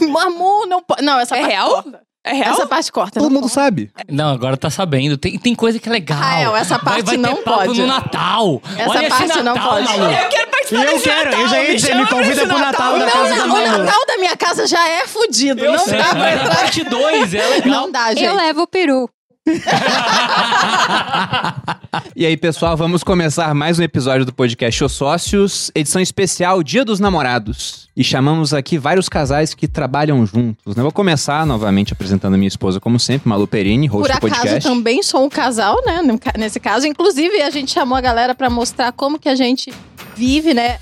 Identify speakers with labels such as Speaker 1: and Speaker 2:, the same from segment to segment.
Speaker 1: Mamu, não pode. Não, essa
Speaker 2: É
Speaker 1: parte
Speaker 2: real?
Speaker 1: corta.
Speaker 2: É real?
Speaker 1: Essa parte corta.
Speaker 3: Todo
Speaker 1: não
Speaker 3: mundo
Speaker 1: pode.
Speaker 3: sabe.
Speaker 4: Não, agora tá sabendo. Tem, tem coisa que é legal.
Speaker 1: Rael, Ah, essa
Speaker 4: vai,
Speaker 1: parte
Speaker 4: vai
Speaker 1: não
Speaker 4: ter papo
Speaker 1: pode.
Speaker 4: no Natal.
Speaker 1: Essa
Speaker 4: Olha
Speaker 1: parte
Speaker 4: esse
Speaker 1: não
Speaker 4: Natal,
Speaker 1: pode.
Speaker 4: Malu.
Speaker 2: Eu quero
Speaker 1: É
Speaker 2: participar
Speaker 5: Eu
Speaker 2: desse
Speaker 5: quero,
Speaker 2: Natal,
Speaker 5: eu já ia dizer, me
Speaker 2: chama pra
Speaker 5: convida
Speaker 2: esse
Speaker 5: pro Natal da
Speaker 1: Não,
Speaker 5: casa
Speaker 1: não,
Speaker 5: da
Speaker 1: o
Speaker 5: Malu.
Speaker 1: Natal da minha casa já é fudido.
Speaker 4: Eu
Speaker 1: não
Speaker 4: sei,
Speaker 1: dá pra
Speaker 4: mas a
Speaker 1: entrar.
Speaker 4: parte 2 é
Speaker 1: Não
Speaker 4: legal.
Speaker 1: dá, gente.
Speaker 6: Eu levo o peru.
Speaker 3: E aí, pessoal, vamos começar mais um episódio do podcast Os Sócios, edição especial Dia dos Namorados. E chamamos aqui vários casais que trabalham juntos. né? Eu vou começar novamente apresentando a minha esposa, como sempre, Malu Perini, host
Speaker 1: Por
Speaker 3: do podcast.
Speaker 1: acaso também sou um casal, né? num ca- Nesse caso. Inclusive, a gente chamou a galera pra mostrar como que a gente vive, né?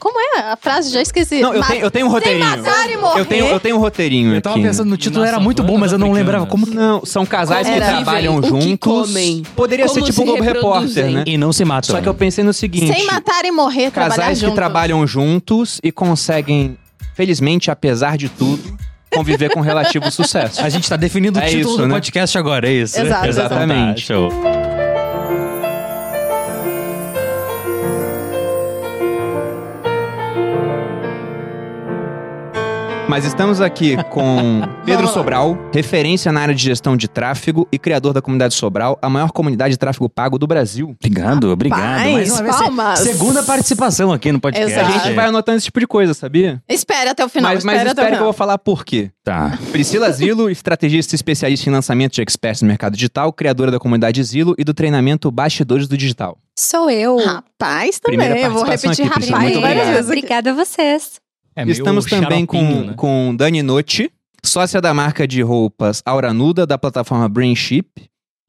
Speaker 1: Como é a frase? Já esqueci.
Speaker 3: Não, eu,
Speaker 1: Ma-
Speaker 3: tenho, eu tenho um
Speaker 1: Sem
Speaker 3: roteirinho.
Speaker 1: matar e morrer.
Speaker 3: Eu tenho, eu tenho um roteirinho
Speaker 5: Eu tava
Speaker 3: aqui.
Speaker 5: pensando, no título
Speaker 4: Nas
Speaker 5: era muito bom, mas eu não
Speaker 4: savanas
Speaker 5: lembrava como que...
Speaker 3: Não, são casais que
Speaker 1: Era.
Speaker 3: trabalham
Speaker 2: O que
Speaker 3: juntos.
Speaker 2: comem.
Speaker 3: Poderia
Speaker 2: Como
Speaker 3: ser tipo
Speaker 2: se
Speaker 3: o Globo
Speaker 2: reproduzem.
Speaker 3: Repórter, né?
Speaker 5: E não se matam.
Speaker 3: Só que eu pensei no seguinte:
Speaker 1: Sem matar e morrer, trabalhar
Speaker 3: casais que
Speaker 1: junto.
Speaker 3: trabalham juntos e conseguem, felizmente, apesar de tudo, conviver com relativo sucesso.
Speaker 5: A gente tá definindo o
Speaker 3: É
Speaker 5: título
Speaker 3: isso,
Speaker 5: do
Speaker 3: né?
Speaker 5: podcast agora, é isso?
Speaker 1: Exato,
Speaker 5: né?
Speaker 1: exato.
Speaker 3: Exatamente.
Speaker 5: Tá, show.
Speaker 3: Mas estamos aqui com Pedro
Speaker 1: Vamos lá.
Speaker 3: Sobral, referência na área de gestão de tráfego e criador da comunidade Sobral, a maior comunidade de tráfego pago do Brasil.
Speaker 5: Obrigado, obrigado. Mais uma
Speaker 1: Paz,
Speaker 5: vez,
Speaker 1: palmas.
Speaker 5: se- segunda participação aqui no podcast.
Speaker 3: A
Speaker 1: Exato.
Speaker 3: gente vai anotando esse tipo de coisa, sabia?
Speaker 1: Espere até o final.
Speaker 3: mas mas
Speaker 1: espere até o
Speaker 3: espere que eu
Speaker 1: final.
Speaker 3: vou falar por quê.
Speaker 5: Tá.
Speaker 3: Priscila Zilo, estrategista e especialista em lançamento de experts no mercado digital, criadora da comunidade Zilo e do treinamento Bastidores do Digital.
Speaker 6: Sou eu.
Speaker 1: Ah, Rapaz
Speaker 3: Primeira
Speaker 1: também. Eu vou
Speaker 3: participação
Speaker 1: repetir
Speaker 3: aqui,
Speaker 1: rapaz
Speaker 3: Priscila, muito
Speaker 1: várias
Speaker 3: obrigado.
Speaker 1: vezes. aqui.
Speaker 6: Obrigada a vocês.
Speaker 4: É meio
Speaker 3: Estamos também com,
Speaker 4: xaropinho, né?
Speaker 3: com Dani Notti, sócia da marca de roupas Aura Nuda, da plataforma Brainship,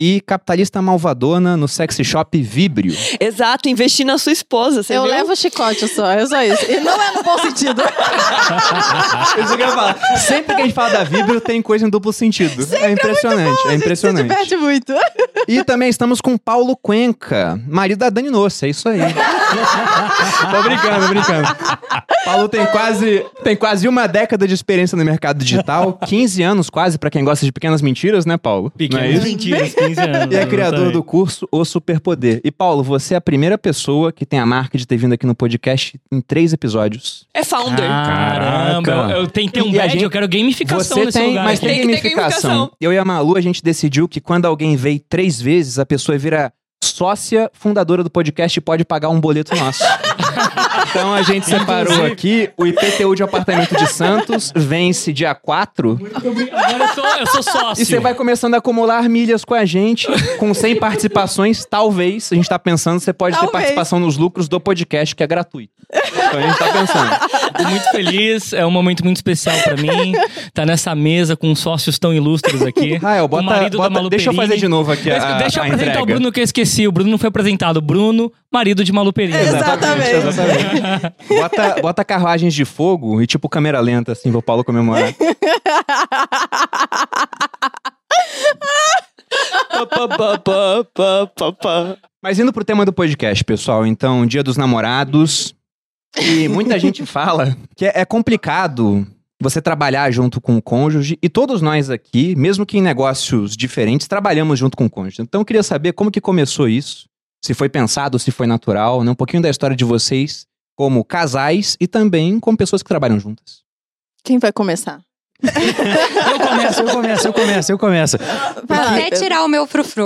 Speaker 3: e capitalista malvadona no sexy shop Vibrio.
Speaker 2: Exato, investir na sua esposa, você
Speaker 1: Eu
Speaker 2: viu?
Speaker 1: levo chicote só, é só isso. E não é no bom sentido.
Speaker 3: É Isso que eu ia falar. Sempre que a gente fala da Vibrio, tem coisa em duplo sentido. é impressionante, é,
Speaker 1: Se
Speaker 3: impressionante.
Speaker 1: diverte muito.
Speaker 3: E também estamos com Paulo Cuenca, marido da Dani Nossa, é isso aí. tô brincando, tô brincando. Paulo tem quase, tem quase uma década de experiência no mercado digital, 15 anos quase, pra quem gosta de pequenas mentiras, né, Paulo? Não é
Speaker 4: Pequenas
Speaker 3: isso?
Speaker 4: mentiras, 15
Speaker 3: E
Speaker 4: anos.
Speaker 3: é criador do
Speaker 4: exatamente.
Speaker 3: curso O Superpoder. E, Paulo, você é a primeira pessoa que tem a marca de ter vindo aqui no podcast em três episódios.
Speaker 2: É founder.
Speaker 3: Ah.
Speaker 4: Caramba, eu, eu tentei um
Speaker 3: E a
Speaker 4: badge,
Speaker 3: gente-
Speaker 4: eu quero gamificação
Speaker 3: Você
Speaker 4: nesse
Speaker 3: tem,
Speaker 4: lugar.
Speaker 3: mas
Speaker 4: aqui.
Speaker 3: tem,
Speaker 2: Tem que ter
Speaker 3: gamificação.
Speaker 2: gamificação.
Speaker 3: Eu e a Malu, a gente decidiu que quando alguém veio três vezes, a pessoa vira sócia fundadora do podcast e pode pagar um boleto nosso. então a gente separou aqui o IPTU de apartamento de Santos, vence dia 4.
Speaker 4: Agora eu sou, eu sou sócio.
Speaker 3: E você vai começando a acumular milhas com a gente, com 100 participações, talvez. A gente tá pensando, você pode ter
Speaker 1: Talvez.
Speaker 3: participação nos lucros do podcast, que é gratuito. Então a gente tá pensando.
Speaker 4: Fico muito feliz, é um momento muito especial pra mim. Tá nessa mesa com sócios tão ilustres aqui.
Speaker 3: Rael,
Speaker 4: o
Speaker 3: bota,
Speaker 4: marido da
Speaker 3: bota
Speaker 4: Malu
Speaker 3: deixa eu
Speaker 4: Perini.
Speaker 3: fazer de novo aqui
Speaker 4: Mas
Speaker 3: a,
Speaker 4: deixa eu
Speaker 3: a
Speaker 4: apresentar
Speaker 3: entrega.
Speaker 4: o Bruno que eu esqueci. O Bruno não foi apresentado. Bruno, marido de Malu Perini.
Speaker 1: Exatamente.
Speaker 3: Né? exatamente. bota, bota carruagens de fogo e tipo câmera lenta, assim, pro Paulo comemorar. Mas indo pro tema do podcast, pessoal, então, Dia dos Namorados. E muita gente fala que é é complicado você trabalhar junto com o cônjuge e todos nós aqui, mesmo que em negócios diferentes, trabalhamos junto com o cônjuge. Então eu queria saber como que começou isso, se foi pensado, se foi natural, né? um pouquinho da história de vocês como casais e também como pessoas que trabalham juntas.
Speaker 1: Quem vai começar?
Speaker 5: Eu começo, eu começo, eu começo, eu começo.
Speaker 1: Vai lá,
Speaker 6: Até
Speaker 1: Pedro.
Speaker 6: tirar o meu frufru.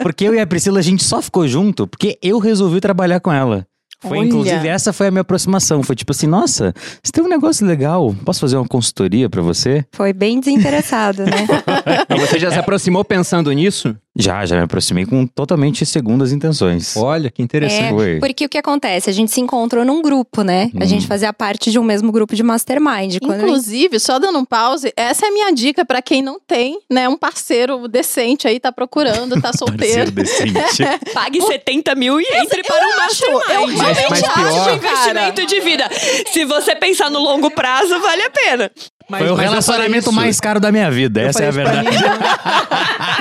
Speaker 5: Porque eu e a Priscila, a gente só ficou junto porque eu resolvi trabalhar com ela. Foi,
Speaker 1: Olha.
Speaker 5: inclusive, essa foi a minha aproximação. Foi tipo assim, nossa, você tem um negócio legal, posso fazer uma consultoria pra você?
Speaker 6: Foi bem desinteressado, né?
Speaker 3: Mas Ah, você já se aproximou pensando nisso?
Speaker 5: Já, já me aproximei com totalmente segundas intenções.
Speaker 3: Olha, que
Speaker 6: É,
Speaker 3: interessante.
Speaker 5: Foi.
Speaker 6: porque o que acontece? A gente se encontrou num grupo, né?
Speaker 1: Uhum.
Speaker 6: A gente fazia parte de um mesmo grupo de mastermind. Quando eu
Speaker 1: Inclusive, só dando um pause, essa é a minha dica pra quem não tem, né, um parceiro decente aí, tá procurando, tá solteiro.
Speaker 5: Parceiro decente.
Speaker 2: Pague 70 mil e entre para um mastermind.
Speaker 1: eu
Speaker 3: Mas-
Speaker 1: realmente
Speaker 3: mas
Speaker 1: acho,
Speaker 3: pior-
Speaker 2: Um
Speaker 1: cara.
Speaker 2: investimento de vida. Se você pensar no longo prazo, vale a pena.
Speaker 3: É, Mas- mas
Speaker 5: Foi o
Speaker 3: eu falei
Speaker 5: relacionamento
Speaker 3: isso.
Speaker 5: mais caro da minha vida,
Speaker 3: Eu
Speaker 5: essa é
Speaker 3: falei
Speaker 5: a
Speaker 3: isso pra
Speaker 5: verdade.
Speaker 3: mim.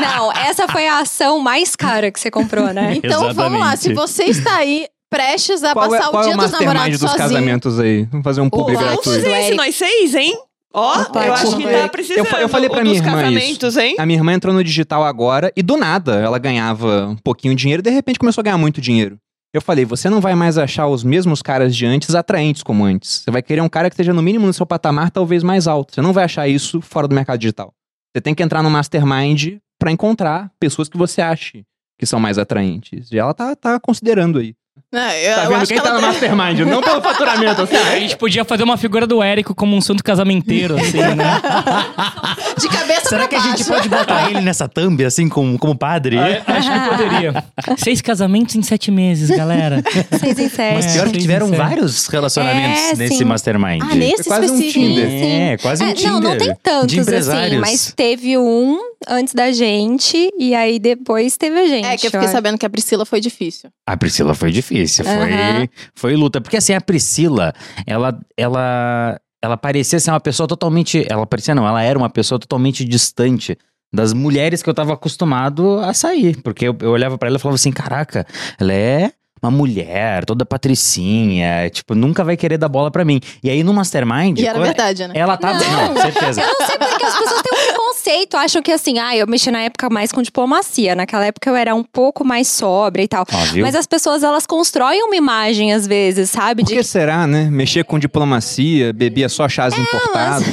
Speaker 6: Não, essa foi a ação mais cara que você comprou, né?
Speaker 1: Então vamos lá,
Speaker 5: Exatamente.
Speaker 1: se você está aí prestes a
Speaker 3: Qual é,
Speaker 1: passar
Speaker 3: qual
Speaker 1: o
Speaker 3: é
Speaker 1: dia
Speaker 3: o
Speaker 1: dos
Speaker 3: mastermind
Speaker 1: namorados
Speaker 3: dos,
Speaker 1: sozinho.
Speaker 3: casamentos aí? Vamos fazer um publi
Speaker 1: Olá,
Speaker 2: Vamos
Speaker 3: gratuito.
Speaker 2: fazer esse nós seis, hein? Ó, eu acho que tá precisando.
Speaker 3: Eu, fa- eu falei pra
Speaker 2: O
Speaker 3: minha
Speaker 2: dos
Speaker 3: irmã
Speaker 2: casamentos,
Speaker 3: isso.
Speaker 2: hein?
Speaker 3: A minha irmã entrou no digital agora e do nada ela ganhava um pouquinho de dinheiro e de repente começou a ganhar muito dinheiro. Eu falei, você não vai mais achar os mesmos caras de antes atraentes como antes. Você vai querer um cara que esteja no mínimo no seu patamar, talvez mais alto. Você não vai achar isso fora do mercado digital. Você tem que entrar no mastermind pra encontrar pessoas que você ache que são mais atraentes. E ela tá, tá considerando aí.
Speaker 1: Não, É, eu,
Speaker 3: Tá
Speaker 1: eu
Speaker 3: vendo
Speaker 1: acho
Speaker 3: quem
Speaker 1: que
Speaker 3: tá
Speaker 1: ela
Speaker 3: no mastermind, não pelo faturamento. Assim,
Speaker 4: A gente podia fazer uma figura do Érico como um santo casamenteiro, assim, né?
Speaker 1: tá de cabeça pra
Speaker 5: Será que a gente
Speaker 1: baixo.
Speaker 5: pode botar ele nessa thumb, assim, como, como padre?
Speaker 4: Acho que poderia. Seis casamentos em sete meses, galera.
Speaker 6: Vocês inserem.
Speaker 5: Mas pior que
Speaker 4: sim,
Speaker 5: tiveram
Speaker 4: sim.
Speaker 5: vários relacionamentos
Speaker 6: É,
Speaker 5: nesse
Speaker 6: sim.
Speaker 5: mastermind.
Speaker 1: Ah, nesse
Speaker 3: É quase um
Speaker 1: específico.
Speaker 3: Tinder.
Speaker 6: Sim, sim.
Speaker 5: É, quase um
Speaker 6: É,
Speaker 5: Tinder.
Speaker 6: Não, não tem
Speaker 5: de
Speaker 6: tantos, assim,
Speaker 5: empresários.
Speaker 6: mas teve um antes da gente e aí depois teve a gente.
Speaker 1: É, que eu fiquei
Speaker 6: acho.
Speaker 1: sabendo que a Priscila foi difícil.
Speaker 5: A Priscila foi difícil,
Speaker 6: Aham.
Speaker 5: foi, foi luta. Porque assim, a Priscila, ela, ela, ela parecia ser uma pessoa totalmente. Ela parecia não, ela era uma pessoa totalmente distante das mulheres que eu tava acostumado a sair. Porque eu, eu olhava pra ela e falava assim: caraca, ela é. Uma mulher, toda patricinha, tipo, nunca vai querer dar bola pra mim. E aí no Mastermind.
Speaker 1: E era
Speaker 5: quando-
Speaker 3: é?
Speaker 1: verdade, né?
Speaker 5: Ela tava.
Speaker 6: Não.
Speaker 5: Tá Não, certeza.
Speaker 6: Eu não sei porque as pessoas têm um preconceito, acham que assim, ah, eu mexi na época mais com diplomacia, naquela época eu era um pouco mais sóbria e tal.
Speaker 5: Ó, viu?
Speaker 6: Mas as pessoas, elas constroem uma imagem às vezes, sabe?
Speaker 3: Por
Speaker 6: De
Speaker 3: que será, né? Mexer com diplomacia, bebia só chás importados.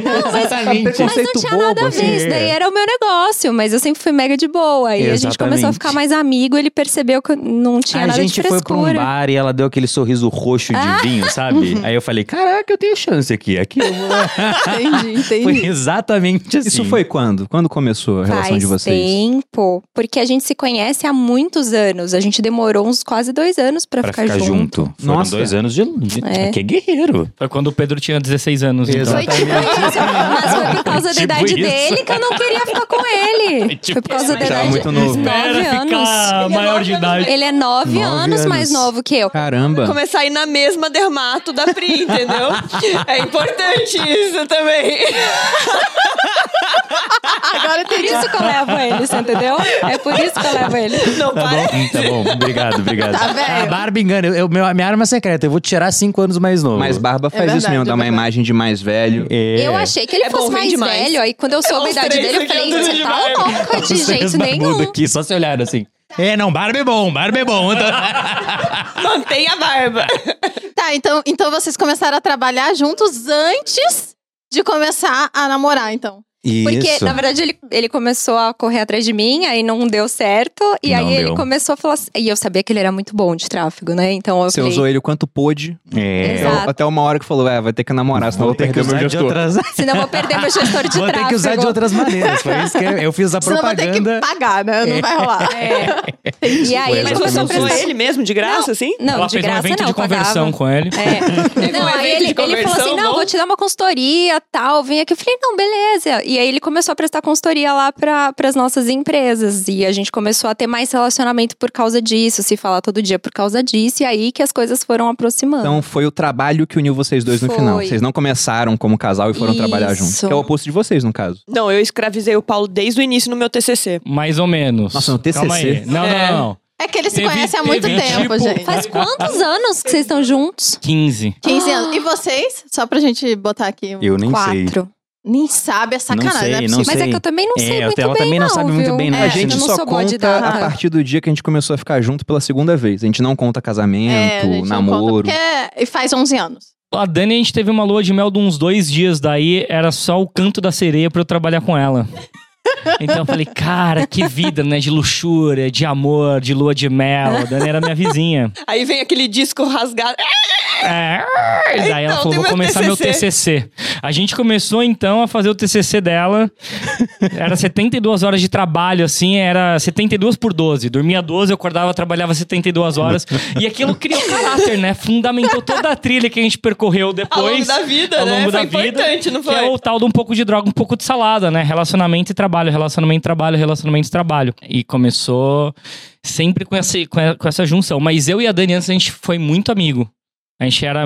Speaker 5: Exatamente.
Speaker 3: Preconceito
Speaker 6: não tinha nada a ver,
Speaker 5: assim,
Speaker 6: isso né? daí
Speaker 5: é.
Speaker 6: era o meu negócio, mas eu sempre fui mega de boa. E a gente
Speaker 5: Exatamente.
Speaker 6: começou a ficar mais amigo, ele percebeu que eu não tinha
Speaker 5: a
Speaker 6: nada
Speaker 5: gente
Speaker 6: de
Speaker 5: foi pra um
Speaker 6: frescura. Ah. Uhum.
Speaker 5: bar e ela deu aquele sorriso roxo de vinho, sabe? Aí eu falei, caraca, eu tenho chance aqui. Aqui eu vou.
Speaker 1: Entendi,
Speaker 5: Foi
Speaker 1: entendi.
Speaker 5: exatamente assim.
Speaker 3: Isso foi quando? Quando começou a relação
Speaker 6: Faz
Speaker 3: de vocês?
Speaker 6: tempo, porque a gente se conhece há muitos anos. A gente demorou uns quase dois anos pra,
Speaker 5: pra ficar, junto. Foram
Speaker 3: Nossa.
Speaker 5: dois anos de. de
Speaker 6: É.
Speaker 5: Que guerreiro.
Speaker 4: Foi quando o Pedro tinha 16 anos, então.
Speaker 3: tá
Speaker 1: Foi tipo isso.
Speaker 6: Mas foi por causa da
Speaker 5: Tipo
Speaker 6: idade
Speaker 5: isso.
Speaker 6: dele que eu não queria ficar com ele.
Speaker 4: Tipo
Speaker 6: foi por causa da
Speaker 3: Mas tava
Speaker 6: idade.
Speaker 3: muito novo.
Speaker 6: Nove
Speaker 4: Espera
Speaker 6: anos.
Speaker 4: ficar maior de idade.
Speaker 6: Ele é nove,
Speaker 5: Nove
Speaker 6: anos, mais
Speaker 5: anos.
Speaker 6: novo que eu.
Speaker 4: Tá.
Speaker 3: Caramba.
Speaker 2: Começar a ir na mesma dermato da Pri, entendeu? é importante isso também.
Speaker 1: Agora
Speaker 6: Por
Speaker 1: entendi.
Speaker 6: isso que eu levo ele, você entendeu? É por isso que eu levo ele.
Speaker 2: Não
Speaker 5: Tá
Speaker 2: para.
Speaker 5: bom, tá bom. Obrigado, obrigado.
Speaker 1: Tá velho.
Speaker 5: a barba engana. Eu, eu- meu, a minha arma secreta. Eu vou tirar cinco anos mais novo.
Speaker 3: Mas Barba faz isso
Speaker 1: verdade,
Speaker 3: mesmo,
Speaker 1: é
Speaker 3: dá uma
Speaker 1: verdade.
Speaker 3: imagem de mais velho.
Speaker 5: É.
Speaker 6: Eu achei que ele
Speaker 2: É bom,
Speaker 6: fosse
Speaker 2: vem
Speaker 6: mais
Speaker 2: demais.
Speaker 6: velho. Aí quando eu soube a
Speaker 2: Os
Speaker 6: idade
Speaker 2: três
Speaker 6: dele, É eu
Speaker 2: aqui
Speaker 6: falei,
Speaker 2: andando
Speaker 6: você tá
Speaker 2: demais."
Speaker 6: louca de
Speaker 5: Vocês
Speaker 6: jeito
Speaker 5: barbudo
Speaker 6: nenhum.
Speaker 5: aqui, só se olharam assim. É, não, barba é bom, barba é bom. Então-
Speaker 2: Mantém a barba.
Speaker 1: Tá, então, então vocês começaram a trabalhar juntos antes de começar a namorar, então.
Speaker 6: Porque,
Speaker 5: Isso.
Speaker 6: na verdade, ele, ele começou a correr atrás de mim, aí não deu certo. E
Speaker 5: Não
Speaker 6: aí ele
Speaker 5: deu.
Speaker 6: começou a falar. assim- E eu sabia que ele era muito bom de tráfego, né? Então eu
Speaker 3: Você
Speaker 6: falei.
Speaker 3: usou ele o quanto pôde.
Speaker 5: É.
Speaker 3: Até o-
Speaker 6: Exato.
Speaker 3: Até uma hora que falou, é, vai ter que namorar, senão eu vou
Speaker 5: ter que
Speaker 3: perder meu
Speaker 5: usar de
Speaker 3: gestor.
Speaker 5: outras-
Speaker 6: "Ah, Senão eu vou perder meu gestor de
Speaker 5: Vou
Speaker 6: tráfego.
Speaker 5: ter que usar de outras maneiras. Foi isso que eu, eu fiz a
Speaker 1: Senão vai ter que
Speaker 5: propaganda.
Speaker 1: pagar, né? Não vai rolar.
Speaker 6: E aí ele
Speaker 2: Mas
Speaker 5: Exatamente
Speaker 2: você
Speaker 6: começou a
Speaker 2: usou
Speaker 6: prestar-
Speaker 2: ele mesmo, de graça, assim?
Speaker 6: Não,
Speaker 4: Ela
Speaker 6: de
Speaker 4: fez um
Speaker 6: graça
Speaker 4: evento
Speaker 6: não,
Speaker 4: de conversão
Speaker 6: pagava.
Speaker 4: com ele.
Speaker 6: É.
Speaker 2: um
Speaker 6: Não, aí
Speaker 2: evento
Speaker 6: ele,
Speaker 2: de
Speaker 6: ele falou
Speaker 2: conversão,
Speaker 6: assim: não,
Speaker 2: não?
Speaker 6: vou te dar uma consultoria, tal, vem aqui. Eu falei, não, beleza. E aí ele começou a prestar consultoria lá para as nossas empresas. E a gente começou a ter mais relacionamento por causa disso, se falar todo dia por causa disso. E aí que as coisas foram aproximando.
Speaker 3: Então foi o trabalho que uniu vocês dois no
Speaker 6: Foi.
Speaker 3: final. Vocês não começaram como casal e foram trabalhar
Speaker 6: Isso.
Speaker 3: juntos. Que é o oposto de vocês, no caso.
Speaker 2: Não, eu escravizei o Paulo desde o início no meu TCC.
Speaker 4: Mais ou menos.
Speaker 3: Nossa, no TCC.
Speaker 4: Calma aí. Não,
Speaker 2: É.
Speaker 4: não, não.
Speaker 1: É que eles se
Speaker 4: Teve-
Speaker 1: conhecem há muito
Speaker 4: teve,
Speaker 1: tempo,
Speaker 4: tipo,
Speaker 1: gente.
Speaker 6: Faz quantos anos que vocês estão juntos?
Speaker 4: 15.
Speaker 1: 15 anos. E vocês? Só pra gente botar aqui. um-
Speaker 5: Eu nem sei.
Speaker 6: Quatro.
Speaker 1: Nem sabe, é sacanagem,
Speaker 5: sei,
Speaker 1: não é
Speaker 5: não
Speaker 1: possível.
Speaker 6: Mas é
Speaker 5: sei.
Speaker 6: que eu também não
Speaker 5: É,
Speaker 6: sei
Speaker 5: eu-
Speaker 6: muito
Speaker 5: ela
Speaker 6: bem.
Speaker 5: também não sabe muito
Speaker 6: viu?
Speaker 5: bem, né?
Speaker 1: É,
Speaker 3: a gente
Speaker 6: eu não
Speaker 3: só
Speaker 6: sou boa de
Speaker 3: conta
Speaker 6: data.
Speaker 3: a partir do dia que a gente começou a ficar junto pela segunda vez. A gente não conta
Speaker 1: É, a
Speaker 3: casamento,
Speaker 1: gente não
Speaker 3: namoro.
Speaker 1: conta, porque- E faz 11 anos.
Speaker 4: A Dani, a gente teve uma lua de mel de uns dois dias daí, era só o canto da sereia pra eu trabalhar com ela. Então eu falei, cara, que vida, né? De luxúria, de amor, de lua de mel. A Dani era minha vizinha.
Speaker 2: Aí vem aquele disco rasgado.
Speaker 4: É, daí ela
Speaker 2: Então,
Speaker 4: falou,
Speaker 2: tem
Speaker 4: vou
Speaker 2: meu
Speaker 4: começar meu TCC. A gente começou então a fazer o TCC dela. Era 72 horas de trabalho, assim, era 72 por 12. Dormia 12, eu acordava, trabalhava 72 horas. E aquilo criou caráter, né? Fundamentou toda a trilha que a gente percorreu
Speaker 2: Ao longo
Speaker 4: depois.
Speaker 2: da vida,
Speaker 4: ao
Speaker 2: né?
Speaker 4: longo
Speaker 2: Foi
Speaker 4: da vida,
Speaker 2: importante, não foi?
Speaker 4: Que é o tal de um pouco de droga, um pouco de salada, né? Relacionamento e trabalho, relacionamento e trabalho, relacionamento e trabalho. E começou sempre com essa, com a- com essa junção. Mas eu e a Dani antes a gente foi muito amigo. A gente era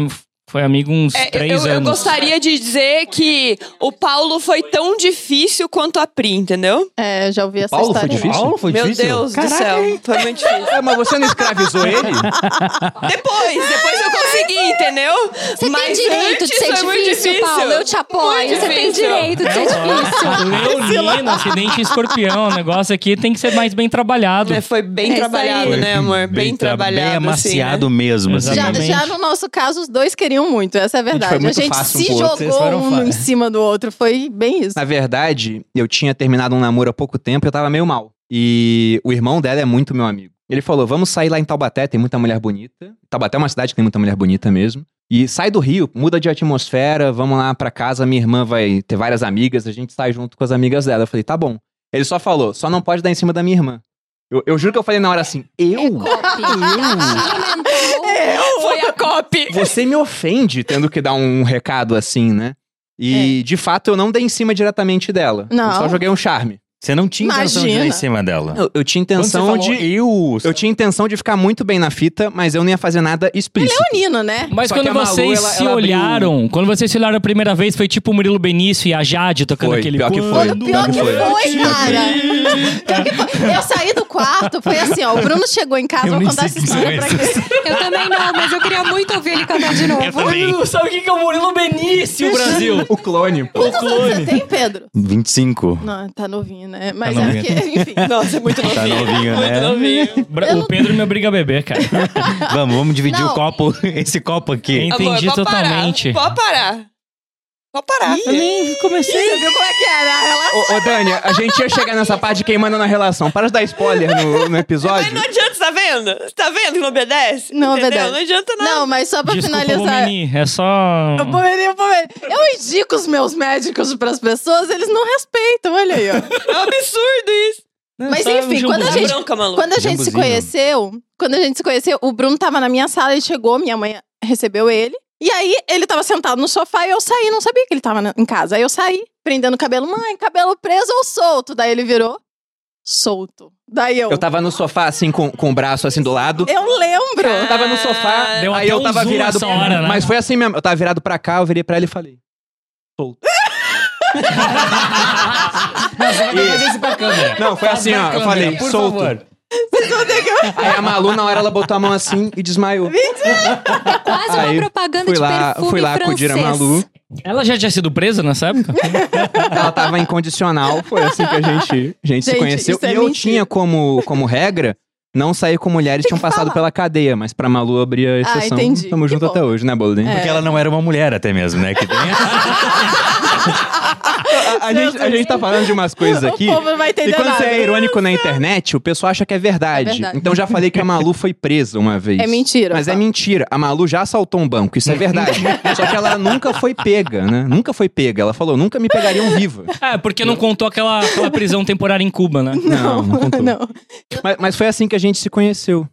Speaker 4: Foi amigo uns
Speaker 2: É,
Speaker 4: três
Speaker 2: eu, eu
Speaker 4: anos.
Speaker 2: gostaria de dizer que o Paulo foi tão difícil quanto a Pri, entendeu?
Speaker 1: É, já ouvi essa
Speaker 3: Paulo, foi
Speaker 1: história.
Speaker 3: difícil?
Speaker 5: Paulo, foi
Speaker 2: Meu
Speaker 5: difícil?
Speaker 2: Deus do céu, foi muito difícil.
Speaker 3: É, mas você não escravizou ele?
Speaker 2: Depois, depois eu consegui, entendeu?
Speaker 6: Você
Speaker 2: Mas
Speaker 6: tem direito de
Speaker 2: antes
Speaker 6: ser
Speaker 2: foi muito
Speaker 6: é difícil, Paulo. Eu te apoio.
Speaker 2: Muito
Speaker 6: Você tem
Speaker 2: difícil.
Speaker 6: direito de ser difícil.
Speaker 4: Leonino, acidente escorpião. O negócio aqui tem que ser mais bem trabalhado.
Speaker 2: É, Foi bem
Speaker 6: É isso
Speaker 2: trabalhado,
Speaker 6: aí.
Speaker 2: né, amor? Bem,
Speaker 5: tra-
Speaker 2: trabalhado.
Speaker 5: Bem amaciado
Speaker 2: assim,
Speaker 5: mesmo, assim.
Speaker 1: Já,
Speaker 4: Exatamente.
Speaker 1: já no nosso caso, os dois queriam muito, essa é a verdade.
Speaker 3: foi muito
Speaker 1: a gente
Speaker 3: fácil um
Speaker 1: se
Speaker 3: pro outro, vocês
Speaker 1: jogou
Speaker 3: foram
Speaker 1: um
Speaker 3: fa-
Speaker 1: em cima do outro, foi bem isso.
Speaker 3: Na verdade, eu tinha terminado um namoro há pouco tempo e eu tava meio mal. E o irmão dela é muito meu amigo. Ele falou: vamos sair lá em Taubaté, tem muita mulher bonita. Taubaté é uma cidade que tem muita mulher bonita mesmo. E sai do Rio, muda de atmosfera, vamos lá pra casa, minha irmã vai ter várias amigas, a gente sai junto com as amigas dela. Eu falei, tá bom. Ele só falou, só não pode dar em cima da minha irmã. Eu, eu juro que eu falei na hora assim,
Speaker 2: É
Speaker 3: eu? É.
Speaker 2: né? Foi a copy.
Speaker 3: Você me ofende tendo que dar um recado assim, né? E, de fato, eu não dei em cima diretamente dela. Eu
Speaker 1: É. Não.
Speaker 3: só joguei um charme.
Speaker 5: Você não
Speaker 3: um
Speaker 5: tinha intenção de ir
Speaker 1: Imagina.
Speaker 5: em cima dela.
Speaker 3: Eu, eu tinha
Speaker 5: Quando você
Speaker 3: intenção
Speaker 5: falou,
Speaker 3: de.
Speaker 5: Eu...
Speaker 3: Eu tinha intenção de ficar muito bem na fita, mas eu não ia fazer nada explícito.
Speaker 1: Leonino, né?
Speaker 4: Mas
Speaker 3: Só que
Speaker 4: quando
Speaker 3: a Malu,
Speaker 4: vocês
Speaker 3: ela-
Speaker 4: se
Speaker 3: ela abriu-
Speaker 4: olharam, quando vocês se olharam a primeira vez, foi tipo o Murilo Benício e a Jade tocando
Speaker 3: Foi,
Speaker 4: aquele
Speaker 3: pior que foi.
Speaker 4: quando-
Speaker 1: Pior que
Speaker 3: Pior
Speaker 1: foi,
Speaker 3: que foi.
Speaker 1: cara. Pior que foi. Eu saí do quarto, foi assim, ó. O Bruno chegou em casa,
Speaker 5: Eu
Speaker 1: vou
Speaker 5: nem
Speaker 1: contar essa
Speaker 5: sei que
Speaker 1: história pra
Speaker 5: isso
Speaker 1: quem.
Speaker 6: Eu também não, mas eu queria muito ouvir ele cantar de novo.
Speaker 4: Murilo, sabe o que que é o Murilo
Speaker 5: é
Speaker 4: Benício, Brasil?
Speaker 3: O clone, pô.
Speaker 1: Quantos anos você tem, Pedro?
Speaker 5: 25.
Speaker 1: Não, tá novinho, né? Mas
Speaker 4: Tá
Speaker 1: é
Speaker 4: novinho.
Speaker 1: porque, enfim.
Speaker 2: Nossa, é muito novinho.
Speaker 5: Tá novinho,
Speaker 2: Muito
Speaker 5: né?
Speaker 2: novinho.
Speaker 4: Bra- O Pedro me obriga a beber, cara.
Speaker 5: Vamos, vamos dividir
Speaker 1: Não.
Speaker 5: o copo, esse copo aqui.
Speaker 4: Entendi
Speaker 2: Amor, pode
Speaker 4: totalmente.
Speaker 2: Parar, pode parar. Pode parar.
Speaker 4: Eu nem comecei.
Speaker 1: Você viu como é que era a relação?
Speaker 3: Ô, ô, Dani, a gente ia chegar nessa parte de quem manda na relação. Para de dar spoiler no, no
Speaker 2: Mas
Speaker 3: episódio.
Speaker 2: não adianta, tá vendo? Tá vendo que não obedece?
Speaker 1: Não
Speaker 2: Entendeu?
Speaker 1: obedece.
Speaker 2: Não adianta nada.
Speaker 1: Não, mas só pra
Speaker 4: Desculpa,
Speaker 1: finalizar.
Speaker 4: Bomeni, é só...
Speaker 1: Ô, Bomeni, ô, Bomeni. Eu indico os meus médicos pras pessoas, eles não respeitam, olha aí, ó.
Speaker 2: É um absurdo isso.
Speaker 1: Mas
Speaker 4: só
Speaker 1: enfim,
Speaker 4: um
Speaker 1: quando a
Speaker 2: Dá
Speaker 4: jambuzinho.
Speaker 1: gente
Speaker 2: bronca, maluco.
Speaker 1: Quando a gente se
Speaker 5: Jambuzinho.
Speaker 1: conheceu, quando a gente se conheceu, o Bruno tava na minha sala, ele chegou, minha mãe recebeu ele. E aí, ele tava sentado no sofá e eu saí, não sabia que ele tava na- em casa. Aí eu saí, prendendo o cabelo. Mãe, cabelo preso ou solto? Daí ele virou, solto. Daí eu,
Speaker 3: Eu
Speaker 1: eu,
Speaker 3: tava no sofá, assim, com, com o braço assim do lado.
Speaker 1: lembro.
Speaker 3: Eu tava no sofá,
Speaker 4: Deu
Speaker 3: aí
Speaker 4: até
Speaker 3: eu
Speaker 4: um
Speaker 3: tava
Speaker 4: zoom
Speaker 3: virado.
Speaker 4: essa hora, né?
Speaker 3: Mas foi assim mesmo. Eu tava virado pra cá, eu virei pra ele e falei. Solto. Não, foi assim, ó. Eu falei, solto. Aí a Malu, na hora, ela botou a mão assim e desmaiou.
Speaker 6: Quase uma
Speaker 3: Aí,
Speaker 6: propaganda
Speaker 3: Fui
Speaker 6: de
Speaker 3: lá,
Speaker 6: perfume
Speaker 3: fui lá
Speaker 6: francês.
Speaker 3: acudir a Malu.
Speaker 4: Ela já tinha sido presa nessa época?
Speaker 3: Ela tava incondicional, foi assim que a gente, a gente se
Speaker 1: Gente,
Speaker 3: conheceu.
Speaker 1: isso é
Speaker 3: e eu
Speaker 1: mentira.
Speaker 3: tinha como, como regra não sair com mulheres que tinham passado
Speaker 1: falar. Ah,
Speaker 3: pela cadeia, mas pra Malu abrir a exceção.
Speaker 1: entendi. É.
Speaker 3: Tamo
Speaker 1: Que
Speaker 3: junto
Speaker 1: bom.
Speaker 3: até hoje, né, Bolden?
Speaker 5: Porque ela não era uma mulher até mesmo, né? Que tem
Speaker 3: A, a gente, a gente tá falando de umas coisas aqui.
Speaker 1: O povo não vai
Speaker 3: E
Speaker 1: entender
Speaker 3: quando
Speaker 1: nada.
Speaker 3: você é irônico na internet, o pessoal acha que é verdade.
Speaker 1: É verdade.
Speaker 3: Então já falei que a Malu foi presa uma vez.
Speaker 1: É mentira.
Speaker 3: Mas é
Speaker 1: Fala.
Speaker 3: mentira. A Malu já assaltou um banco, isso é verdade. Só que ela nunca foi pega, né? Nunca foi pega. Ela falou, nunca me pegariam viva.
Speaker 4: É, porque não contou aquela, aquela prisão temporária em Cuba, né?
Speaker 3: Não, não contou.
Speaker 1: Não.
Speaker 3: Mas, mas foi assim que a gente se conheceu.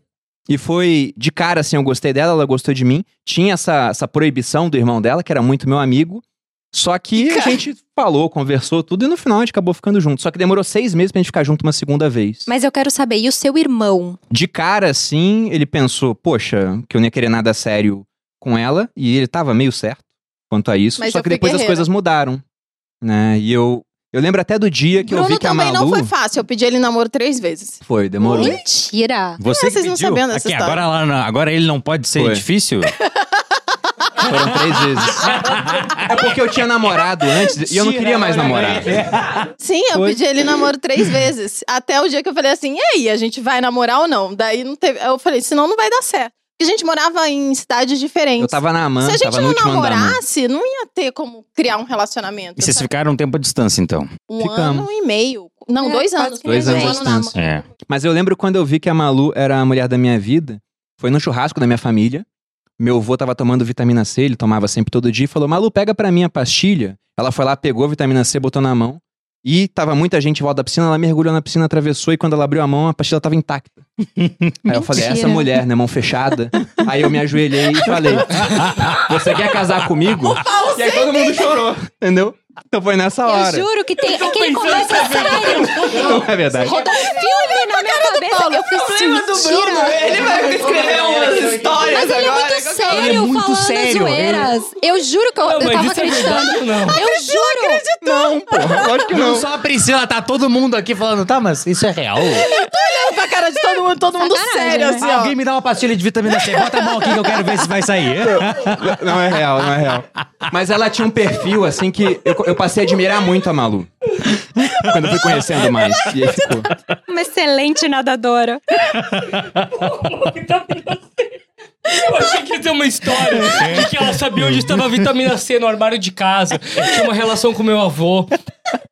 Speaker 3: E foi de cara, assim, eu gostei dela, ela gostou de mim. Tinha essa, essa proibição do irmão dela, que era muito meu amigo. Só que a gente falou, conversou tudo, e no final a gente acabou ficando junto. Só que demorou seis meses pra gente ficar junto uma segunda vez.
Speaker 6: Mas eu quero saber, e o seu irmão?
Speaker 3: De cara, assim, ele pensou, poxa, que eu não ia querer nada sério com ela. E ele tava meio certo quanto a isso.
Speaker 1: Mas
Speaker 3: só
Speaker 1: eu
Speaker 3: que
Speaker 1: fui
Speaker 3: depois as
Speaker 1: guerreira.
Speaker 3: coisas mudaram, né? E eu... Eu lembro até do dia É que eu vi
Speaker 1: Bruno
Speaker 3: que a
Speaker 1: também
Speaker 3: Malu...
Speaker 1: não foi fácil. Eu pedi ele em namoro três vezes.
Speaker 3: Foi, demorou.
Speaker 6: Mentira!
Speaker 5: Você
Speaker 1: Ah, vocês não
Speaker 5: pediu?
Speaker 1: sabendo dessa
Speaker 5: Aqui,
Speaker 1: história.
Speaker 5: agora, lá na- agora ele não pode ser
Speaker 3: Foi.
Speaker 5: difícil?
Speaker 3: Foram três vezes. É porque eu tinha namorado antes e eu não queria mais namorar.
Speaker 1: Sim, eu
Speaker 3: Foi.
Speaker 1: pedi ele em namoro três vezes. Até o dia que eu falei assim, e aí, a gente vai namorar ou não? Daí não teve. Eu falei, senão não vai dar certo. Porque a gente morava em cidades diferentes.
Speaker 3: Eu tava na
Speaker 1: Se
Speaker 3: Amanda,
Speaker 1: a gente
Speaker 3: tava no
Speaker 1: não
Speaker 3: último andar.
Speaker 1: namorasse, não ia ter como criar um relacionamento.
Speaker 5: E vocês
Speaker 1: sabe?
Speaker 5: ficaram um tempo à distância, então?
Speaker 1: Um
Speaker 3: Ficamos.
Speaker 1: ano e meio. Não,
Speaker 6: É,
Speaker 1: dois
Speaker 6: quase
Speaker 1: anos.
Speaker 6: que
Speaker 3: Dois
Speaker 1: Um
Speaker 3: anos à
Speaker 1: ano na
Speaker 3: distância.
Speaker 1: mão.
Speaker 5: É.
Speaker 3: Mas eu lembro quando eu vi que a Malu era a mulher da minha vida, foi no churrasco da minha família. Meu avô tava tomando vitamina C, ele tomava sempre todo dia, e falou: Malu, pega pra mim a pastilha. Ela foi lá, pegou a vitamina C, botou na mão. E tava muita gente em volta da piscina, ela mergulhou na piscina, atravessou e quando ela abriu a mão, a pastilha tava intacta. Aí eu falei, essa
Speaker 6: Mentira.
Speaker 3: mulher, né, mão fechada. Aí eu me ajoelhei e falei, você quer casar comigo? E aí todo mundo chorou, entendeu? Então foi nessa
Speaker 6: Eu
Speaker 3: hora.
Speaker 6: juro que tem. É que ele começa sério.
Speaker 3: Não é verdade.
Speaker 6: Rodou um filme na minha cabeça. Eu fiz assim,
Speaker 2: problema do Bruno,
Speaker 6: mentira.
Speaker 2: ele vai escrever
Speaker 3: é
Speaker 2: umas histórias
Speaker 6: Mas ele é
Speaker 2: agora.
Speaker 6: muito sério
Speaker 5: Ele é muito
Speaker 6: falando
Speaker 5: sério, ele-
Speaker 6: zoeiras. Eu juro que eu, eu tava
Speaker 3: é
Speaker 6: acreditando.
Speaker 4: é verdade, não.
Speaker 6: eu juro.
Speaker 3: Não, porra, lógico que
Speaker 5: Não
Speaker 3: não.
Speaker 5: só a Priscila, tá todo mundo aqui falando, tá, mas isso é real?
Speaker 1: Pra cara de todo mundo, todo mundo
Speaker 6: Sacanagem,
Speaker 1: sério,
Speaker 6: né?
Speaker 1: assim, ó.
Speaker 5: Alguém me dá uma pastilha de vitamina C, bota a mão aqui que eu quero ver se vai sair.
Speaker 3: Não é real, não é real. Mas ela tinha um perfil, assim, que eu, eu passei a admirar muito a Malu. Quando eu fui conhecendo mais. E aí ficou.
Speaker 1: Tipo
Speaker 6: Uma excelente nadadora.
Speaker 4: Eu achei que ia ter uma história de que ela sabia onde estava a vitamina C no armário de casa. Tinha uma relação com meu avô.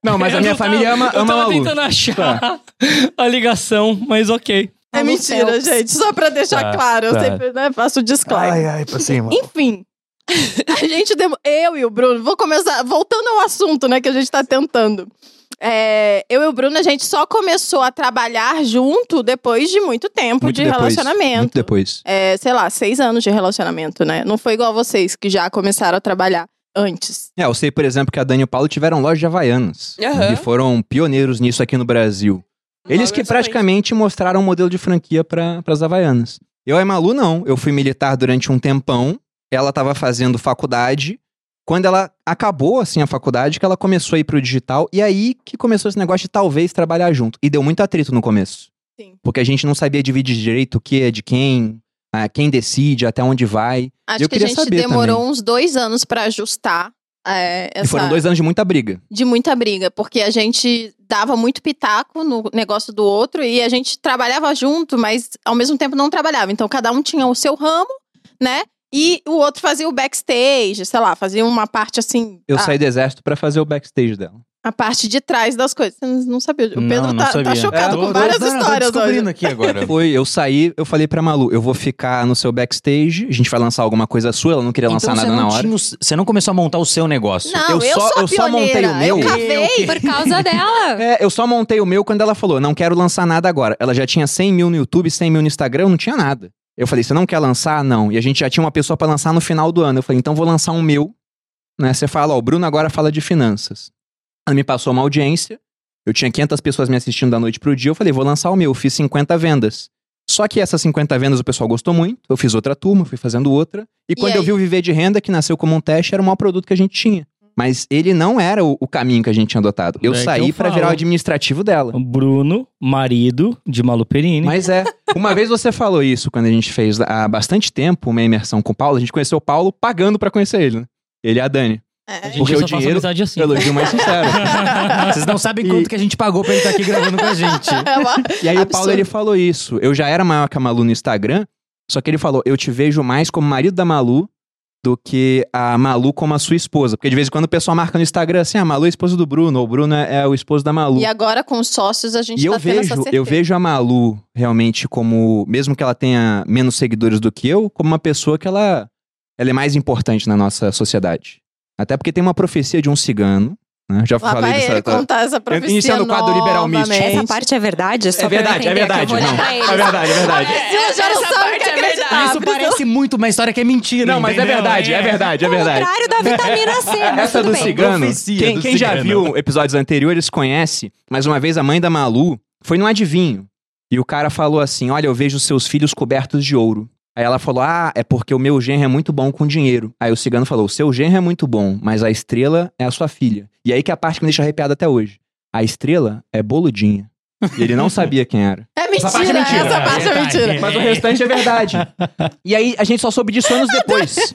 Speaker 3: Não, mas a
Speaker 4: Eu
Speaker 3: minha
Speaker 4: tava-
Speaker 3: família ama,
Speaker 4: Eu
Speaker 3: ama a
Speaker 4: tava
Speaker 3: Malu.
Speaker 4: tentando achar a ligação, mas ok.
Speaker 1: É mentira,
Speaker 6: Phelps.
Speaker 1: gente. Só pra deixar
Speaker 3: É,
Speaker 5: Tá,
Speaker 1: claro, eu
Speaker 5: tá.
Speaker 1: sempre né, faço o disclaimer.
Speaker 5: ai, pra cima.
Speaker 1: Enfim. A gente demo... Eu e o Bruno, vou começar. Voltando ao assunto, né, que a gente tá tentando. É, eu e o Bruno, a gente só começou a trabalhar junto depois de muito tempo
Speaker 3: Muito
Speaker 1: de
Speaker 3: depois, Muito
Speaker 1: relacionamento.
Speaker 3: depois.
Speaker 1: É, sei lá, seis anos de relacionamento, né? Não foi igual vocês que já começaram a trabalhar antes.
Speaker 3: É, eu sei, por exemplo, que a Dani e o Paulo tiveram loja de Havaianas.
Speaker 2: Aham.
Speaker 3: E foram pioneiros nisso aqui no Brasil. Eles que
Speaker 2: Obviamente.
Speaker 3: praticamente mostraram um modelo de franquia para as Havaianas. Eu e a Malu, não. Eu fui militar durante um tempão. Ela tava fazendo faculdade. Quando ela acabou, assim, a faculdade, que ela começou a ir pro digital. E aí que começou esse negócio de talvez trabalhar junto. E deu muito atrito no começo.
Speaker 1: Sim.
Speaker 3: Porque a gente não sabia dividir direito o que é de quem, ah, quem decide, até onde vai.
Speaker 1: Acho
Speaker 3: Eu
Speaker 1: que a
Speaker 3: queria
Speaker 1: gente
Speaker 3: saber
Speaker 1: demorou
Speaker 3: também.
Speaker 1: uns dois anos pra ajustar. é,
Speaker 3: E
Speaker 1: essa...
Speaker 3: foram dois anos de muita briga.
Speaker 1: de muita briga, porque a gente dava muito pitaco no negócio do outro e a gente trabalhava junto, mas ao mesmo tempo não trabalhava. Então cada um tinha o seu ramo, né? E o outro fazia o backstage, sei lá, fazia uma parte assim,
Speaker 5: Ah.
Speaker 3: Eu
Speaker 1: a,
Speaker 3: saí do exército pra fazer o backstage dela.
Speaker 1: a parte de trás das coisas. Você não sabia. O
Speaker 5: Não,
Speaker 1: Pedro
Speaker 5: não
Speaker 1: tá, tá
Speaker 5: sabia.
Speaker 1: chocado
Speaker 3: É,
Speaker 1: com várias histórias
Speaker 5: tô
Speaker 1: hoje.
Speaker 5: descobrindo aqui agora.
Speaker 3: Foi, eu saí, eu falei pra Malu, eu vou ficar no seu backstage, a gente vai lançar alguma coisa sua, ela não queria lançar
Speaker 5: Então você
Speaker 3: nada na
Speaker 5: não
Speaker 3: hora.
Speaker 5: tinha o- você não começou a montar o seu negócio.
Speaker 1: Não, eu,
Speaker 3: Eu só-
Speaker 1: sou a
Speaker 3: eu só montei
Speaker 1: pioneira.
Speaker 3: o meu.
Speaker 1: Eu cavei.
Speaker 6: Por causa dela.
Speaker 3: É, eu só montei o meu quando ela falou, não quero lançar nada agora. Ela já tinha 100 mil no YouTube, 100 mil no Instagram, eu não tinha nada. Eu falei, você não quer lançar? Não. E a gente já tinha uma pessoa pra lançar no final do ano. Eu falei, então vou lançar um meu. Né? Você fala, ó, o Bruno agora fala de finanças. Ela me passou uma audiência, eu tinha 500 pessoas me assistindo da noite pro dia, eu falei, vou lançar o meu, eu fiz 50 vendas. Só que essas 50 vendas o pessoal gostou muito, eu fiz outra turma, fui fazendo outra. E, quando eu
Speaker 1: aí?
Speaker 3: vi o Viver de Renda, que nasceu como um teste, era o maior produto que a gente tinha. Mas ele não era o, o caminho que a gente tinha adotado. Eu
Speaker 4: É que
Speaker 3: saí
Speaker 4: eu
Speaker 3: pra
Speaker 4: falo.
Speaker 3: virar o administrativo dela.
Speaker 4: Bruno, marido de Malu Perini.
Speaker 3: Mas é, uma vez você falou isso quando a gente fez há bastante tempo uma imersão com o Paulo, a gente conheceu o Paulo pagando pra conhecer ele, né? Ele e a Dani.
Speaker 1: É.
Speaker 4: Gente,
Speaker 3: Porque
Speaker 4: eu
Speaker 3: o
Speaker 4: só faço
Speaker 3: dinheiro-
Speaker 4: amizade assim.
Speaker 3: Elogio mais sincero.
Speaker 5: Vocês não sabem quanto que a gente pagou pra ele estar aqui gravando com a gente.
Speaker 1: É uma-
Speaker 3: E aí o
Speaker 1: Absurdo.
Speaker 3: Paulo ele falou isso. Eu já era maior que a Malu no Instagram, só que ele falou: eu te vejo mais como marido da Malu do que a Malu como a sua esposa. Porque de vez em quando o pessoal marca no Instagram assim: a Malu é a esposa do Bruno, ou o Bruno é, é o esposo da Malu.
Speaker 1: E agora com os sócios a gente
Speaker 3: E
Speaker 1: tá
Speaker 3: eu
Speaker 1: tendo essa
Speaker 3: vejo,
Speaker 1: certeza.
Speaker 3: eu vejo a Malu realmente como, mesmo que ela tenha menos seguidores do que eu, como uma pessoa que ela, ela é mais importante na nossa sociedade. Até porque tem uma profecia de um cigano, né? Já
Speaker 1: Lá
Speaker 3: falei
Speaker 1: vai
Speaker 3: dessa.
Speaker 1: ele contar essa profecia
Speaker 3: Iniciando o quadro Liberal Místico.
Speaker 1: novamente.
Speaker 6: Essa parte é verdade? Só pra
Speaker 3: É
Speaker 6: eu
Speaker 3: verdade, é
Speaker 6: entender que eu
Speaker 3: verdade.
Speaker 6: vou olhar
Speaker 3: Não,
Speaker 6: pra
Speaker 3: é
Speaker 6: eles.
Speaker 3: verdade, é verdade.
Speaker 1: Priscila já não sabe
Speaker 2: Essa
Speaker 1: o que
Speaker 2: parte é
Speaker 1: acreditar.
Speaker 2: verdade.
Speaker 5: Isso parece muito uma história que é mentira.
Speaker 3: Não, mas é
Speaker 5: entendeu?
Speaker 3: verdade, é verdade, é
Speaker 6: O
Speaker 3: verdade.
Speaker 6: contrário da vitamina C. mas
Speaker 3: Essa
Speaker 6: tudo
Speaker 3: do
Speaker 6: bem.
Speaker 3: cigano,
Speaker 5: Profecia
Speaker 3: quem,
Speaker 5: do
Speaker 3: quem já
Speaker 5: cigano.
Speaker 3: viu episódios anteriores conhece, mas uma vez a mãe da Malu foi num adivinho. E o cara falou assim: Olha, eu vejo seus filhos cobertos de ouro. Aí ela falou: Ah, é porque o meu genro é muito bom com dinheiro. Aí o cigano falou: O seu genro é muito bom, mas a estrela é a sua filha. E aí que é a parte que me deixa arrepiado até hoje. A estrela é boludinha. E ele não sabia quem era.
Speaker 1: É mentira,
Speaker 3: parte é mentira.
Speaker 1: essa parte é
Speaker 4: Verdade.
Speaker 1: mentira.
Speaker 3: Mas o restante é verdade. E aí a gente só soube disso anos depois.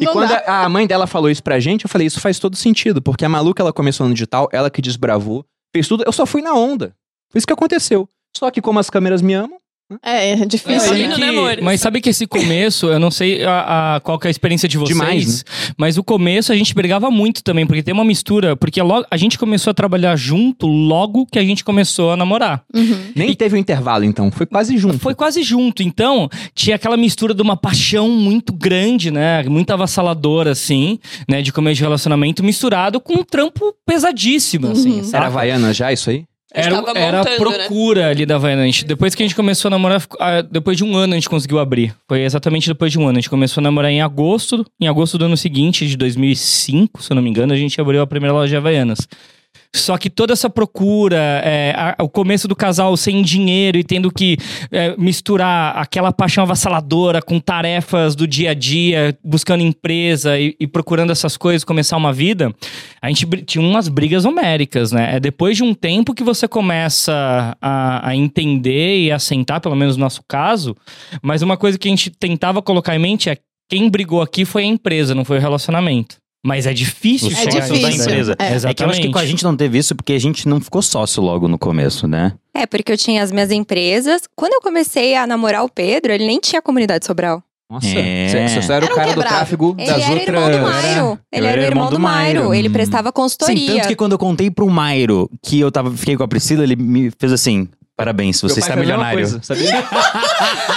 Speaker 3: E
Speaker 1: Não
Speaker 3: quando
Speaker 1: dá.
Speaker 3: a a mãe dela falou isso pra gente, eu falei, isso faz todo sentido, porque a maluca ela começou no digital, ela que desbravou, fez tudo, eu só fui na onda. Foi isso que aconteceu. Só que como as câmeras me amam, né,
Speaker 1: É, é
Speaker 2: Isso
Speaker 1: difícil.
Speaker 2: aí,
Speaker 1: né?
Speaker 2: né, amores?
Speaker 4: mas sabe que esse começo, eu não sei a, a- qual que é a experiência de vocês,
Speaker 3: Demais,
Speaker 4: mas o começo a gente brigava muito também, porque tem uma mistura, porque logo, a gente começou a trabalhar junto logo que a gente começou a namorar.
Speaker 1: Uhum.
Speaker 3: Nem teve um intervalo, então. Foi quase junto.
Speaker 4: Foi quase junto, então tinha aquela mistura de uma paixão muito grande, né? Muito avassaladora, assim, né? De começo de relacionamento, misturado com um trampo pesadíssimo, assim.
Speaker 1: Uhum.
Speaker 3: Era
Speaker 4: saca?
Speaker 3: Havaiana já, isso aí?
Speaker 4: Era,
Speaker 2: Estava
Speaker 4: era a
Speaker 2: montando,
Speaker 4: procura ali da Havaiana. A gente- Depois que a gente começou a namorar, ficou- ah, depois de um ano a gente conseguiu abrir. Foi exatamente depois de um ano. A gente começou a namorar em agosto. Em agosto do ano seguinte, de 2005, se eu não me engano, a gente abriu a primeira loja de Havaianas. Só que toda essa procura, é, a- o começo do casal sem dinheiro e tendo que é, misturar aquela paixão avassaladora com tarefas do dia a dia, buscando empresa e, e procurando essas coisas, começar uma vida, a gente bri- tinha umas brigas homéricas, né? É depois de um tempo que você começa a, a entender e a sentar, pelo menos no nosso caso, mas uma coisa que a gente tentava colocar em mente é quem brigou aqui foi a empresa, não foi o relacionamento. Mas é difícil
Speaker 5: É
Speaker 4: chegar nisso da
Speaker 1: difícil.
Speaker 4: empresa.
Speaker 1: É.
Speaker 4: Exatamente.
Speaker 5: É que eu acho que com a gente não teve isso porque a gente não ficou sócio logo no começo, né?
Speaker 6: É, porque eu tinha as minhas empresas. Quando eu comecei a namorar o Pedro, ele nem tinha comunidade Sobral.
Speaker 3: Nossa.
Speaker 5: É.
Speaker 3: Você, você era
Speaker 1: Era
Speaker 3: o
Speaker 1: um
Speaker 3: cara do
Speaker 1: quebrado.
Speaker 3: tráfego
Speaker 6: Ele
Speaker 3: das
Speaker 6: era
Speaker 3: outras. né?
Speaker 6: irmão do Mairo.
Speaker 5: eu
Speaker 6: Ele era, o irmão do Mairo. Ele
Speaker 5: Hum.
Speaker 6: prestava consultoria.
Speaker 5: Sim, tanto que quando eu contei pro Mairo que eu tava, fiquei com a Priscila, ele me fez assim: parabéns,
Speaker 3: Meu
Speaker 5: você
Speaker 3: pai
Speaker 5: está
Speaker 3: fez a mesma
Speaker 5: milionário.
Speaker 3: coisa, sabia?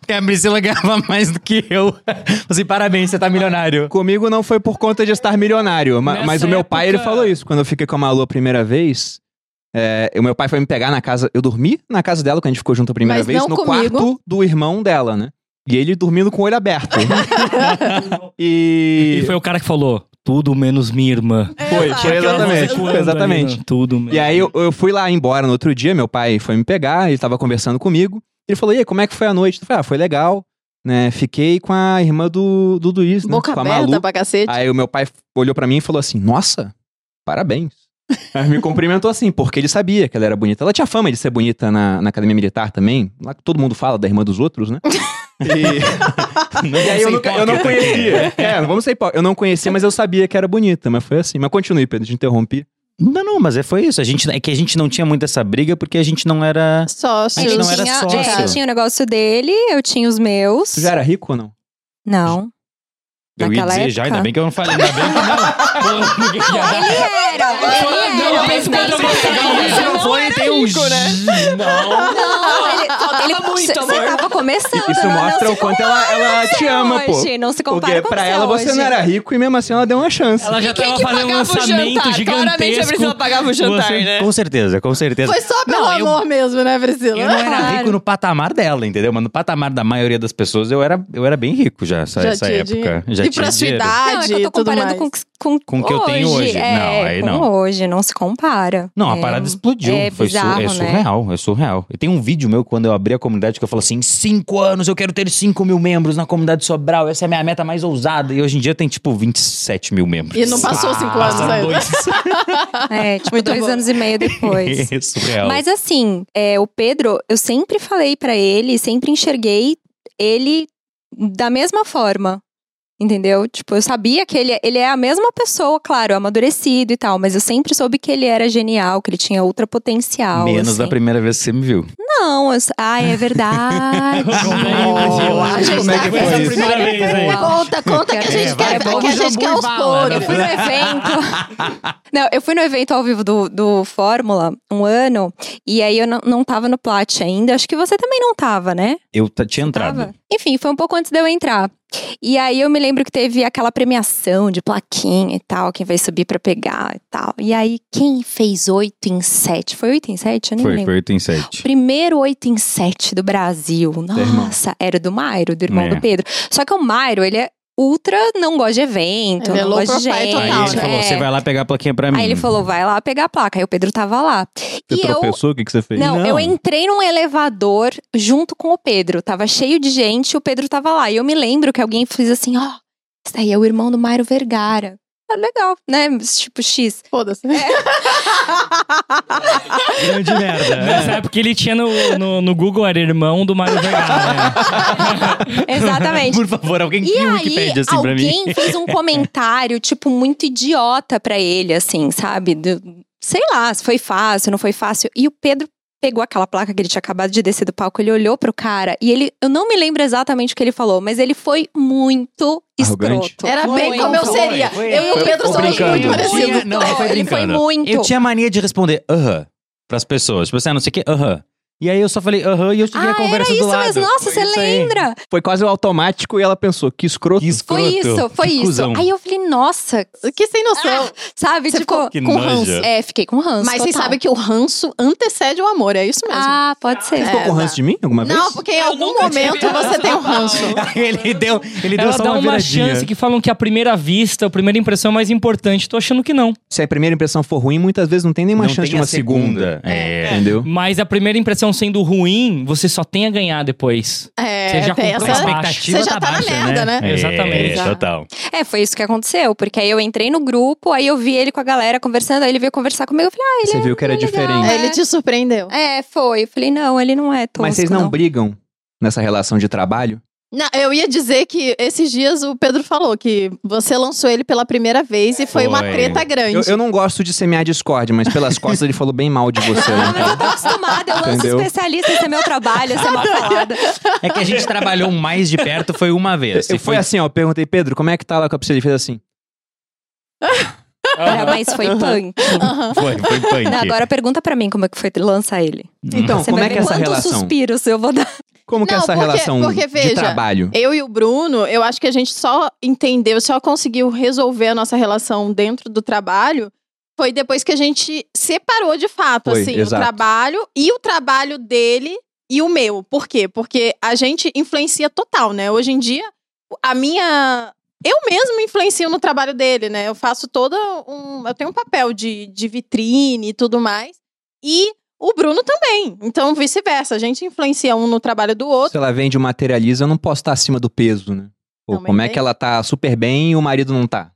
Speaker 5: Porque a Priscila ganhava mais do que eu. Falei assim: parabéns, você tá milionário.
Speaker 3: Comigo não foi por conta de estar milionário. ma-
Speaker 4: Nessa
Speaker 3: mas o meu pai, ele
Speaker 4: época-
Speaker 3: falou isso. Quando eu fiquei com a Malu a primeira vez, é, o meu pai foi me pegar na casa. Eu dormi na casa dela, quando a gente ficou junto a primeira
Speaker 1: Mas
Speaker 3: vez,
Speaker 1: não
Speaker 3: no
Speaker 1: comigo.
Speaker 3: quarto do irmão dela, né? E ele dormindo com o olho aberto. e.
Speaker 4: E foi o cara que falou: tudo menos minha irmã.
Speaker 3: Foi, foi
Speaker 4: Aquela
Speaker 3: exatamente.
Speaker 4: voz
Speaker 3: Foi exatamente.
Speaker 4: ali, né? Tudo menos.
Speaker 3: E aí eu, eu fui lá embora no outro dia, meu pai foi me pegar, ele tava conversando comigo. Ele falou, e aí, como é que foi a noite? Eu falei, ah, foi legal, né? Fiquei com a irmã do, do Luiz, né?
Speaker 1: Boca
Speaker 3: com a
Speaker 1: aberta
Speaker 3: Malu.
Speaker 1: pra cacete.
Speaker 5: É
Speaker 3: Aí o meu pai olhou pra mim e falou assim, nossa, parabéns. Aí me cumprimentou assim, porque ele sabia que ela era bonita. Ela tinha fama de ser bonita na, na academia militar também. Lá que todo mundo fala da irmã dos outros, né? E...
Speaker 5: Não
Speaker 3: E aí eu, nunca- eu não conhecia. É, vamos ser hipócrita. Eu não conhecia, mas eu sabia que era bonita, mas foi assim. Mas continue, Pedro, te interrompi.
Speaker 5: Não, não, mas é, foi isso. A gente, é que a gente não tinha muito essa briga porque a gente não era.
Speaker 1: Sócio.
Speaker 5: A gente
Speaker 6: Ele,
Speaker 5: não era
Speaker 6: tinha,
Speaker 5: sócio.
Speaker 6: é, ele tinha o negócio dele, eu tinha os meus.
Speaker 3: Tu já era rico ou não?
Speaker 6: Não. Naquela época.
Speaker 5: que eu não falei. Ainda bem que
Speaker 6: Não, ele era. Ele
Speaker 4: Não,
Speaker 6: era.
Speaker 4: eu penso muito
Speaker 2: mas
Speaker 4: não foi, tem um. Não.
Speaker 6: Não, ele,
Speaker 2: Faltava
Speaker 6: ele
Speaker 2: muito,
Speaker 6: você
Speaker 2: amor.
Speaker 6: tava começando.
Speaker 3: Isso
Speaker 6: não- não
Speaker 3: mostra
Speaker 6: se
Speaker 3: o quanto ela, ela te ama,
Speaker 6: compara
Speaker 3: pô.
Speaker 6: hoje, Não se compara
Speaker 3: Porque
Speaker 6: com
Speaker 3: pra ela você
Speaker 6: hoje.
Speaker 3: não era rico e mesmo assim ela deu uma chance.
Speaker 4: Ela já
Speaker 2: Quem
Speaker 4: tava
Speaker 2: que
Speaker 4: fazendo um
Speaker 2: pagava o
Speaker 4: lançamento
Speaker 2: jantar? Claramente a Priscila
Speaker 4: gigantesco.
Speaker 2: pagava o jantar,
Speaker 4: Você-
Speaker 2: né?
Speaker 5: Com certeza, com certeza.
Speaker 1: Foi só pelo
Speaker 5: Não, eu-
Speaker 1: amor mesmo, né, Priscila?
Speaker 5: Eu não era
Speaker 6: Claro.
Speaker 5: rico no patamar dela, entendeu? Mas no patamar da maioria das pessoas eu era, eu era bem rico já, essa,
Speaker 1: Já
Speaker 5: essa
Speaker 1: tinha
Speaker 5: época.
Speaker 1: dinheiro.
Speaker 5: Já
Speaker 1: e
Speaker 5: tinha
Speaker 1: pra sua
Speaker 5: dinheiro.
Speaker 1: idade
Speaker 6: Não, é que eu
Speaker 1: e
Speaker 6: tô
Speaker 1: tudo mais.
Speaker 6: comparando com, com,
Speaker 5: Com o que eu tenho hoje.
Speaker 6: É,
Speaker 5: Não, aí
Speaker 6: com
Speaker 5: não.
Speaker 6: hoje, não se compara.
Speaker 5: Não, a
Speaker 6: É,
Speaker 5: parada explodiu.
Speaker 6: é
Speaker 5: Foi su-
Speaker 6: bizarro,
Speaker 5: é
Speaker 6: né?
Speaker 5: surreal, é surreal. E tem um vídeo meu quando eu abri a comunidade que eu falo assim: em cinco anos eu quero ter 5 mil membros na comunidade Sobral, essa é a minha meta mais ousada. E hoje em dia tem tipo 27 mil membros.
Speaker 1: E não passou cinco anos
Speaker 5: Passaram
Speaker 1: ainda.
Speaker 5: dois.
Speaker 6: É, tipo,
Speaker 4: Tá
Speaker 1: Muito
Speaker 6: dois
Speaker 1: bom.
Speaker 6: anos e meio depois.
Speaker 5: É surreal.
Speaker 6: Mas assim, é, o Pedro, eu sempre falei pra ele, sempre enxerguei ele da mesma forma. Entendeu? Tipo, eu sabia que ele, ele é a mesma pessoa, claro, amadurecido e tal, mas eu sempre soube que ele era genial, que ele tinha ultra potencial.
Speaker 5: Menos
Speaker 6: assim.
Speaker 5: da primeira vez que você me viu.
Speaker 6: Não, eu, ah, é verdade.
Speaker 4: Priscila.
Speaker 1: a gente
Speaker 3: Como é que
Speaker 1: tá
Speaker 3: foi
Speaker 1: com essa
Speaker 3: isso?
Speaker 1: primeira vez aí. Conta, conta que a gente
Speaker 6: É,
Speaker 1: quer,
Speaker 6: vai,
Speaker 1: que a gente quer os
Speaker 6: Eu
Speaker 1: podres.
Speaker 6: fui no
Speaker 5: né?
Speaker 6: evento. Não, eu fui no evento ao vivo do, do Fórmula um ano, e aí eu não, não tava no Plat ainda. Acho que você também não tava, né?
Speaker 5: Eu ta- tinha entrado.
Speaker 6: Tava? Enfim, foi um pouco antes de eu entrar. E aí eu me lembro que teve aquela premiação de plaquinha e tal, quem vai subir pra pegar e tal. E aí, quem fez 8 em 7? Foi 8 em 7? Eu nem
Speaker 5: Foi,
Speaker 6: lembro.
Speaker 5: foi 8 em 7.
Speaker 6: Primeiro 8 em 7 do Brasil.
Speaker 3: irmão.
Speaker 6: Nossa, era do Mairo, do irmão
Speaker 5: É.
Speaker 6: do Pedro. Só que o Mairo, ele é ultra, não gosta de evento,
Speaker 1: Ele é
Speaker 6: não
Speaker 1: low
Speaker 6: gosta de
Speaker 1: profile
Speaker 6: gente.
Speaker 1: total,
Speaker 5: Aí ele
Speaker 1: né?
Speaker 5: falou:
Speaker 6: É.
Speaker 5: você vai lá pegar a plaquinha pra mim.
Speaker 6: Aí ele falou, vai lá pegar a placa. Aí o Pedro tava lá.
Speaker 3: Você
Speaker 6: e eu,
Speaker 3: tropeçou? O que, que você fez?
Speaker 6: não,
Speaker 5: Não.
Speaker 6: eu entrei num elevador junto com o Pedro. Tava cheio de gente e o Pedro tava lá. E eu me lembro que alguém fez assim, ó, esse daí é o irmão do Mário Vergara. Ah, legal, né? Tipo X.
Speaker 1: Foda-se.
Speaker 5: Grande merda.
Speaker 4: Nessa época ele tinha no, no, no Google, era irmão do Mário Vergara. né?
Speaker 6: Exatamente.
Speaker 5: Por favor, alguém
Speaker 6: E
Speaker 5: cria um
Speaker 6: aí,
Speaker 5: Wikipedia assim pra mim.
Speaker 6: alguém fez um comentário, tipo, muito idiota pra ele, assim, sabe? Do- sei lá, se foi fácil, não foi fácil. E o Pedro pegou aquela placa que ele tinha acabado de descer do palco, ele olhou pro cara e ele. Eu não me lembro exatamente o que ele falou, mas ele foi muito
Speaker 3: Arrogante?
Speaker 6: escroto.
Speaker 1: Era
Speaker 2: Foi,
Speaker 1: bem como eu
Speaker 2: foi,
Speaker 1: seria.
Speaker 5: foi.
Speaker 1: eu e o
Speaker 3: Foi
Speaker 1: Pedro somos
Speaker 3: brincando.
Speaker 1: muito parecidos.
Speaker 5: Foi, não, foi
Speaker 6: ele foi
Speaker 5: brincando.
Speaker 6: muito.
Speaker 5: Eu tinha mania de responder aham pras pessoas. Tipo assim, ah, não sei o que, aham. E aí eu só falei aham e eu cheguei a
Speaker 6: Ah, era
Speaker 5: conversa
Speaker 6: isso
Speaker 5: do lado.
Speaker 6: mesmo. Nossa,
Speaker 5: Foi
Speaker 6: você
Speaker 5: isso aí.
Speaker 6: lembra?
Speaker 3: Foi quase o automático e ela pensou, que escroto.
Speaker 5: Que escroto.
Speaker 6: Foi isso, foi
Speaker 5: que
Speaker 6: isso.
Speaker 5: cuzão.
Speaker 6: Aí eu falei, nossa,
Speaker 1: Que sem noção.
Speaker 6: sabe?
Speaker 1: Você
Speaker 6: tipo,
Speaker 5: Que
Speaker 1: com
Speaker 5: nojo.
Speaker 6: é, fiquei com ranço.
Speaker 1: Mas vocês
Speaker 6: total.
Speaker 1: sabem que o ranço antecede o amor, é isso mesmo.
Speaker 6: Ah, pode ser.
Speaker 1: É,
Speaker 3: Ficou com ranço de mim alguma vez?
Speaker 1: não, porque em
Speaker 2: Eu
Speaker 1: algum
Speaker 2: nunca tive
Speaker 1: momento
Speaker 2: ranço
Speaker 1: você tem um
Speaker 2: do Paulo.
Speaker 1: ranço.
Speaker 5: ele deu, ele deu
Speaker 4: Ela
Speaker 5: só
Speaker 4: dá
Speaker 5: uma,
Speaker 4: uma,
Speaker 5: viradinha.
Speaker 4: chance que falam que a primeira vista, a primeira impressão é mais importante. Tô achando que não.
Speaker 3: Se a primeira impressão for ruim, muitas vezes não tem nenhuma
Speaker 5: Não
Speaker 3: chance
Speaker 5: tem
Speaker 3: de uma
Speaker 5: a segunda.
Speaker 3: segunda.
Speaker 5: É.
Speaker 3: Entendeu?
Speaker 4: Mas a primeira impressão sendo ruim, você só tem a ganhar depois.
Speaker 1: É,
Speaker 4: você já
Speaker 1: tem
Speaker 4: comprou
Speaker 1: essa...
Speaker 4: a expectativa
Speaker 1: Você já tá
Speaker 4: tá
Speaker 1: na
Speaker 4: baixa,
Speaker 1: merda, né?
Speaker 4: É, Exatamente.
Speaker 5: É, total.
Speaker 6: É, foi isso que aconteceu, porque aí eu entrei no grupo, aí eu vi ele com a galera conversando, aí ele veio conversar comigo, eu falei, ah, ele
Speaker 3: Você viu que era
Speaker 6: legal.
Speaker 3: diferente.
Speaker 1: É, Ele te surpreendeu.
Speaker 6: é, é, foi. Eu falei, não, ele não é tosco,
Speaker 3: Mas vocês não, brigam nessa relação de trabalho?
Speaker 1: Não, eu ia dizer que esses dias o Pedro falou que você lançou ele pela primeira vez e foi, uma
Speaker 5: Foi.
Speaker 1: treta grande.
Speaker 3: Eu, eu não gosto de semear discórdia, mas pelas costas ele falou bem mal de você.
Speaker 6: Ah,
Speaker 3: né?
Speaker 6: mas eu tô acostumada, eu lanço
Speaker 3: Entendeu?
Speaker 6: especialista, esse é meu trabalho, essa é uma falada.
Speaker 5: É que a gente trabalhou mais de perto foi uma vez.
Speaker 3: Eu,
Speaker 5: E
Speaker 3: foi
Speaker 5: foi
Speaker 3: assim, ó. Eu perguntei, Pedro, como é que tá lá com a psicologia? Ele fez assim.
Speaker 6: Cara, mas foi punk.
Speaker 1: Aham.
Speaker 5: Foi, foi punk.
Speaker 6: Não, agora pergunta pra mim como é que foi lançar ele.
Speaker 3: Então,
Speaker 6: Você
Speaker 3: como
Speaker 6: vai
Speaker 3: é que é
Speaker 6: ver
Speaker 3: essa
Speaker 6: quantos
Speaker 3: relação?
Speaker 6: suspiros eu vou dar.
Speaker 3: Como que é
Speaker 1: Não,
Speaker 3: essa
Speaker 1: porque-
Speaker 3: relação
Speaker 1: porque,
Speaker 3: de
Speaker 1: veja,
Speaker 3: trabalho?
Speaker 1: Eu e o Bruno, eu acho que a gente só entendeu, só conseguiu resolver a nossa relação dentro do trabalho foi depois que a gente separou de fato,
Speaker 3: Foi,
Speaker 1: assim,
Speaker 3: exato.
Speaker 1: o trabalho e o trabalho dele e o meu. Por quê? Porque a gente influencia total, né? Hoje em dia, a minha. Eu mesma influencio no trabalho dele, né? Eu faço toda um. Eu tenho um papel de, de vitrine e tudo mais. E o Bruno também. Então, vice-versa. A gente influencia um no trabalho do outro.
Speaker 3: Se ela vende o materializa, eu não posso estar acima do peso, né? Pô,
Speaker 1: Não, mas
Speaker 3: como é
Speaker 1: bem-
Speaker 3: que ela tá super bem e o marido não tá?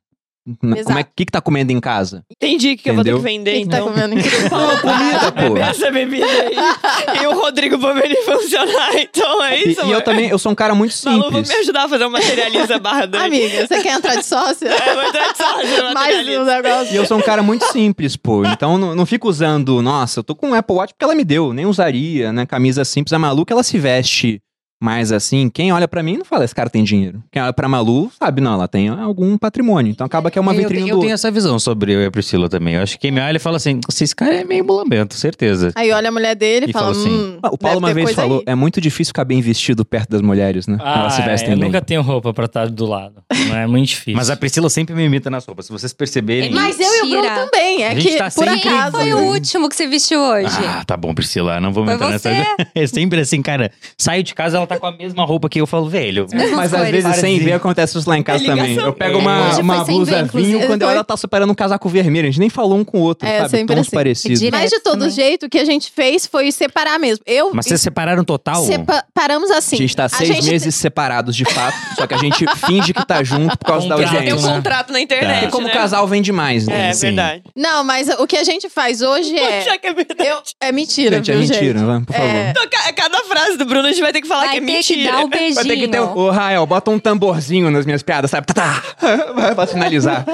Speaker 3: Como é
Speaker 1: Exato.
Speaker 3: que, que tá comendo em casa?
Speaker 2: Entendi o que eu vou ter que
Speaker 3: Entendeu?
Speaker 2: vender,
Speaker 1: Quem tá
Speaker 2: então.
Speaker 1: comendo em casa?
Speaker 2: Fala,
Speaker 3: Comida, pô.
Speaker 2: Bebe essa bebida aí. e o Rodrigo pra ver ele funcionar. Então é
Speaker 3: E,
Speaker 2: isso,
Speaker 3: e eu
Speaker 2: mano.
Speaker 3: também, eu sou um cara muito
Speaker 2: Malu, vou
Speaker 3: simples.
Speaker 2: me ajudar a fazer um materializa barra dois.
Speaker 1: Amiga, você quer entrar de sócia?
Speaker 2: É, vai dar de sorte no
Speaker 1: Mais um
Speaker 2: materializa.
Speaker 3: E
Speaker 1: negócio.
Speaker 3: eu sou um cara muito simples, pô. Então não, não fico usando, nossa, eu tô com um Apple Watch porque ela me deu, nem usaria, né? Camisa simples. A Malu que ela se veste mais assim, quem olha pra mim não fala, esse cara tem dinheiro. Quem olha pra Malu, sabe, não, ela tem algum patrimônio. Então acaba que é uma
Speaker 5: eu,
Speaker 3: vitrine
Speaker 5: tenho-
Speaker 3: do
Speaker 5: eu tenho essa visão sobre eu e a Priscila também. Eu acho que quem me olha e fala assim, esse cara é meio bulambento, certeza.
Speaker 1: Aí olha a mulher dele e
Speaker 5: E
Speaker 1: fala,
Speaker 5: fala assim,
Speaker 1: hum,
Speaker 3: Ah, O
Speaker 1: deve
Speaker 3: Paulo uma
Speaker 1: ter
Speaker 3: vez
Speaker 1: coisa
Speaker 3: falou,
Speaker 1: aí.
Speaker 3: é muito difícil ficar bem vestido perto das mulheres, né?
Speaker 4: Ah,
Speaker 3: Elas se vestem
Speaker 4: eu
Speaker 3: bem.
Speaker 4: nunca tenho roupa pra estar do lado. Não é muito difícil.
Speaker 5: Mas a Priscila sempre me imita nas roupas, se vocês
Speaker 3: "É
Speaker 5: perceberem.
Speaker 6: Ele-
Speaker 1: Mas eu e o Bruno
Speaker 6: Mentira.
Speaker 1: também. É
Speaker 5: A gente
Speaker 1: que,
Speaker 5: tá
Speaker 1: por
Speaker 5: sempre
Speaker 6: Quem
Speaker 1: acaso...
Speaker 6: ah, foi o último que você vestiu hoje?
Speaker 5: Ah, tá bom, Priscila, não vou
Speaker 6: Foi
Speaker 5: entrar nessa. É sempre assim, cara. Saio de casa, ela tá com a mesma roupa que eu falo, velho.
Speaker 6: Mesmas
Speaker 3: Mas às
Speaker 6: cores.
Speaker 3: vezes sem
Speaker 5: Parezinho.
Speaker 3: ver acontece isso lá em casa
Speaker 2: É ligação.
Speaker 3: também. Eu pego uma,
Speaker 6: Hoje foi
Speaker 3: uma
Speaker 6: sem
Speaker 3: blusa
Speaker 6: ver, inclusive.
Speaker 3: vinho, quando eu
Speaker 1: Foi.
Speaker 3: ela tá superando um casaco vermelho. A gente nem falou um com o outro,
Speaker 1: É,
Speaker 3: sabe?
Speaker 1: sempre
Speaker 3: Tons
Speaker 1: assim.
Speaker 3: parecidos.
Speaker 6: Direto
Speaker 1: Mas de todo
Speaker 6: também.
Speaker 1: jeito, o que a gente fez foi separar mesmo. Eu
Speaker 5: Mas vocês separaram total?
Speaker 1: separamos assim.
Speaker 3: a gente tá seis
Speaker 1: gente-
Speaker 3: meses separados de fato, só que a gente finge que tá junto por causa da
Speaker 4: Contrato.
Speaker 2: Tem um
Speaker 3: audiência.
Speaker 4: Né?
Speaker 2: contrato na internet,
Speaker 3: Porque Tá. É como
Speaker 2: né?
Speaker 3: casal vende mais, né?
Speaker 2: É,
Speaker 3: Assim.
Speaker 2: verdade.
Speaker 1: Não, mas o que a gente faz hoje é...
Speaker 2: Já que é verdade.
Speaker 1: Eu... É mentira,
Speaker 3: Gente, é
Speaker 1: viu,
Speaker 3: mentira, vai, por favor.
Speaker 1: É.
Speaker 2: Então, ca- cada frase do Bruno a gente vai ter que falar
Speaker 6: Vai
Speaker 2: que é
Speaker 6: ter que
Speaker 2: mentira.
Speaker 6: dar o
Speaker 3: Vai ter que ter um...
Speaker 6: beijinho.
Speaker 3: Ô, Rael, bota um tamborzinho nas minhas piadas, sabe? Tá, tá. Pra finalizar.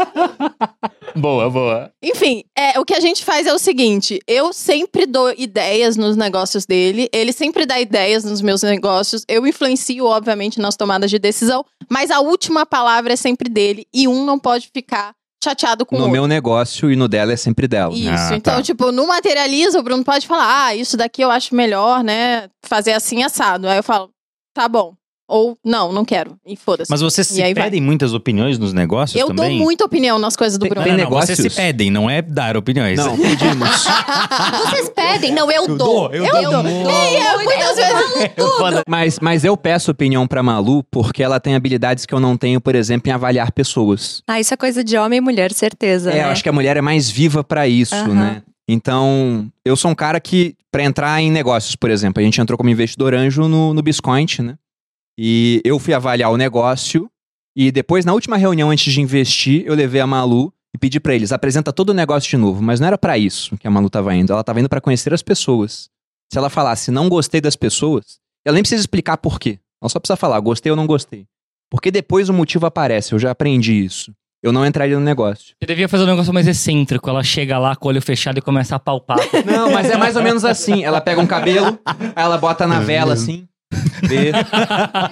Speaker 5: Boa, boa.
Speaker 1: Enfim, é, o que a gente faz é o seguinte: eu sempre dou ideias nos negócios dele, ele sempre dá ideias nos meus negócios, eu influencio, obviamente, nas tomadas de decisão, mas a última palavra é sempre dele e um não pode ficar chateado com o
Speaker 3: No
Speaker 1: outro.
Speaker 3: meu negócio e no dela é sempre dela.
Speaker 1: Isso.
Speaker 5: Ah,
Speaker 1: então,
Speaker 5: tá.
Speaker 1: tipo, no materializa, o Bruno pode falar: ah, isso daqui eu acho melhor, né? Fazer assim assado. Aí eu falo: tá bom. Ou não, não quero. E foda-se.
Speaker 5: Mas vocês
Speaker 1: E
Speaker 5: se
Speaker 1: aí vai.
Speaker 5: pedem muitas opiniões nos negócios
Speaker 1: Eu
Speaker 5: também?
Speaker 1: dou muita opinião nas coisas do
Speaker 3: Tem-
Speaker 1: Bruno.
Speaker 5: Não, não,
Speaker 3: negócios.
Speaker 5: vocês se pedem, não é dar opiniões.
Speaker 3: Não, pedimos.
Speaker 6: Vocês pedem?
Speaker 1: Não, eu, dou.
Speaker 5: eu
Speaker 1: eu dou. É, muitas vezes
Speaker 5: Eu falo-
Speaker 3: Mas, mas eu peço opinião pra Malu porque ela tem habilidades que eu não tenho, por exemplo, em avaliar pessoas.
Speaker 6: Ah, isso é coisa de homem e mulher, certeza.
Speaker 3: É, eu
Speaker 6: né?
Speaker 3: acho que a mulher é mais viva pra isso,
Speaker 6: Aham.
Speaker 3: né? Então, eu sou um cara que, pra entrar em negócios, por exemplo, a gente entrou como investidor anjo no, no Biscoint, né? E eu fui avaliar o negócio e depois, na última reunião antes de investir, eu levei a Malu e pedi pra eles, apresenta todo o negócio de novo. Mas não era pra isso que a Malu tava indo, ela tava indo pra conhecer as pessoas. Se ela falasse, não gostei das pessoas, ela nem precisa explicar por quê. Ela só precisa falar, gostei ou não gostei. Porque depois o motivo aparece, eu já aprendi isso. eu não entraria no negócio.
Speaker 4: Você devia fazer um negócio mais excêntrico. Ela chega lá com o olho fechado e começa a palpar.
Speaker 3: Não, mas é mais ou menos assim. Ela pega um cabelo, aí ela bota na vela assim, vê,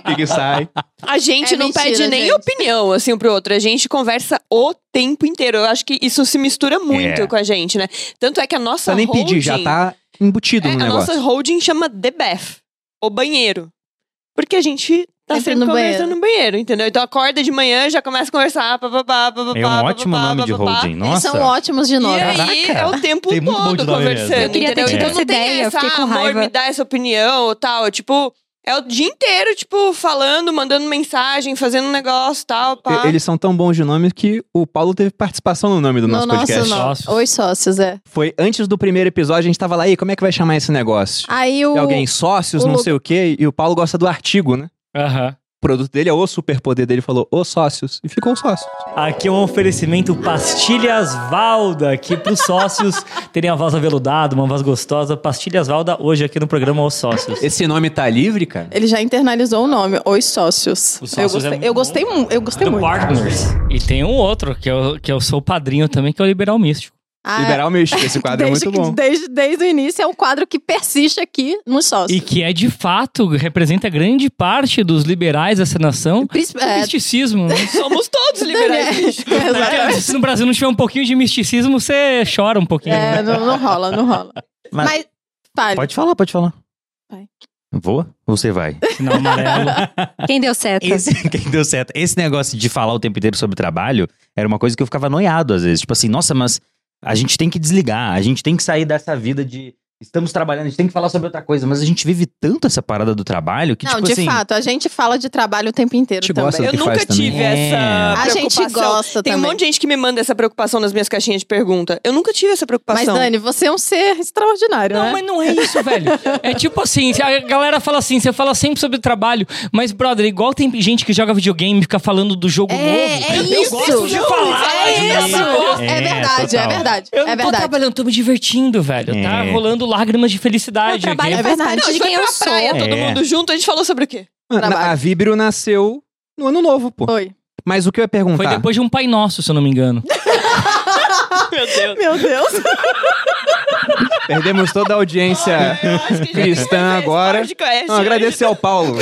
Speaker 3: fica e sai.
Speaker 2: A gente
Speaker 1: É
Speaker 2: não
Speaker 1: mentira,
Speaker 2: pede nem
Speaker 1: gente.
Speaker 2: opinião, assim, um pro outro. A gente conversa o tempo inteiro. Eu acho que isso se mistura muito
Speaker 5: É.
Speaker 2: com a gente, né? Tanto é que a nossa
Speaker 3: Precisa nem
Speaker 2: holding...
Speaker 3: pedir, já tá embutido
Speaker 2: É,
Speaker 3: no
Speaker 2: a
Speaker 3: negócio.
Speaker 2: nossa holding chama The Bath, o banheiro. Porque a gente tá
Speaker 1: Sempre no
Speaker 2: sempre, conversando no banheiro, entendeu? Então acorda de manhã, já começa a conversar, papapá, papapá,
Speaker 5: É um ótimo
Speaker 2: papapá,
Speaker 5: nome de
Speaker 2: papapá.
Speaker 5: holding.
Speaker 1: Eles
Speaker 5: Nossa.
Speaker 1: são ótimos de
Speaker 2: E
Speaker 1: nome.
Speaker 2: aí é o tempo
Speaker 5: Tem muito bom de
Speaker 2: todo
Speaker 5: nome mesmo.
Speaker 2: conversando,
Speaker 5: Eu
Speaker 6: queria ter
Speaker 2: entendeu?
Speaker 6: tido
Speaker 2: Então não
Speaker 6: essa
Speaker 2: tem
Speaker 6: ideia, eu
Speaker 2: essa,
Speaker 6: fiquei com
Speaker 2: ah, amor,
Speaker 6: raiva."
Speaker 2: me dá essa opinião ou tal. É, Tipo, é o dia inteiro, tipo, falando, mandando mensagem, fazendo negócio tal, pá.
Speaker 3: E- Eles são tão bons de nome que o Paulo teve participação no nome do
Speaker 1: No
Speaker 3: nosso
Speaker 1: nosso
Speaker 3: podcast.
Speaker 1: nome.
Speaker 4: Sócios.
Speaker 1: Oi, sócios, é.
Speaker 3: Foi antes do primeiro episódio, a gente tava lá, e aí, como é que vai chamar esse negócio?
Speaker 1: Aí Ah, o.
Speaker 3: É alguém sócios,
Speaker 1: o
Speaker 3: não
Speaker 1: Lu-
Speaker 3: sei o quê, e o Paulo gosta do artigo, né?
Speaker 4: Aham.
Speaker 3: O produto dele é o superpoder dele, falou, ô sócios, e ficou sócios.
Speaker 7: Aqui é um oferecimento Pastilhas Valda, aqui pros sócios terem a voz aveludada, uma voz gostosa. Pastilhas Valda hoje aqui no programa Os Sócios.
Speaker 3: Esse nome tá livre, cara?
Speaker 1: Ele já internalizou o nome, Os Sócios.
Speaker 4: Os
Speaker 1: eu
Speaker 4: Sócios
Speaker 1: gostei,
Speaker 4: é muito
Speaker 1: eu
Speaker 4: bom.
Speaker 1: gostei, mu- eu gostei muito.
Speaker 7: Partners.
Speaker 4: E tem um outro, que eu, que eu sou o padrinho também, que é o Liberal Místico.
Speaker 1: Ah,
Speaker 3: Liberal Místico, esse quadro é
Speaker 1: desde,
Speaker 3: muito
Speaker 1: que-
Speaker 3: bom.
Speaker 1: Desde, desde o início é um quadro que persiste aqui nos sócios.
Speaker 4: E que é, de fato, representa grande parte dos liberais dessa nação.
Speaker 1: Princip-
Speaker 4: É.
Speaker 1: é, né?
Speaker 4: Misticismo. né?
Speaker 2: Somos todos
Speaker 6: é.
Speaker 2: liberais. bicho.
Speaker 1: Exato.
Speaker 4: Se no Brasil não tiver um pouquinho de misticismo, você chora um pouquinho.
Speaker 1: É, não, não rola, não rola.
Speaker 5: Mas-
Speaker 1: Mas, fale.
Speaker 5: Pode falar, pode falar.
Speaker 1: Vai.
Speaker 5: Voa? Ou você vai?
Speaker 4: Sinal amarelo.
Speaker 6: Quem deu seta?
Speaker 5: Esse, quem deu certo. Esse negócio de falar o tempo inteiro sobre trabalho era uma coisa que eu ficava noiado às vezes. Tipo assim, nossa, mas a gente tem que desligar, a gente tem que sair dessa vida de estamos trabalhando, a gente tem que falar sobre outra coisa, mas a gente vive tanto essa parada do trabalho que,
Speaker 1: não,
Speaker 5: tipo
Speaker 1: de
Speaker 5: assim.
Speaker 1: fato, a gente fala de trabalho o tempo inteiro
Speaker 3: A gente
Speaker 1: também.
Speaker 3: gosta
Speaker 2: Eu
Speaker 3: que
Speaker 2: nunca
Speaker 3: faz também.
Speaker 2: tive
Speaker 5: É.
Speaker 2: essa
Speaker 1: A gente
Speaker 2: preocupação.
Speaker 1: gosta
Speaker 2: Tem um
Speaker 1: também.
Speaker 2: monte de gente que me manda essa preocupação nas minhas caixinhas de pergunta. Eu nunca tive essa
Speaker 1: Mas,
Speaker 2: preocupação.
Speaker 1: Dani, você é um ser extraordinário,
Speaker 4: Não,
Speaker 1: né?
Speaker 4: mas não é isso, velho. É tipo assim, a galera fala assim, você fala sempre sobre trabalho, mas, brother, igual tem gente que joga videogame e fica falando do jogo
Speaker 1: É,
Speaker 4: novo.
Speaker 1: é
Speaker 4: eu
Speaker 1: isso.
Speaker 4: gosto de falar. de
Speaker 1: é isso.
Speaker 4: trabalho.
Speaker 1: É
Speaker 5: É,
Speaker 1: verdade, é
Speaker 5: total.
Speaker 1: verdade.
Speaker 4: Eu
Speaker 1: é
Speaker 4: não tô
Speaker 1: verdade.
Speaker 4: trabalhando, tô me divertindo, velho. Tá
Speaker 5: É.
Speaker 4: rolando lágrimas de
Speaker 6: Meu
Speaker 4: felicidade.
Speaker 6: trabalho
Speaker 4: aqui.
Speaker 1: É
Speaker 6: faz
Speaker 1: verdade.
Speaker 6: parte
Speaker 2: Não, a
Speaker 6: de
Speaker 2: gente
Speaker 6: quem
Speaker 2: foi
Speaker 6: eu
Speaker 2: pra
Speaker 6: sou.
Speaker 2: praia, todo
Speaker 5: É.
Speaker 2: mundo junto, a gente falou sobre o quê?
Speaker 3: Mano,
Speaker 1: Trabalho.
Speaker 3: a Vibrio nasceu no ano novo, pô.
Speaker 1: Oi.
Speaker 3: Mas o que eu ia perguntar?
Speaker 4: Foi
Speaker 5: Tá.
Speaker 4: depois de um Pai Nosso, se eu não me engano.
Speaker 2: Meu Deus.
Speaker 1: Meu Deus. é
Speaker 3: Perdemos toda a audiência é cristã agora. Não, agradecer ao Paulo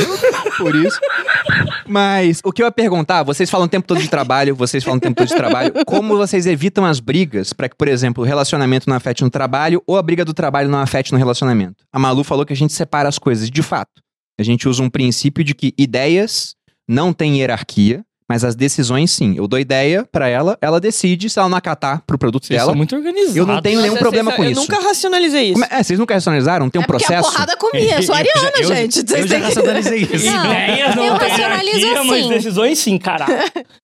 Speaker 3: por isso. Mas o que eu ia perguntar, vocês falam o tempo todo de trabalho, vocês falam o tempo todo de trabalho. Como vocês evitam as brigas para que, por exemplo, o relacionamento não afete no trabalho ou a briga do trabalho não afete no relacionamento? A Malu falou que a gente separa as coisas. De fato, a gente usa um princípio de que ideias não têm hierarquia, mas as decisões sim. Eu dou ideia para ela, ela decide se ela não acatar pro produto
Speaker 4: Vocês
Speaker 3: dela.
Speaker 4: são é muito organizados.
Speaker 3: Eu não tenho nenhum problema com
Speaker 2: eu
Speaker 3: isso.
Speaker 2: nunca racionalizei isso.
Speaker 3: Como é? É, vocês nunca racionalizaram? Tem um
Speaker 1: é porque a
Speaker 3: processo?
Speaker 1: porrada comia. Eu sou ariana,
Speaker 5: Eu já-
Speaker 1: gente.
Speaker 5: Eu,
Speaker 1: Vocês
Speaker 5: já
Speaker 1: têm que...
Speaker 5: racionalizei isso. né?
Speaker 6: Não,
Speaker 4: Ideias
Speaker 6: eu
Speaker 4: não tem
Speaker 6: racionalizo
Speaker 4: hierarquia, mas
Speaker 6: assim.
Speaker 4: decisões sim, caralho.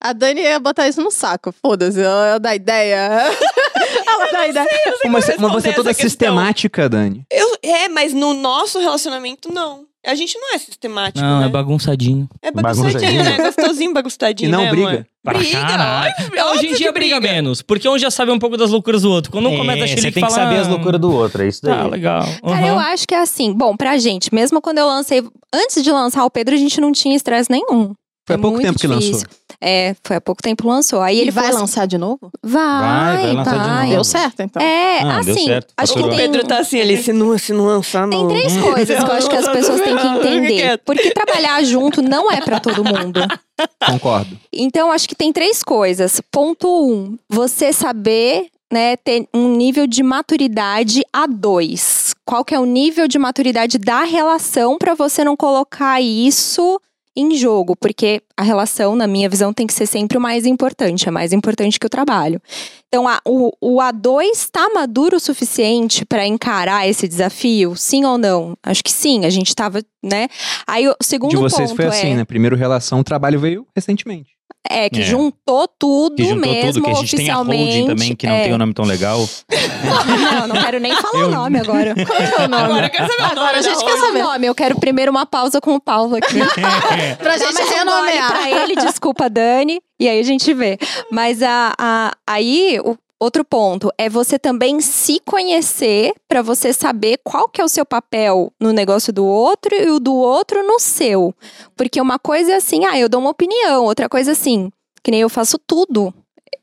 Speaker 1: A Dani ia botar isso no saco. Foda-se, ela ela dá ideia. ela dá ideia.
Speaker 3: Pô, mas, mas você é
Speaker 2: responder
Speaker 3: toda
Speaker 2: essa questão.
Speaker 3: sistemática, Dani.
Speaker 2: Eu- é, mas no nosso relacionamento, não. A gente não é sistemático,
Speaker 4: Não,
Speaker 2: né?
Speaker 4: é bagunçadinho.
Speaker 2: É bagunçadinho, né? Gostosinho,
Speaker 3: E
Speaker 2: bagunçadinho,
Speaker 3: não
Speaker 2: né,
Speaker 3: briga.
Speaker 2: amor?
Speaker 4: Pra
Speaker 2: Briga,
Speaker 4: caralho.
Speaker 2: óbvio,
Speaker 4: Hoje em
Speaker 2: óbvio
Speaker 4: dia
Speaker 2: que
Speaker 4: tá briga,
Speaker 2: briga.
Speaker 4: menos, porque um já sabe um pouco das loucuras do outro. Quando um começa a
Speaker 5: É, você
Speaker 4: xilique,
Speaker 5: tem que
Speaker 4: fala,
Speaker 5: saber as
Speaker 4: "Ah,
Speaker 5: loucuras do outro, é isso daí.
Speaker 4: Tá, legal.
Speaker 6: Cara, eu
Speaker 4: Uhum.
Speaker 6: acho que é assim. Bom, pra gente, mesmo quando eu lancei. Antes de lançar o Pedro, a gente não tinha estresse nenhum.
Speaker 3: Foi há
Speaker 6: É
Speaker 3: pouco
Speaker 6: muito
Speaker 3: tempo que
Speaker 6: difícil.
Speaker 3: lançou.
Speaker 6: É, foi há pouco tempo lançou. Aí
Speaker 1: E
Speaker 6: ele
Speaker 1: ele vai
Speaker 6: falou assim,
Speaker 1: lançar de novo?
Speaker 6: Vai,
Speaker 5: Vai, vai
Speaker 6: vai.
Speaker 5: lançar de novo.
Speaker 1: Deu certo, então.
Speaker 6: É,
Speaker 5: Ah, deu
Speaker 6: assim.
Speaker 5: certo,
Speaker 6: Acho que
Speaker 5: faturou.
Speaker 6: tem.
Speaker 2: O Pedro tá assim ali, se não, se não lançar,
Speaker 6: Tem
Speaker 2: não.
Speaker 6: três coisas que eu acho que as pessoas têm que entender.
Speaker 2: Quieto.
Speaker 6: Porque trabalhar junto não é pra todo mundo.
Speaker 3: Concordo.
Speaker 6: Então, acho que tem três coisas. Ponto um, você saber, né, ter um nível de maturidade a dois. Qual que é o nível de maturidade da relação para você não colocar isso em jogo? Porque a relação, na minha visão, tem que ser sempre o mais importante. É mais importante que o trabalho. Então, a- o, o A2 está maduro o suficiente para encarar esse desafio? Sim ou não? Acho que sim. A gente estava, né? Aí, o segundo
Speaker 3: De vocês
Speaker 6: ponto
Speaker 3: foi assim,
Speaker 6: é...
Speaker 3: né? Primeiro relação, o trabalho veio recentemente.
Speaker 6: É, que
Speaker 5: É.
Speaker 6: juntou tudo
Speaker 5: Que juntou
Speaker 6: mesmo,
Speaker 5: tudo, que a gente tem a
Speaker 6: oficialmente.
Speaker 5: holding também, que não
Speaker 6: é.
Speaker 5: tem um nome tão legal.
Speaker 6: Não, não quero nem falar o nome agora.
Speaker 1: Qual que é o nome?
Speaker 2: Agora eu quero saber o nome
Speaker 1: Agora a
Speaker 2: da
Speaker 1: gente
Speaker 6: Quer
Speaker 1: quer
Speaker 6: saber
Speaker 1: saber.
Speaker 6: nome? Eu quero primeiro uma pausa com o Paulo aqui.
Speaker 1: Pra gente
Speaker 6: Mas eu um gole
Speaker 1: renomear.
Speaker 6: pra ele, desculpa, Dani. E aí a gente vê. Mas a, a- aí, o outro ponto é você também se conhecer pra você saber qual que é o seu papel no negócio do outro e o do outro no seu. Porque uma coisa é assim, ah, eu dou uma opinião. Outra coisa é assim, que nem eu faço tudo.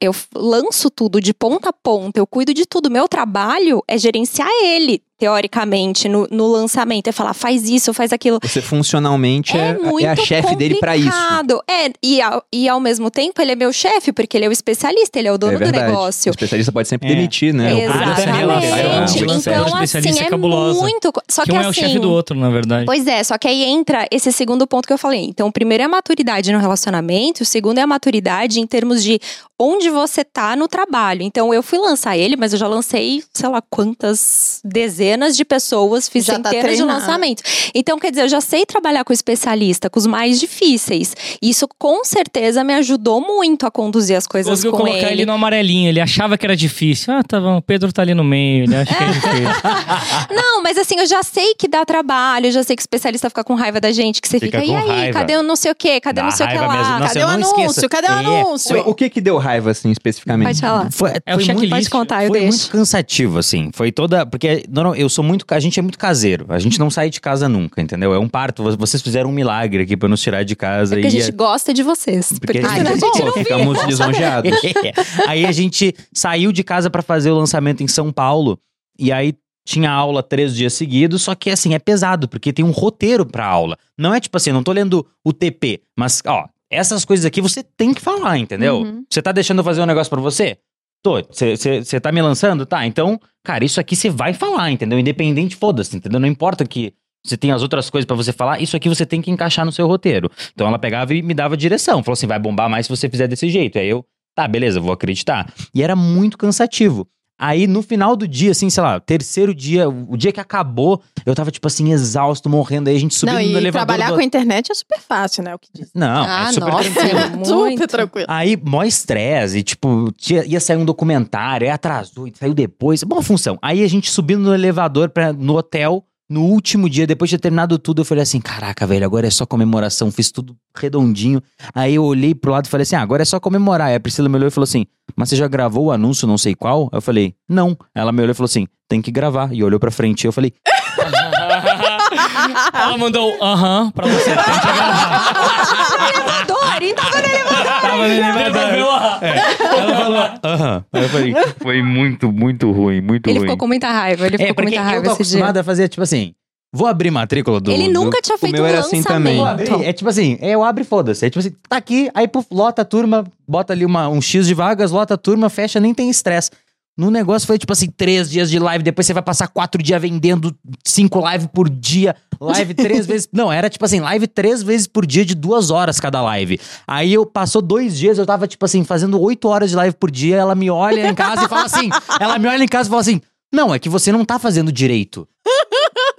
Speaker 6: eu f- lanço tudo de ponta a ponta, eu cuido de tudo. Meu trabalho é gerenciar ele, teoricamente, no, no lançamento. É falar, faz isso, faz aquilo.
Speaker 3: Você funcionalmente é,
Speaker 6: É muito
Speaker 3: é a chefe dele pra isso.
Speaker 6: complicado. É, e ao, e ao mesmo tempo ele é meu chefe, porque ele é o especialista, ele é o dono
Speaker 3: é
Speaker 6: do
Speaker 3: verdade. O
Speaker 6: negócio.
Speaker 3: especialista pode sempre
Speaker 7: É.
Speaker 3: demitir, né?
Speaker 7: o cara tem
Speaker 4: é
Speaker 7: relação,
Speaker 6: Exatamente.
Speaker 7: né?
Speaker 6: Então,
Speaker 7: O
Speaker 6: assim,
Speaker 7: especialista é
Speaker 6: é
Speaker 7: cabulosa.
Speaker 6: muito. co- Só
Speaker 4: Que
Speaker 6: que,
Speaker 4: um é o
Speaker 6: assim.
Speaker 4: chefe do outro, na verdade.
Speaker 6: Pois é, só que aí entra esse segundo ponto que eu falei. Então, o primeiro é a maturidade no relacionamento, o segundo é a maturidade em termos de onde você tá no trabalho. Então, eu fui lançar ele, mas eu já lancei, sei lá, quantas dezenas de pessoas, fiz
Speaker 1: Já tá
Speaker 6: centenas de
Speaker 1: treinado.
Speaker 6: lançamento. Então, quer dizer, eu já sei trabalhar com especialista, com os mais difíceis. Isso com certeza me ajudou muito a conduzir as coisas
Speaker 4: Conseguiu
Speaker 6: com
Speaker 4: colocar ele.
Speaker 6: ele.
Speaker 4: no amarelinho, ele achava que era difícil. Ah, tá bom, o Pedro tá ali no meio, ele acha que é difícil.
Speaker 6: Não, mas assim, eu já sei que dá trabalho, eu já sei que o especialista fica com raiva da gente, que você
Speaker 7: Fica
Speaker 6: fica, e
Speaker 7: com
Speaker 6: aí,
Speaker 7: raiva.
Speaker 6: cadê o não sei o quê? Cadê
Speaker 7: Dá
Speaker 6: o não sei o que
Speaker 7: raiva
Speaker 6: lá?
Speaker 7: mesmo. Nossa,
Speaker 6: cadê
Speaker 1: Cadê o
Speaker 7: eu não esqueço.
Speaker 1: anúncio? Cadê o
Speaker 7: É.
Speaker 1: anúncio?
Speaker 3: O que que deu raiva, assim, especificamente?
Speaker 6: Pode falar.
Speaker 5: Foi,
Speaker 4: É o
Speaker 5: foi muito,
Speaker 4: checklist.
Speaker 6: Pode contar, eu
Speaker 5: foi
Speaker 6: deixo.
Speaker 5: muito cansativo, assim. Foi toda. Porque não, não, eu sou muito. A gente é muito caseiro. A gente não sai de casa nunca, entendeu? É um parto. Vo- Vocês fizeram um milagre aqui pra nos tirar de casa.
Speaker 6: É porque a
Speaker 5: e
Speaker 6: gente gosta de vocês. Porque,
Speaker 5: Porque- é
Speaker 6: senão
Speaker 1: Ah,
Speaker 6: a
Speaker 1: então
Speaker 6: gente
Speaker 1: bom.
Speaker 6: não via.
Speaker 3: Ficamos lisonjeados.
Speaker 5: aí a gente saiu de casa pra fazer o lançamento em São Paulo. E aí tinha aula três dias seguidos, só que assim, é pesado, porque tem um roteiro pra aula. Não é tipo assim, não tô lendo o TP, mas ó, essas coisas aqui você tem que falar, entendeu?
Speaker 6: Uhum.
Speaker 5: Você tá deixando eu fazer um negócio pra você? Tô, você tá me lançando? Tá, então, cara, isso aqui você vai falar, entendeu? Independente, foda-se, entendeu? Não importa que você tem as outras coisas pra você falar, isso aqui você tem que encaixar no seu roteiro. Então ela pegava e me dava direção, falou assim, vai bombar mais se você fizer desse jeito. Aí eu, tá, beleza, vou acreditar. E era muito cansativo. Aí no final do dia, assim, sei lá, terceiro dia, o dia que acabou, eu tava tipo assim, exausto, morrendo. Aí a gente subiu
Speaker 1: Não,
Speaker 5: no
Speaker 1: e
Speaker 5: elevador.
Speaker 1: trabalhar
Speaker 5: do-
Speaker 1: com a internet é super fácil, né? O que diz.
Speaker 5: Não, é super tranquilo.
Speaker 6: é Ah, muito.
Speaker 1: Super tranquilo.
Speaker 5: Aí, mó estresse, e, tipo, tinha- ia sair um documentário, aí atrasou, e saiu depois. Boa função. Aí a gente subindo no elevador pra, no hotel, no último dia, depois de ter terminado tudo, eu falei assim: caraca, velho, agora é só comemoração, fiz tudo redondinho. Aí eu olhei pro lado e falei assim: ah, agora é só comemorar. Aí a Priscila me olhou e falou assim: mas você já gravou o anúncio, não sei qual? Eu falei: não. Ela me olhou e falou assim: tem que gravar. E olhou pra frente, eu falei:
Speaker 4: Ela mandou um aham pra você.
Speaker 6: Adoro, então quando ele-
Speaker 5: tava no elevador. Ela falou: aham. Aí eu falei:
Speaker 8: Foi muito, muito ruim, muito
Speaker 6: Ele
Speaker 8: ruim.
Speaker 6: ficou com muita raiva. Ele ficou
Speaker 5: é,
Speaker 6: com
Speaker 5: porque
Speaker 6: muita
Speaker 5: eu
Speaker 6: raiva
Speaker 5: tô
Speaker 6: esse dia.
Speaker 5: acostumado a fazer, tipo assim. Vou abrir matrícula do.
Speaker 6: Ele
Speaker 5: do-
Speaker 6: nunca tinha feito um
Speaker 3: meu era assim também.
Speaker 5: Pô,
Speaker 6: lançamento.
Speaker 5: abri, É tipo assim, é, eu abro e foda-se. É tipo assim, tá aqui, aí puf, lota a turma, bota ali uma, um X de vagas, lota a turma, fecha, nem tem estresse. No negócio foi tipo assim, três dias de live, depois você vai passar quatro dias vendendo cinco lives por dia, live três vezes. Não, era tipo assim, live três vezes por dia de duas horas cada live. Aí eu passou dois dias, eu tava, tipo assim, fazendo oito horas de live por dia, ela me olha em casa e fala assim. Ela me olha em casa e fala assim: Não, é que você não tá fazendo direito.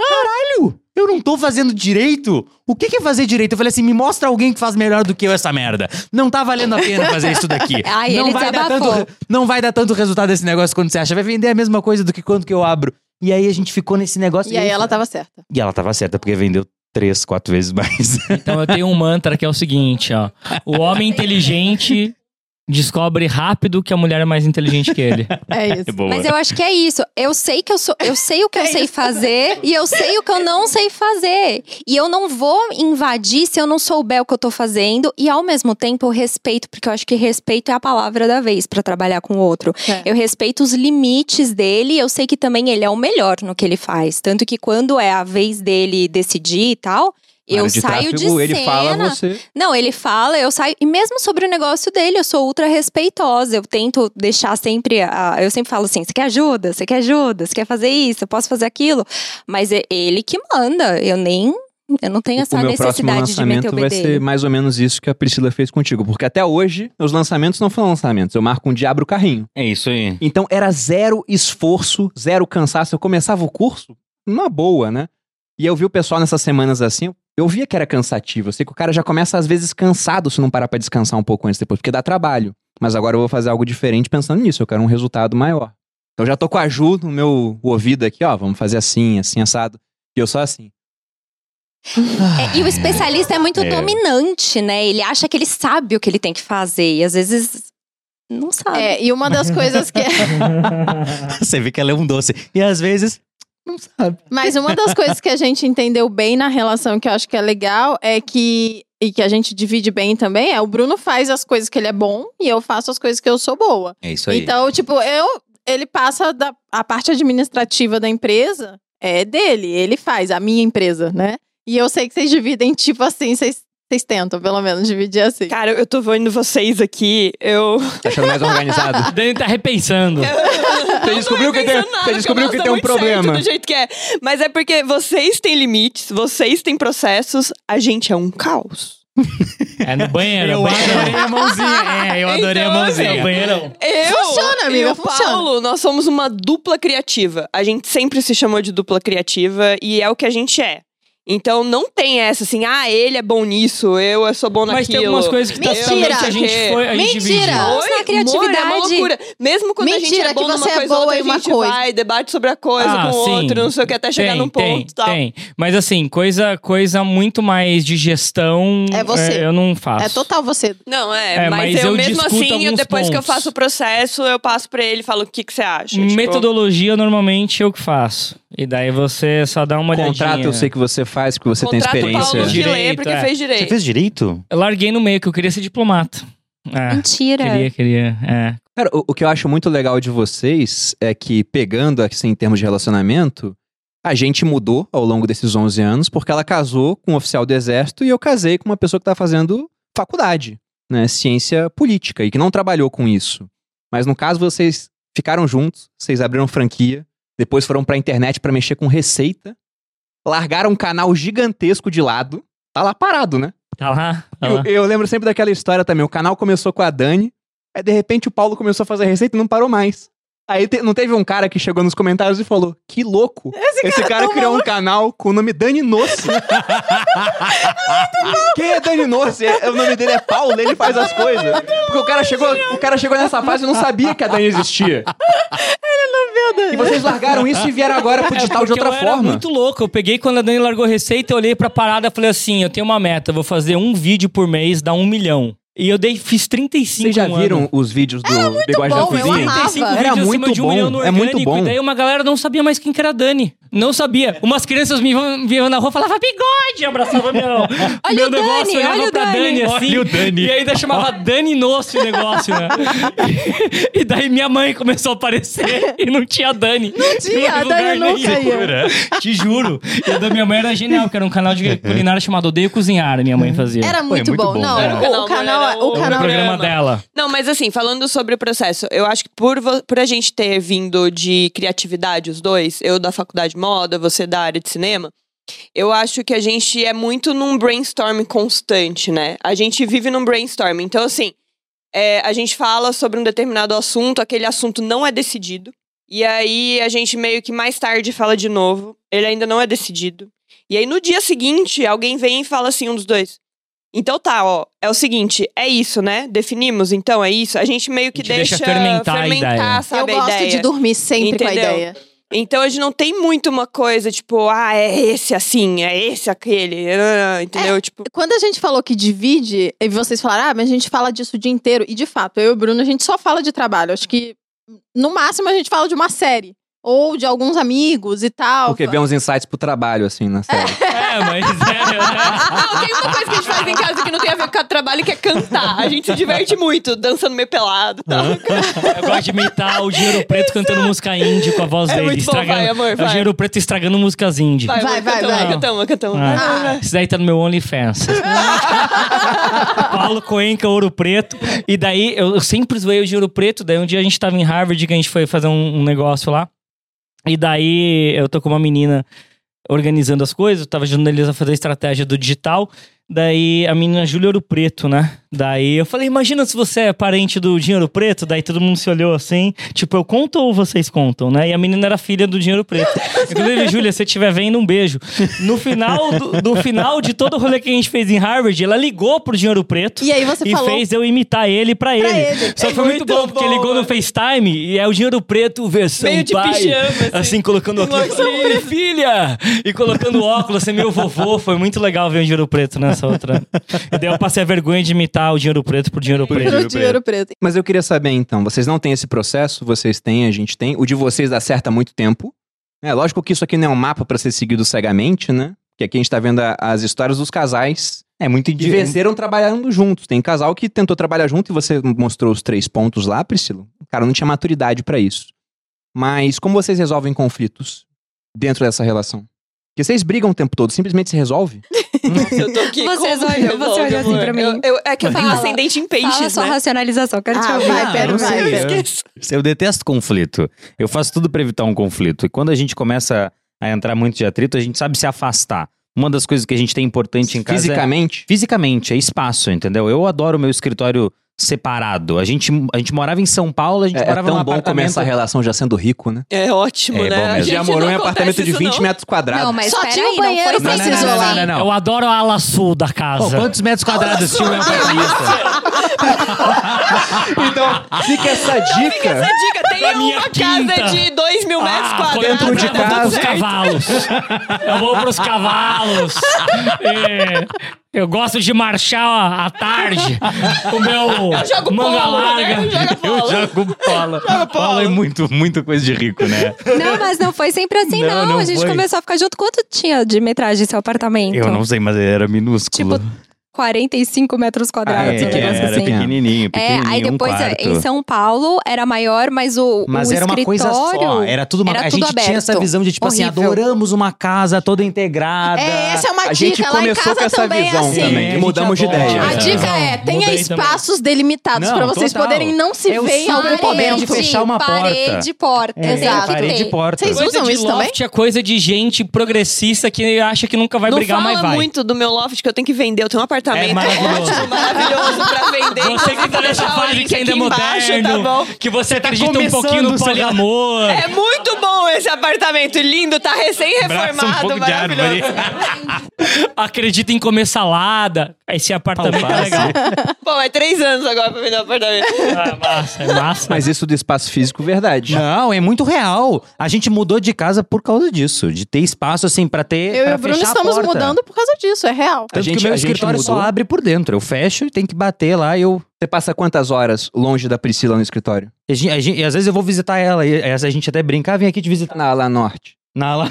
Speaker 5: Caralho! Eu não tô fazendo direito? O que, que é fazer direito? Eu falei assim: me mostra alguém que faz melhor do que eu essa merda. Não tá valendo a pena fazer isso daqui.
Speaker 6: Ai,
Speaker 5: não,
Speaker 6: ele
Speaker 5: vai dar
Speaker 6: desabafou.
Speaker 5: tanto, não vai dar tanto resultado esse negócio quando você acha. Vai vender a mesma coisa do que quanto que eu abro. E aí a gente ficou nesse negócio.
Speaker 1: E aí ela tava certa.
Speaker 5: E ela tava certa, porque vendeu três, quatro vezes mais.
Speaker 4: Então eu tenho um mantra que é o seguinte, ó. O homem inteligente descobre rápido que a mulher é mais inteligente que ele.
Speaker 1: É isso.
Speaker 5: Boa.
Speaker 6: Mas eu acho que é isso. Eu sei que eu sou, eu sei o que eu sei fazer e eu sei o que eu não sei fazer. E eu não vou invadir se eu não souber o que eu tô fazendo e ao mesmo tempo eu respeito, porque eu acho que respeito é a palavra da vez pra trabalhar com o outro.
Speaker 1: É.
Speaker 6: Eu respeito os limites dele, eu sei que também ele é o melhor no que ele faz, tanto que quando é a vez dele decidir e tal, eu
Speaker 3: Área de
Speaker 6: saio
Speaker 3: tráfego,
Speaker 6: de
Speaker 3: ele
Speaker 6: cena.
Speaker 3: fala você.
Speaker 6: Não, ele fala, eu saio. E mesmo sobre o negócio dele, eu sou ultra respeitosa. Eu tento deixar sempre. a- eu sempre falo assim: você quer ajuda? Você quer ajuda? Você quer fazer isso? Eu posso fazer aquilo? Mas é ele que manda. Eu nem. Eu não tenho essa
Speaker 3: o meu próximo
Speaker 6: necessidade de meter
Speaker 3: lançamento
Speaker 6: o
Speaker 3: vai ser
Speaker 6: bedelho.
Speaker 3: mais ou menos isso que a Priscila fez contigo. Porque até hoje, os lançamentos não foram lançamentos. Eu marco um dia, abro o carrinho.
Speaker 5: É isso aí.
Speaker 3: Então era zero esforço, zero cansaço. Eu começava o curso numa boa, né? E eu vi o pessoal nessas semanas assim, eu via que era cansativo. Eu sei que o cara já começa às vezes cansado se não parar pra descansar um pouco antes depois, porque dá trabalho. Mas agora eu vou fazer algo diferente pensando nisso, eu quero um resultado maior. Então já tô com a Ju no meu ouvido aqui, ó, vamos fazer assim, assim, assado. E eu só assim.
Speaker 6: É, e o especialista é muito
Speaker 5: É.
Speaker 6: dominante, né? Ele acha que ele sabe o que ele tem que fazer. E às vezes. Não sabe.
Speaker 1: É, e uma das coisas que.
Speaker 5: Você vê que ela é um doce. E às vezes. Não sabe.
Speaker 1: Mas uma das coisas que a gente entendeu bem na relação que eu acho que é legal é que e que a gente divide bem também é o Bruno faz as coisas que ele é bom e eu faço as coisas que eu sou boa.
Speaker 5: É isso aí.
Speaker 1: Então, tipo, eu ele passa da, a parte administrativa da empresa é dele, ele faz a minha empresa, né? E eu sei que vocês dividem tipo assim, vocês vocês tentam, pelo menos, dividir assim.
Speaker 2: Cara, eu tô vendo vocês aqui. Eu.
Speaker 3: Tá achando mais organizado.
Speaker 4: O Dani tá repensando.
Speaker 3: Você descobriu que tem,
Speaker 2: pensando nada,
Speaker 3: você descobriu
Speaker 2: porque
Speaker 3: que tem
Speaker 2: eu
Speaker 3: um
Speaker 2: gosto muito certo
Speaker 3: problema.
Speaker 2: Do jeito que é. Mas é porque vocês têm limites, vocês têm processos, a gente é um caos.
Speaker 4: É no banheiro.
Speaker 7: Eu
Speaker 4: banheiro.
Speaker 7: adorei a mãozinha. É, eu adorei a
Speaker 2: Então,
Speaker 7: mãozinha.
Speaker 2: assim,
Speaker 7: banheirão.
Speaker 2: Eu,
Speaker 1: Funciona, amiga,
Speaker 2: e o
Speaker 1: funciona.
Speaker 2: Paulo, nós somos uma dupla criativa. A gente sempre se chamou de dupla criativa e é o que a gente é. Então não tem essa assim, ah, ele é bom nisso, eu eu sou bom
Speaker 4: Mas tem
Speaker 2: naquilo.
Speaker 4: algumas coisas que
Speaker 1: Mentira.
Speaker 4: totalmente a gente foi. A gente
Speaker 1: Mentira.
Speaker 4: dividiu.
Speaker 6: Vamos na
Speaker 2: Oi,
Speaker 6: criatividade.
Speaker 2: amor, é uma loucura. Mesmo quando a gente
Speaker 1: Mentira,
Speaker 2: é bom
Speaker 1: que você
Speaker 2: numa
Speaker 1: é
Speaker 2: coisa
Speaker 1: boa
Speaker 2: outra,
Speaker 1: em uma
Speaker 2: a gente
Speaker 1: coisa.
Speaker 2: vai, debate sobre a coisa
Speaker 4: Ah,
Speaker 2: com o
Speaker 4: sim.
Speaker 2: outro, não sei o que, até chegar
Speaker 4: tem,
Speaker 2: num
Speaker 4: tem,
Speaker 1: tá?
Speaker 2: ponto e tal.
Speaker 4: Tem. Mas assim, coisa, coisa muito mais de gestão.
Speaker 1: É você.
Speaker 4: é, eu não faço.
Speaker 1: É total você.
Speaker 2: Não, é,
Speaker 4: É,
Speaker 2: mas,
Speaker 4: mas
Speaker 2: eu,
Speaker 4: eu
Speaker 2: mesmo
Speaker 4: discuto
Speaker 2: assim, eu-
Speaker 4: alguns
Speaker 2: depois que eu
Speaker 4: pontos.
Speaker 2: faço o processo, eu passo pra ele e falo o que, que você acha. Tipo,
Speaker 4: Metodologia, normalmente, eu que faço. E daí você só dá uma olhadinha.
Speaker 3: Contrato eu sei que você faz, porque você tem
Speaker 2: contrata o
Speaker 3: experiência.
Speaker 2: Paulo de ler
Speaker 4: Direito,
Speaker 2: porque
Speaker 4: é.
Speaker 2: fez
Speaker 5: Você
Speaker 2: direito.
Speaker 5: fez direito?
Speaker 4: Eu larguei no meio, que eu queria ser diplomata. É,
Speaker 6: Mentira.
Speaker 4: queria, queria. É.
Speaker 3: Cara, o, o que eu acho muito legal de vocês é que, pegando assim em termos de relacionamento, a gente mudou ao longo desses 11 anos, porque ela casou com um oficial do exército e eu casei com uma pessoa que tá fazendo faculdade, né, ciência política, e que não trabalhou com isso. Mas no caso, vocês ficaram juntos, vocês abriram franquia, depois foram pra internet pra mexer com receita, largaram um canal gigantesco de lado, tá lá parado, né?
Speaker 4: Tá lá? Tá
Speaker 3: Eu,
Speaker 4: lá.
Speaker 3: eu lembro sempre daquela história também. O canal começou com a Dani, aí de repente o Paulo começou a fazer receita e não parou mais. Aí te- não teve um cara que chegou nos comentários e falou: Que louco! Esse, cara, criou um canal com o nome Dani Noce. Quem é Dani Noce? É- O nome dele é Paulo, ele faz as coisas. Porque o cara chegou, o cara chegou nessa fase e não sabia que a Dani existia. Ele não viu Dani. E vocês largaram isso e vieram agora pro digital de
Speaker 4: É, Porque
Speaker 3: outra
Speaker 4: eu era
Speaker 3: forma.
Speaker 4: muito louco. Eu peguei quando a Dani largou a receita, eu olhei pra parada e falei assim: eu tenho uma meta, eu vou fazer um vídeo por mês, dá um milhão. E eu dei, fiz 35
Speaker 3: Vocês já
Speaker 4: um
Speaker 3: viram
Speaker 4: ano.
Speaker 3: os vídeos do Biguagem
Speaker 1: bom,
Speaker 3: da
Speaker 1: eu
Speaker 3: Cozinha?
Speaker 1: amava.
Speaker 4: 35
Speaker 1: Era
Speaker 4: vídeos acima
Speaker 3: muito
Speaker 4: de um
Speaker 3: bom,
Speaker 4: milhão no
Speaker 3: é muito
Speaker 4: orgânico.
Speaker 3: bom.
Speaker 4: E daí uma galera não sabia mais quem que era a Dani. Não sabia. Umas crianças me iam- me iam na rua e falavam bigode, abraçava meu, meu
Speaker 6: o
Speaker 4: negócio,
Speaker 6: Dani,
Speaker 4: olhava
Speaker 6: olha o
Speaker 4: pra Dani,
Speaker 6: Dani.
Speaker 4: assim.
Speaker 7: Olha o Dani.
Speaker 4: E ainda chamava Dani Nosso o negócio, né? e daí minha mãe começou a aparecer e não tinha Dani. Não
Speaker 1: tinha, a Dani nunca ia.
Speaker 4: Te juro. E a da minha mãe era genial, que era um canal de culinária chamado Odeio Cozinhar, minha mãe fazia.
Speaker 1: Era muito,
Speaker 5: muito
Speaker 1: bom. né?
Speaker 4: né?
Speaker 5: bom,
Speaker 1: Não,
Speaker 5: era.
Speaker 1: o, o canal, é, o
Speaker 4: o
Speaker 1: canal
Speaker 4: programa dela.
Speaker 2: Não, mas assim, falando sobre o processo, eu acho que por, vo- por a gente ter vindo de criatividade, os dois, eu da faculdade de moda, você da área de cinema, eu acho que a gente é muito num brainstorm constante, né? A gente vive num brainstorm. Então, assim, é, a gente fala sobre um determinado assunto, aquele assunto não é decidido. E aí a gente meio que mais tarde fala de novo, ele ainda não é decidido. E aí no dia seguinte, alguém vem e fala assim, um dos dois. Então tá, ó, é o seguinte, é isso, né? Definimos, então é isso. A gente meio que
Speaker 4: A gente deixa fermentar
Speaker 2: fermentar,
Speaker 4: a ideia.
Speaker 1: é, Eu
Speaker 2: sabe, a
Speaker 1: gosto
Speaker 2: ideia.
Speaker 1: de dormir sempre com a
Speaker 2: Entendeu?
Speaker 1: ideia.
Speaker 2: Então a gente não tem muito uma coisa, tipo, ah, é esse assim, é esse aquele, ah, entendeu? Tipo,
Speaker 1: Quando a gente falou que divide, e vocês falaram, ah, mas a gente fala disso o dia inteiro. E de fato, eu e o Bruno, a gente só fala de trabalho. Acho que no máximo a gente fala de uma série. Ou de alguns amigos e tal. Ah,
Speaker 3: Porque vê uns insights pro trabalho, assim, na série.
Speaker 4: É, mas é,
Speaker 2: não, tem uma coisa que a gente faz em casa que não tem a ver com o trabalho, que é cantar. A gente se diverte muito, dançando meio pelado tá? e tal.
Speaker 4: Eu gosto de imitar o Dinheiro Preto cantando música indie com a voz
Speaker 2: É
Speaker 4: dele.
Speaker 2: muito bom,
Speaker 4: estragando,
Speaker 2: vai, amor,
Speaker 4: É
Speaker 2: vai.
Speaker 4: o Dinheiro Preto estragando músicas indie.
Speaker 2: Vai, vai, vai, cantamos,
Speaker 4: vai.
Speaker 2: cantamos, cantamos.
Speaker 4: Ah, Isso daí tá no meu OnlyFans. Paulo Coenca, Ouro Preto. E daí, eu, eu sempre zoei o de Ouro Preto. Daí um dia a gente tava em Harvard, que a gente foi fazer um, um negócio lá. E daí, eu tô com uma menina organizando as coisas. Eu tava ajudando eles a fazer a estratégia do digital. Daí, a menina Júlia Ouro Preto, né? Daí, eu falei, imagina se você é parente do Dinheiro Preto. Daí, todo mundo se olhou assim. Tipo, eu conto ou vocês contam, né? E a menina era filha do Dinheiro Preto. Inclusive, Júlia, se você estiver vendo, um beijo. No final, do, do final de todo o rolê que a gente fez em Harvard, ela ligou pro Dinheiro Preto.
Speaker 1: E aí você
Speaker 4: E
Speaker 1: falou.
Speaker 4: fez eu imitar ele pra, ele.
Speaker 1: ele.
Speaker 4: Só que foi muito,
Speaker 2: Muito
Speaker 4: bom, porque
Speaker 2: bom,
Speaker 4: ligou no
Speaker 2: mano.
Speaker 4: FaceTime e é o Dinheiro Preto versão
Speaker 2: Meio de
Speaker 4: pai.
Speaker 2: pijama,
Speaker 4: assim.
Speaker 2: assim.
Speaker 4: colocando óculos. Ei, filha! E colocando óculos, assim, meio vovô. Foi muito legal ver o Dinheiro Preto nessa outra. E daí eu passei a vergonha de imitar o Dinheiro Preto por Dinheiro Preto.
Speaker 1: Pro dinheiro preto.
Speaker 3: Mas eu queria saber então, vocês não têm esse processo, vocês têm, a gente tem. O de vocês dá certo há muito tempo. É né? lógico que isso aqui não é um mapa pra ser seguido cegamente, né? Porque aqui a gente tá vendo a- as histórias dos casais
Speaker 5: É muito
Speaker 3: E
Speaker 5: indivíduo.
Speaker 3: venceram trabalhando juntos. Tem casal que tentou trabalhar junto e você mostrou os três pontos lá, Priscila. Cara, não tinha maturidade pra isso. Mas como vocês resolvem conflitos dentro dessa relação? Porque vocês brigam o tempo todo, simplesmente se resolve.
Speaker 2: Ah, Eu tô aqui.
Speaker 6: Vocês
Speaker 2: como
Speaker 6: olham- você
Speaker 2: eu vou,
Speaker 6: olhou assim
Speaker 2: amor?
Speaker 6: pra mim.
Speaker 2: Eu- eu- é que eu tenho
Speaker 6: Fala.
Speaker 2: ascendente em peixes,
Speaker 6: Fala sua
Speaker 2: né?
Speaker 6: racionalização, quero te
Speaker 1: Ah,
Speaker 6: ouvir.
Speaker 1: vai, pera,
Speaker 5: não
Speaker 1: vai.
Speaker 5: sei.
Speaker 1: pera.
Speaker 5: Eu detesto conflito. Eu faço tudo pra evitar um conflito. E quando a gente começa a entrar muito de atrito, a gente sabe se afastar. Uma das coisas que a gente tem importante em casa é
Speaker 3: Fisicamente,
Speaker 5: fisicamente, é espaço, entendeu? Eu adoro o meu escritório separado. A gente, a gente morava em São Paulo, a gente
Speaker 3: é, é
Speaker 5: morava num
Speaker 3: tão bom
Speaker 5: apartamento.
Speaker 3: começar a relação já sendo rico, né?
Speaker 2: É ótimo,
Speaker 5: É bom
Speaker 2: né? A
Speaker 5: mesmo.
Speaker 2: gente
Speaker 3: Já
Speaker 2: não
Speaker 3: morou em um
Speaker 2: acontece
Speaker 3: apartamento de
Speaker 2: isso,
Speaker 3: 20
Speaker 2: não.
Speaker 3: metros quadrados.
Speaker 6: Não, mas
Speaker 1: Só
Speaker 6: peraí,
Speaker 1: tinha o
Speaker 6: não foi
Speaker 1: banheiro pra
Speaker 5: Não, não,
Speaker 6: assim,
Speaker 5: não, não,
Speaker 1: isolar.
Speaker 5: não, não,
Speaker 4: Eu
Speaker 5: não.
Speaker 4: adoro a ala sul da
Speaker 5: Pô,
Speaker 4: casa.
Speaker 5: quantos metros quadrados tinha o meu apartamento?
Speaker 3: Então, fica essa dica.
Speaker 2: Essa dica tem
Speaker 4: Na minha
Speaker 2: uma casa
Speaker 4: quinta.
Speaker 2: de 2 mil metros quadrados.
Speaker 3: dentro de
Speaker 2: tá tudo
Speaker 3: casa.
Speaker 4: Os
Speaker 2: certo.
Speaker 4: cavalos. Eu vou pros cavalos. É, eu gosto de marchar à tarde. O meu
Speaker 2: Eu jogo
Speaker 4: manga
Speaker 2: polo,
Speaker 4: larga.
Speaker 2: né? Eu jogo polo.
Speaker 5: jogo bola. Bola é muito, muito coisa de rico, né?
Speaker 6: Não, mas não foi sempre assim, não.
Speaker 5: Não, não
Speaker 6: a gente
Speaker 5: foi.
Speaker 6: começou a ficar junto. Quanto tinha de metragem seu apartamento?
Speaker 5: Eu não sei, mas era
Speaker 6: Então. Tipo,
Speaker 5: minúsculo.
Speaker 6: 45 metros
Speaker 5: Ah,
Speaker 6: quadrados,
Speaker 5: é,
Speaker 6: um
Speaker 3: pequeno,
Speaker 6: negócio
Speaker 5: era
Speaker 6: assim.
Speaker 5: pequenininho,
Speaker 6: É,
Speaker 5: pequenininho,
Speaker 6: aí depois
Speaker 5: um
Speaker 6: é,
Speaker 5: quarto.
Speaker 6: em São Paulo era maior, mas o,
Speaker 5: Mas
Speaker 6: o
Speaker 5: era uma
Speaker 6: escritório
Speaker 5: coisa só, era tudo uma...
Speaker 6: era
Speaker 5: a
Speaker 6: tudo
Speaker 5: gente tinha
Speaker 6: aberto.
Speaker 5: essa visão de, tipo assim,
Speaker 6: Horrível.
Speaker 5: adoramos uma casa toda integrada.
Speaker 1: É, essa é uma
Speaker 3: A gente
Speaker 1: dica. Lá em
Speaker 3: começou
Speaker 1: casa
Speaker 3: com essa
Speaker 1: também é
Speaker 3: visão
Speaker 1: assim.
Speaker 5: também.
Speaker 3: também.
Speaker 5: É,
Speaker 3: E mudamos de
Speaker 5: a gente
Speaker 3: ideia.
Speaker 5: adora.
Speaker 1: A
Speaker 5: É,
Speaker 1: dica é,
Speaker 4: não,
Speaker 1: tenha
Speaker 4: mudei
Speaker 1: espaços delimitados
Speaker 5: Não,
Speaker 1: pra vocês
Speaker 5: total.
Speaker 1: poderem não se
Speaker 5: Eu
Speaker 1: ver em
Speaker 5: sou
Speaker 1: algum
Speaker 5: parede,
Speaker 1: momento.
Speaker 5: fechar uma porta.
Speaker 6: parede, porta.
Speaker 5: É,
Speaker 1: Exato.
Speaker 5: parede e porta.
Speaker 1: Vocês
Speaker 4: Coisa
Speaker 1: usam
Speaker 4: de
Speaker 1: isso
Speaker 4: loft
Speaker 1: também?
Speaker 4: é coisa de gente progressista que acha que nunca vai
Speaker 2: Não
Speaker 4: brigar,
Speaker 2: fala
Speaker 4: mas vai.
Speaker 2: muito do meu loft que eu tenho que vender. Eu tenho um apartamento
Speaker 4: É maravilhoso.
Speaker 2: ótimo, maravilhoso pra
Speaker 4: Você
Speaker 2: vender.
Speaker 4: que
Speaker 2: Inclusive,
Speaker 4: tá nessa
Speaker 2: vou deixar o
Speaker 4: fase
Speaker 2: link
Speaker 4: que ainda é
Speaker 2: aqui embaixo,
Speaker 4: moderno,
Speaker 2: tá bom?
Speaker 4: que você acredita um
Speaker 5: começando
Speaker 4: pouquinho
Speaker 5: o
Speaker 4: no
Speaker 5: seu-
Speaker 4: poliamor.
Speaker 2: É muito bom esse apartamento, lindo, tá
Speaker 5: Abraça um
Speaker 2: recém-reformado,
Speaker 5: pouco de árvore.
Speaker 2: maravilhoso.
Speaker 4: Acredita em comer salada. Esse apartamento é
Speaker 5: Alface.
Speaker 4: legal.
Speaker 2: Pô, é três anos agora pra vender o apartamento.
Speaker 4: Ah, massa, é massa.
Speaker 3: Mas isso do espaço físico, verdade.
Speaker 5: Não, é muito real. A gente mudou de casa por causa disso, de ter espaço assim pra ter.
Speaker 1: Eu e
Speaker 5: pra
Speaker 1: o Bruno
Speaker 5: fechar a
Speaker 1: estamos
Speaker 5: porta.
Speaker 1: mudando por causa disso, é real.
Speaker 5: Tanto
Speaker 3: A gente-
Speaker 5: que o meu
Speaker 3: a gente
Speaker 5: escritório só
Speaker 3: mudou.
Speaker 5: abre por dentro. Eu fecho e tem que bater lá. Eu
Speaker 3: Você passa quantas horas longe da Priscila no escritório?
Speaker 5: a gente- a gente- e às vezes eu vou visitar ela e e às vezes a gente até brinca, ah, vem aqui te visitar
Speaker 3: Na Ala Norte.
Speaker 5: na lá.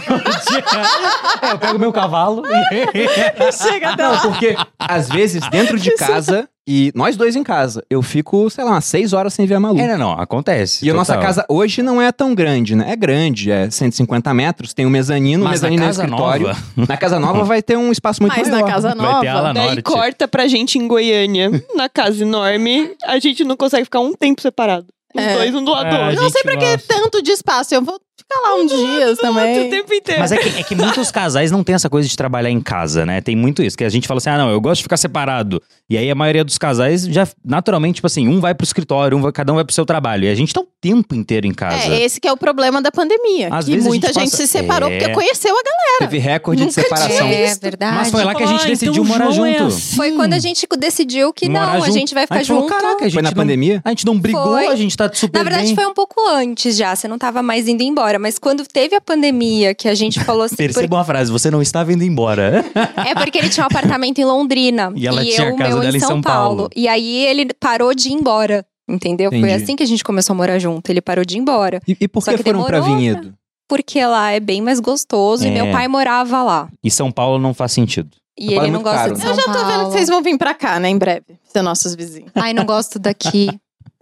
Speaker 5: eu pego meu cavalo. e-
Speaker 1: Chega até
Speaker 3: Não, porque às vezes dentro de casa, e nós dois em casa, eu fico, sei lá, umas seis horas sem ver a Malu.
Speaker 5: é, não, não, acontece.
Speaker 3: E a nossa
Speaker 5: total.
Speaker 3: casa hoje não é tão grande, né? É grande, é 150 metros, tem um mezanino, um
Speaker 5: Mas na
Speaker 3: mezanino é
Speaker 5: casa
Speaker 3: escritório.
Speaker 5: nova
Speaker 3: Na casa nova vai ter um espaço muito
Speaker 1: Mas
Speaker 3: maior.
Speaker 1: na casa
Speaker 5: vai ter ala
Speaker 1: nova.
Speaker 2: Daí
Speaker 5: norte.
Speaker 2: corta pra gente em Goiânia, na casa enorme. A gente não consegue ficar um tempo separado. Os
Speaker 1: É.
Speaker 2: dois um do lado do
Speaker 4: É, a
Speaker 2: outro.
Speaker 1: Eu não sei pra
Speaker 4: gente
Speaker 1: que
Speaker 4: gosta.
Speaker 1: tanto de espaço. Eu vou ficar lá um dia
Speaker 2: O
Speaker 1: também.
Speaker 2: tempo inteiro.
Speaker 5: Mas é que, é que muitos casais não têm essa coisa de trabalhar em casa, né? Tem muito isso. Que a gente fala assim, ah, não, eu gosto de ficar separado. E aí a maioria dos casais já, naturalmente, tipo assim, um vai pro escritório, um vai- cada um vai pro seu trabalho. E a gente tá o tempo inteiro em casa.
Speaker 1: É, esse que é o problema da pandemia.
Speaker 5: Às
Speaker 1: que
Speaker 5: vezes a
Speaker 1: muita
Speaker 5: gente
Speaker 1: gente,
Speaker 5: passa-
Speaker 1: se separou
Speaker 5: É.
Speaker 1: porque conheceu a galera.
Speaker 3: Teve recorde de
Speaker 1: Nunca
Speaker 3: separação.
Speaker 1: tinha.
Speaker 6: É verdade.
Speaker 5: Mas foi lá que a gente
Speaker 4: Ah, então
Speaker 5: decidiu
Speaker 4: o
Speaker 5: morar
Speaker 4: João é
Speaker 5: junto.
Speaker 4: assim.
Speaker 6: Foi quando a gente decidiu que
Speaker 5: Morar
Speaker 6: não, a
Speaker 5: junto.
Speaker 6: gente vai ficar
Speaker 5: falou,
Speaker 6: junto.
Speaker 5: Caraca, a gente
Speaker 3: Foi na
Speaker 5: não-
Speaker 3: pandemia?
Speaker 5: A gente não brigou,
Speaker 6: Foi.
Speaker 5: a gente tá super
Speaker 6: Na verdade,
Speaker 5: bem.
Speaker 6: foi um pouco antes já, você não tava mais indo embora. Mas quando teve a pandemia, que a gente falou assim.
Speaker 5: Perceba uma frase, você não estava indo embora.
Speaker 6: por- É porque ele tinha um apartamento em Londrina.
Speaker 5: E ela tinha
Speaker 6: eu,
Speaker 5: a casa
Speaker 6: meu,
Speaker 5: dela
Speaker 6: em São, Paulo. E aí ele parou de ir embora. Entendeu? Foi
Speaker 3: Entendi.
Speaker 6: assim que a gente começou a morar junto. Ele parou de ir embora.
Speaker 3: E, e por
Speaker 6: Só
Speaker 3: que,
Speaker 6: que
Speaker 3: foram pra
Speaker 6: demorou, né?
Speaker 3: Vinhedo?
Speaker 6: porque lá é bem mais gostoso
Speaker 5: É. um
Speaker 6: e meu pai morava lá.
Speaker 5: E São Paulo não faz sentido.
Speaker 6: E
Speaker 3: São Paulo é
Speaker 6: ele não
Speaker 3: muito
Speaker 6: gosta
Speaker 3: caro,
Speaker 6: de
Speaker 3: né?
Speaker 6: São
Speaker 1: Eu
Speaker 2: Então
Speaker 1: já tô vendo
Speaker 6: Paulo.
Speaker 1: que vocês vão vir pra cá, né, em breve, ser nossos vizinhos.
Speaker 6: Ai, não gosto daqui.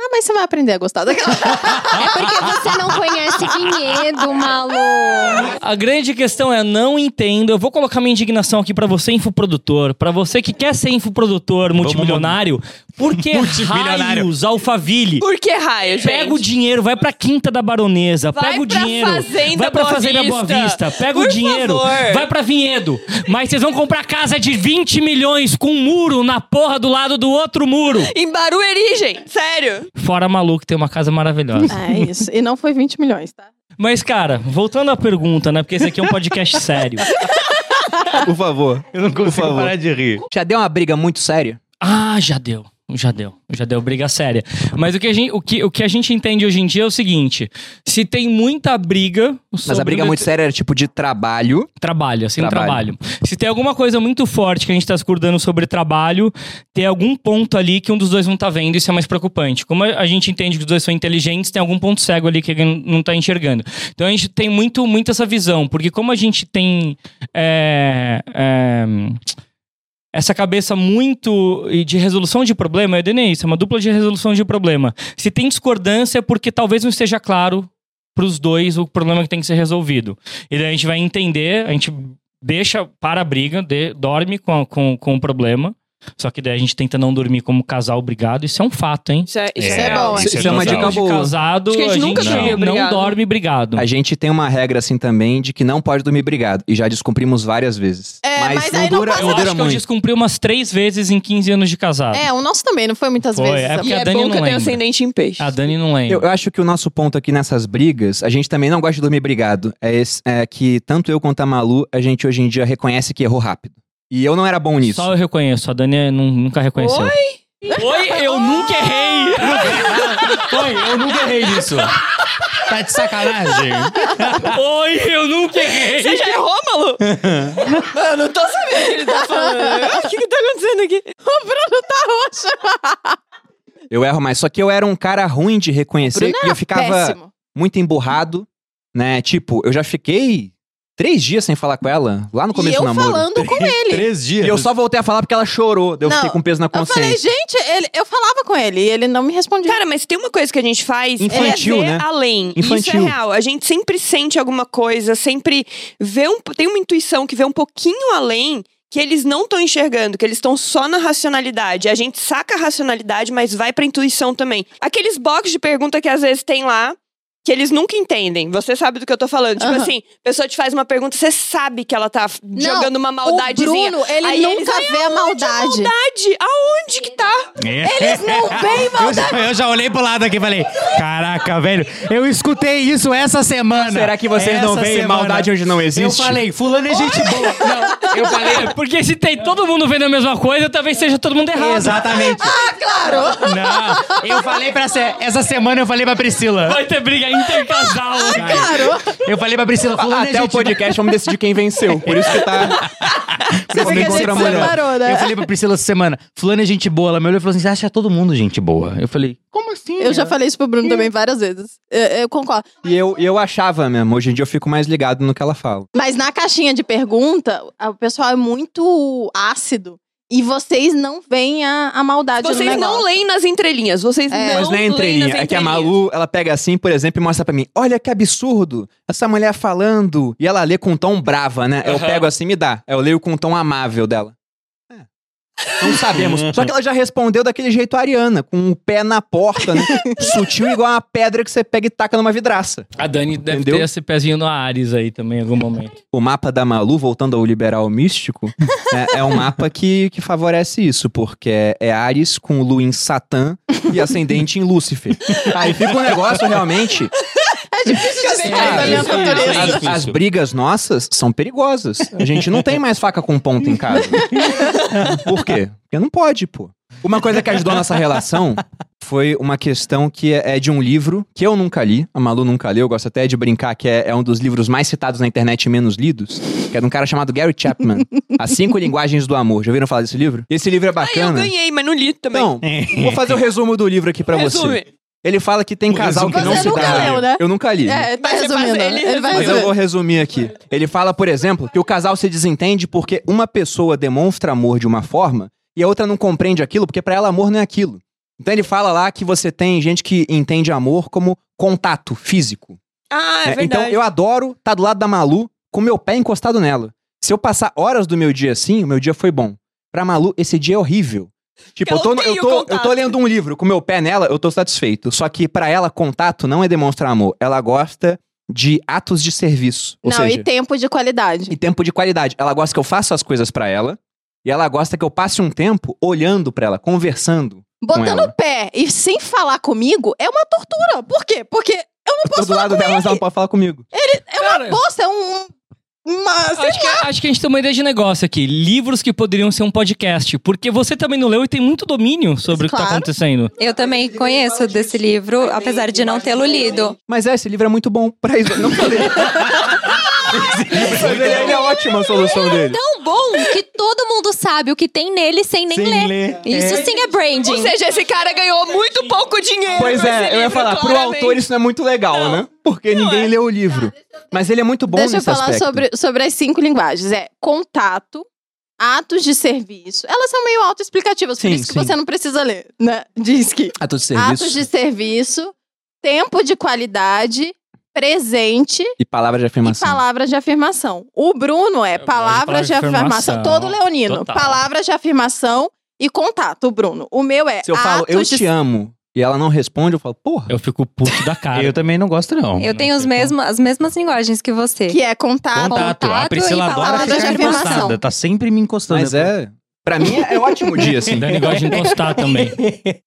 Speaker 1: Ah, mas você vai aprender a gostar daquela.
Speaker 6: é porque você não conhece Vinhedo, malu.
Speaker 4: A grande questão é, não entendo. Eu vou colocar minha indignação aqui pra você, infoprodutor. pra você que quer ser infoprodutor multimilionário, por que
Speaker 5: Multimilionário.
Speaker 4: raios Alphaville?
Speaker 2: Por que raio, gente?
Speaker 4: Pega o dinheiro, vai pra Quinta da Baronesa,
Speaker 2: Vai
Speaker 4: pega o
Speaker 2: pra
Speaker 4: dinheiro,
Speaker 2: Fazenda
Speaker 4: vai pra
Speaker 2: Boa
Speaker 4: Fazenda Boa
Speaker 2: Vista.
Speaker 4: Vista, pega o
Speaker 2: Por
Speaker 4: dinheiro,
Speaker 2: favor.
Speaker 4: vai pra Vinhedo. Mas vocês vão comprar casa de 20 milhões com um muro na porra do lado do outro muro.
Speaker 2: Em Barueri, gente. Sério.
Speaker 4: Fora maluco, tem uma casa maravilhosa.
Speaker 1: Ah, é isso. E não foi 20 milhões, tá?
Speaker 4: Mas, cara, voltando à pergunta, né? Porque esse aqui é um podcast sério.
Speaker 3: Por favor.
Speaker 5: Eu não
Speaker 3: consigo parar
Speaker 5: de rir.
Speaker 3: Já deu uma briga muito séria?
Speaker 4: Ah, já deu. Já deu, já deu briga séria. Mas o que, a gente, o, que, o que a gente entende hoje em dia é o seguinte: se tem muita briga.
Speaker 3: Mas
Speaker 4: sobre
Speaker 3: a briga
Speaker 4: um
Speaker 3: muito
Speaker 4: det-
Speaker 3: séria era tipo de trabalho.
Speaker 4: Trabalho, assim,
Speaker 3: Trabalho.
Speaker 4: trabalho. Se tem alguma coisa muito forte que a gente tá discordando sobre trabalho, tem algum ponto ali que um dos dois não tá vendo, isso é mais preocupante. Como a a gente entende que os dois são inteligentes, tem algum ponto cego ali que ele n- não tá enxergando. Então a gente tem muito, muito essa visão, porque como a gente tem. é, é, essa cabeça muito e de resolução de problema, eu dei isso, é uma dupla de resolução de problema. Se tem discordância é porque talvez não esteja claro para os dois o problema que tem que ser resolvido. E daí a gente vai entender, a gente deixa para a briga, de- dorme com, a- com, com o problema. Só que daí a gente tenta não dormir como casal obrigado. Isso é um fato, hein?
Speaker 2: Isso é, isso
Speaker 1: É,
Speaker 2: é, real.
Speaker 1: bom, hein?
Speaker 3: Isso é uma
Speaker 4: Casal
Speaker 3: dica
Speaker 4: de
Speaker 3: boa.
Speaker 4: Casado,
Speaker 2: Acho que a gente nunca
Speaker 4: não,
Speaker 2: dormiu
Speaker 4: não
Speaker 2: brigado.
Speaker 4: dorme brigado.
Speaker 3: A gente tem uma regra assim também de que não pode dormir brigado. E já descumprimos várias vezes.
Speaker 1: É, mas
Speaker 3: não
Speaker 1: aí não
Speaker 3: dura,
Speaker 1: passa-
Speaker 4: Eu
Speaker 3: não
Speaker 4: acho
Speaker 3: dura
Speaker 4: que eu
Speaker 3: muito.
Speaker 4: descumpri umas três vezes em 15 anos de casado.
Speaker 1: É, o nosso também, não foi muitas
Speaker 4: Ah. Foi,
Speaker 1: vezes.
Speaker 4: é
Speaker 1: amor.
Speaker 4: porque
Speaker 2: E
Speaker 4: a
Speaker 2: é
Speaker 4: Dani
Speaker 2: bom
Speaker 4: não
Speaker 2: que eu tenho
Speaker 4: lembra.
Speaker 2: ascendente em peixe.
Speaker 4: A Dani não
Speaker 3: Eu,
Speaker 4: lembra.
Speaker 3: eu acho que o nosso ponto aqui nessas brigas, a gente também não gosta de dormir brigado. É, esse- é que tanto eu quanto a Malu, a gente hoje em dia reconhece que errou rápido. E eu não era bom Tipo nisso.
Speaker 4: Só eu reconheço, a Dani nu- nunca reconheceu. Oi? Oi, eu nunca errei! Oi, eu nunca errei nisso.
Speaker 5: Tá de sacanagem.
Speaker 4: Oi, eu nunca errei!
Speaker 2: Você já errou, Malu? Mano, eu tô sabendo o que ele tá falando. O que que tá acontecendo aqui?
Speaker 1: O Bruno tá roxo.
Speaker 3: Eu erro mais. Só que eu era um cara ruim de
Speaker 1: O Bruno
Speaker 3: reconhecer e
Speaker 1: era
Speaker 3: eu ficava
Speaker 1: péssimo.
Speaker 3: muito emburrado, né? Tipo, eu já fiquei três dias sem falar com ela, lá no
Speaker 1: E
Speaker 3: começo
Speaker 1: eu
Speaker 3: do namoro.
Speaker 1: falando com ele.
Speaker 5: Três dias.
Speaker 3: E eu só voltei a falar porque ela chorou. Daí eu
Speaker 1: Não,
Speaker 3: fiquei com peso na
Speaker 1: Eu falei,
Speaker 3: consciência.
Speaker 1: gente, ele- eu falava com ele e ele não me respondia.
Speaker 2: Cara, mas tem uma coisa que a gente faz
Speaker 3: Infantil,
Speaker 2: é ver
Speaker 3: né?
Speaker 2: além. Isso é
Speaker 3: Infantil.
Speaker 2: real. A gente sempre sente alguma coisa, sempre vê um, tem uma intuição que vê um pouquinho além que eles não estão enxergando, que eles estão só na racionalidade. A gente saca a racionalidade, mas vai pra intuição também. Aqueles box de pergunta que às vezes tem lá que eles nunca entendem. Você sabe do que eu tô falando? Tipo
Speaker 1: Aham.
Speaker 2: assim, a pessoa te faz uma pergunta, você sabe que ela tá f-
Speaker 1: Não,
Speaker 2: jogando uma
Speaker 1: o
Speaker 2: maldadezinha.
Speaker 1: Bruno, ele
Speaker 2: Aí eles,
Speaker 1: nunca
Speaker 2: "Ai,
Speaker 1: vê a maldade. É,
Speaker 2: Maldade? Aonde que tá?
Speaker 1: Eles não veem
Speaker 5: Eu já, eu já olhei pro lado aqui e falei: Caraca, velho, eu escutei isso essa semana.
Speaker 3: Será que vocês
Speaker 5: Essa
Speaker 3: não veem
Speaker 5: semana."
Speaker 3: maldade onde não existe?
Speaker 5: Eu falei: Fulano é gente boa. Não, eu falei.
Speaker 4: É, Porque se tem todo mundo vendo a mesma coisa, talvez seja todo mundo errado.
Speaker 5: Exatamente.
Speaker 1: Ah, claro!
Speaker 5: Não, eu falei pra. Ce- Essa semana eu falei pra Priscila.
Speaker 4: Vai ter briga intercasal.
Speaker 1: Ah, Claro!
Speaker 5: Eu falei pra Priscila: Fulano
Speaker 1: né,
Speaker 5: é
Speaker 3: Até o
Speaker 5: gente
Speaker 3: podcast vamos decidir quem venceu. Por isso que tá.
Speaker 1: Você vê que a
Speaker 3: encontra
Speaker 1: gente
Speaker 3: a
Speaker 1: se
Speaker 3: mulher.
Speaker 1: separou, né?
Speaker 5: Eu falei pra Priscila essa semana, fulano é gente boa. Ela me olhou e falou assim, você acha todo mundo gente boa? Eu falei, como assim?
Speaker 1: Eu
Speaker 2: Uhum.
Speaker 1: já falei isso pro Bruno também várias vezes. Eu, eu concordo.
Speaker 3: E eu, e eu achava mesmo. Hoje em dia eu fico mais ligado no que ela fala.
Speaker 1: Mas na caixinha de pergunta, a- o pessoal é muito ácido. E vocês não veem a, a maldade no
Speaker 2: Vocês não
Speaker 1: negócio.
Speaker 2: leem nas entrelinhas. Vocês
Speaker 1: É.
Speaker 2: não
Speaker 3: Mas não é
Speaker 2: leem
Speaker 3: entrelinha.
Speaker 2: nas
Speaker 3: É que a
Speaker 2: entrelinhas.
Speaker 3: Malu, ela pega assim, por exemplo, e mostra pra mim: Olha que absurdo. Essa mulher falando. E ela lê com um tom brava, né? Eu pego assim me dá. Eu leio com um tom amável dela. É. Não sabemos. Só que ela já respondeu daquele jeito Ariana, com o pé na porta, né? Sutil igual uma pedra que você pega e taca numa vidraça.
Speaker 4: A Dani deve
Speaker 3: Entendeu?
Speaker 4: ter esse pezinho no Ares aí também em algum momento.
Speaker 3: o mapa da Malu, voltando ao liberal místico, é, é um mapa que, que favorece isso, porque é, é Ares com Lua em Satã e ascendente em Lúcifer. Aí fica um negócio realmente.
Speaker 1: É difícil de né, ver
Speaker 3: Ah,
Speaker 1: da minha
Speaker 3: isso,
Speaker 1: natureza.
Speaker 3: as, as brigas nossas são perigosas. A gente não tem mais faca com ponta em casa. Por quê? Porque não pode, pô. Uma coisa que ajudou a nossa relação foi uma questão que é é de um livro que eu nunca li, a Malu nunca leu, eu gosto até de brincar que é, é um dos livros mais citados na internet e menos lidos, que é de um cara chamado Gary Chapman, As Cinco Linguagens do Amor. Já ouviram falar desse livro? Esse livro é
Speaker 2: Aí eu
Speaker 3: bacana.
Speaker 2: ganhei, mas não li também.
Speaker 3: então, vou fazer o resumo do livro aqui pra você.
Speaker 2: Resume.
Speaker 3: Ele fala que tem casal que
Speaker 1: Você
Speaker 3: não se
Speaker 1: nunca
Speaker 3: dá.
Speaker 1: leu, né?
Speaker 3: Eu nunca li.
Speaker 1: É, tá
Speaker 2: Mas você faz-
Speaker 1: resumindo. vai
Speaker 2: ele
Speaker 3: Mas eu
Speaker 1: resolver.
Speaker 3: vou resumir aqui. Ele fala, por exemplo, que o casal se desentende porque uma pessoa demonstra amor de uma forma e a outra não compreende aquilo, porque pra ela amor não é aquilo. Então ele fala lá que você tem gente que entende amor como contato físico.
Speaker 2: Ah, é
Speaker 3: né?
Speaker 2: verdade.
Speaker 3: Então eu adoro estar do lado da Malu com meu pé encostado nela. Se eu passar horas do meu dia assim, o meu dia foi bom. Pra Malu, esse dia é horrível. Tipo, eu
Speaker 2: Ela
Speaker 3: tô, no- eu,
Speaker 2: odeia o
Speaker 3: tô, eu
Speaker 2: contato.
Speaker 3: tô lendo um livro com meu pé nela, eu tô satisfeito. Só que pra ela, contato não é demonstrar amor. Ela gosta de atos de serviço. Ou
Speaker 1: Não,
Speaker 3: seja,
Speaker 1: e tempo de qualidade.
Speaker 3: e tempo de qualidade. Ela gosta que eu faça as coisas pra ela. E ela gosta que eu passe um tempo olhando pra ela, conversando.
Speaker 1: Botando
Speaker 3: ela.
Speaker 1: o pé e sem falar comigo é uma tortura. Por quê? Porque eu não posso
Speaker 3: Todo
Speaker 1: falar
Speaker 3: lado dela, mas ela não pode falar comigo.
Speaker 1: É uma bolsa, é um. Uma, sei
Speaker 4: Acho que, acho que a gente tem uma ideia de negócio aqui. Livros que poderiam ser um podcast. Porque você também não leu e tem muito domínio sobre o que tá
Speaker 1: Claro.
Speaker 4: acontecendo.
Speaker 6: Eu também conheço desse livro, apesar de não tê-lo lido.
Speaker 3: Mas é, esse livro é muito bom pra isso. Eu Não falei. Mas ele, ele é ótima a solução dele.
Speaker 6: É Tão bom que todo mundo sabe o que tem nele sem nem ler. Isso sim é branding.
Speaker 2: Ou seja, esse cara ganhou muito pouco dinheiro.
Speaker 3: Pois
Speaker 2: com
Speaker 3: é,
Speaker 2: esse
Speaker 3: eu ia
Speaker 2: livro,
Speaker 3: falar, pro
Speaker 2: claramente.
Speaker 3: autor isso não é muito legal, né? Porque ninguém leu o livro. Mas ele é muito bom
Speaker 1: Deixa eu
Speaker 3: nesse
Speaker 1: falar
Speaker 3: aspecto.
Speaker 1: sobre, sobre as cinco linguagens. É contato, atos de serviço. Elas são meio autoexplicativas, por
Speaker 9: Sim,
Speaker 1: isso que
Speaker 9: sim.
Speaker 1: você não precisa ler, né? Diz que
Speaker 9: Ato de serviço
Speaker 1: atos de serviço, tempo de qualidade, presente
Speaker 3: E palavra
Speaker 1: e
Speaker 3: de afirmação.
Speaker 1: palavras de afirmação. O Bruno é
Speaker 4: gosto
Speaker 1: palavras de
Speaker 4: de palavra de
Speaker 1: afirmação.
Speaker 4: afirmação.
Speaker 1: Todo leonino.
Speaker 4: Total.
Speaker 1: Palavras de afirmação e contato, o Bruno. O meu é
Speaker 3: Se eu falo,
Speaker 1: atos
Speaker 3: eu
Speaker 1: de
Speaker 3: te amo, e ela não responde, eu falo, porra.
Speaker 4: Eu fico puto da cara.
Speaker 5: Eu também não gosto, não.
Speaker 6: Eu tenho os mesmos, as mesmas linguagens que você.
Speaker 1: que é contato.
Speaker 5: Contato. A
Speaker 6: Contato
Speaker 5: Priscila
Speaker 6: e
Speaker 5: adora
Speaker 1: palavras
Speaker 5: ficar
Speaker 1: de
Speaker 5: me
Speaker 1: afirmação.
Speaker 5: Tá encostada. Tá sempre me encostando.
Speaker 3: Mas é. Pra mim é ótimo dia, assim.
Speaker 4: Dani gosta de encostar também.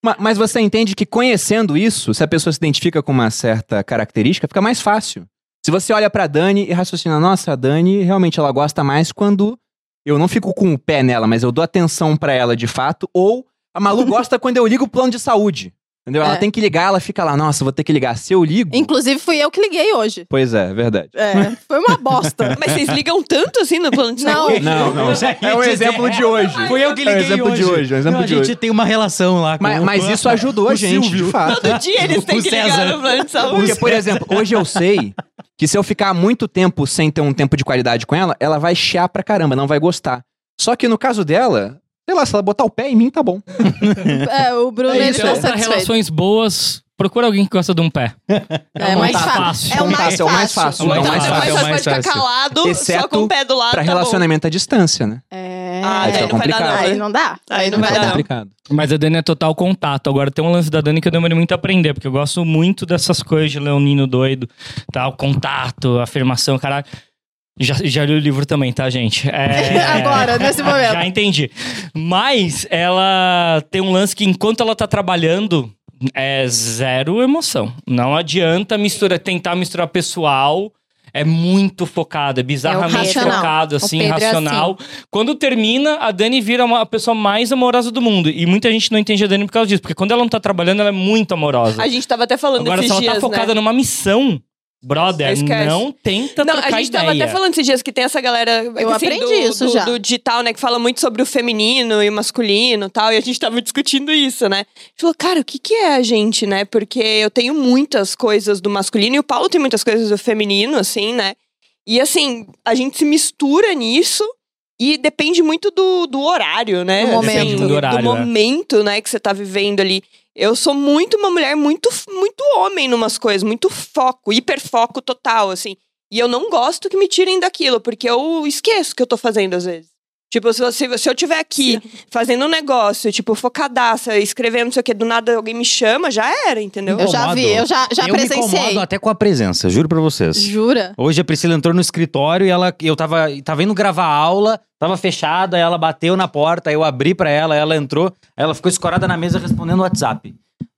Speaker 3: Ma- Mas você entende que conhecendo isso, se a pessoa se identifica com uma certa característica, fica mais fácil. Se você olha pra Dani e raciocina, nossa, a Dani realmente ela gosta mais quando eu não fico com o pé nela, mas eu dou atenção pra ela de fato, ou a Malu gosta quando eu ligo o plano de saúde. Entendeu? Ela
Speaker 1: É.
Speaker 3: tem que ligar, ela fica lá, nossa, vou ter que ligar. Se eu ligo.
Speaker 1: Inclusive, fui eu que liguei hoje.
Speaker 3: Pois é, verdade.
Speaker 1: É, foi uma bosta.
Speaker 2: Mas vocês ligam tanto assim no plano de
Speaker 1: Não,
Speaker 2: saúde?
Speaker 3: Não, não. É um exemplo de hoje.
Speaker 5: Foi eu que
Speaker 3: É um
Speaker 5: liguei
Speaker 3: exemplo
Speaker 5: hoje.
Speaker 3: de hoje, é um exemplo
Speaker 5: Não,
Speaker 3: de
Speaker 5: a gente
Speaker 3: hoje.
Speaker 5: tem uma relação lá com
Speaker 3: Mas,
Speaker 5: o-
Speaker 3: mas isso ajudou a
Speaker 5: O
Speaker 3: gente,
Speaker 5: Silvio.
Speaker 3: de fato.
Speaker 2: Todo Um dia eles têm
Speaker 5: O
Speaker 2: que ligar
Speaker 5: César.
Speaker 2: no plano de saúde.
Speaker 3: Porque, por exemplo, hoje eu sei que se eu ficar muito tempo sem ter um tempo de qualidade com ela, ela vai chiar pra caramba, não vai gostar. Só que no caso dela, sei lá, se ela botar o pé em mim, tá bom.
Speaker 1: É, o Bruno ele
Speaker 4: Então,
Speaker 1: tá
Speaker 4: pra
Speaker 1: satisfeito.
Speaker 4: relações boas, procura alguém que gosta de um pé.
Speaker 1: É, mais
Speaker 4: Tá
Speaker 1: fácil.
Speaker 4: fácil.
Speaker 1: É o mais
Speaker 3: Contato é o
Speaker 1: fácil.
Speaker 3: mais fácil. É o
Speaker 2: Então,
Speaker 3: mais
Speaker 2: depois
Speaker 3: fácil.
Speaker 5: é o
Speaker 2: você
Speaker 5: mais
Speaker 2: pode ficar
Speaker 5: fácil.
Speaker 2: calado, só
Speaker 3: Exceto
Speaker 2: com o pé do lado,
Speaker 3: pra
Speaker 2: tá
Speaker 3: relacionamento à distância, né?
Speaker 1: É.
Speaker 2: Ah,
Speaker 3: Isso é
Speaker 2: aí não vai dar
Speaker 3: complicado.
Speaker 2: nada.
Speaker 1: Aí não dá.
Speaker 2: Aí não
Speaker 1: Não
Speaker 2: vai
Speaker 1: vai
Speaker 3: é
Speaker 1: dar.
Speaker 2: dar.
Speaker 3: complicado.
Speaker 4: Mas a Dani é total contato. Agora tem um lance da Dani que eu demorei muito a aprender, porque eu gosto muito dessas coisas de Leonino doido, tal, contato, afirmação, caralho. Já, já li o livro também, tá, gente? É...
Speaker 1: Agora, nesse momento.
Speaker 4: Já entendi. Mas ela tem um lance que enquanto ela tá trabalhando, é zero emoção. Não adianta mistura, tentar misturar pessoal. É muito focado, é bizarramente
Speaker 1: racional.
Speaker 4: focado, assim,
Speaker 6: Pedro é
Speaker 4: racional. Quando termina, a Dani vira uma, a pessoa mais amorosa do mundo. E muita gente não entende a Dani por causa disso, porque quando ela não tá trabalhando, ela é muito amorosa.
Speaker 2: A gente tava até falando
Speaker 4: Agora, se
Speaker 2: esses
Speaker 4: ela
Speaker 2: dias,
Speaker 4: tá
Speaker 2: né?
Speaker 4: focada numa missão, brother,
Speaker 2: Esquece.
Speaker 4: não tenta
Speaker 2: Não, a
Speaker 4: Então, trocar
Speaker 2: gente
Speaker 4: ideia.
Speaker 2: tava até falando esses dias que tem essa galera
Speaker 1: Eu
Speaker 2: assim,
Speaker 1: aprendi
Speaker 2: do,
Speaker 1: isso
Speaker 2: do-
Speaker 1: já.
Speaker 2: do digital, né? Que fala muito sobre o feminino e o masculino e tal. E a gente tava discutindo isso, né? A gente falou, cara, o que, que é a gente, né? Porque eu tenho muitas coisas do masculino e o Paulo tem muitas coisas do feminino, assim, né? E assim, a gente se mistura nisso e depende muito do, do horário, né?
Speaker 1: Do
Speaker 2: Assim,
Speaker 1: momento.
Speaker 4: Depende do horário, é.
Speaker 2: momento, né, que você tá vivendo ali. Eu sou muito uma mulher muito muito homem numas coisas, muito foco, hiperfoco total, assim. E eu não gosto que me tirem daquilo, porque eu esqueço o que eu tô fazendo às vezes. Tipo, se, você, se eu tiver aqui fazendo um negócio, tipo, focadaça, escrevendo não sei o quê, do nada alguém me chama, já era, entendeu?
Speaker 1: Eu já vi, eu já, já
Speaker 5: eu me
Speaker 1: presenciei.
Speaker 5: incomodo até com a presença, juro pra vocês.
Speaker 1: Jura?
Speaker 5: Hoje a Priscila entrou no escritório e ela, eu tava, tava indo gravar aula, tava fechada, ela bateu na porta, eu abri pra ela, ela entrou, aí ela ficou escorada na mesa respondendo o WhatsApp.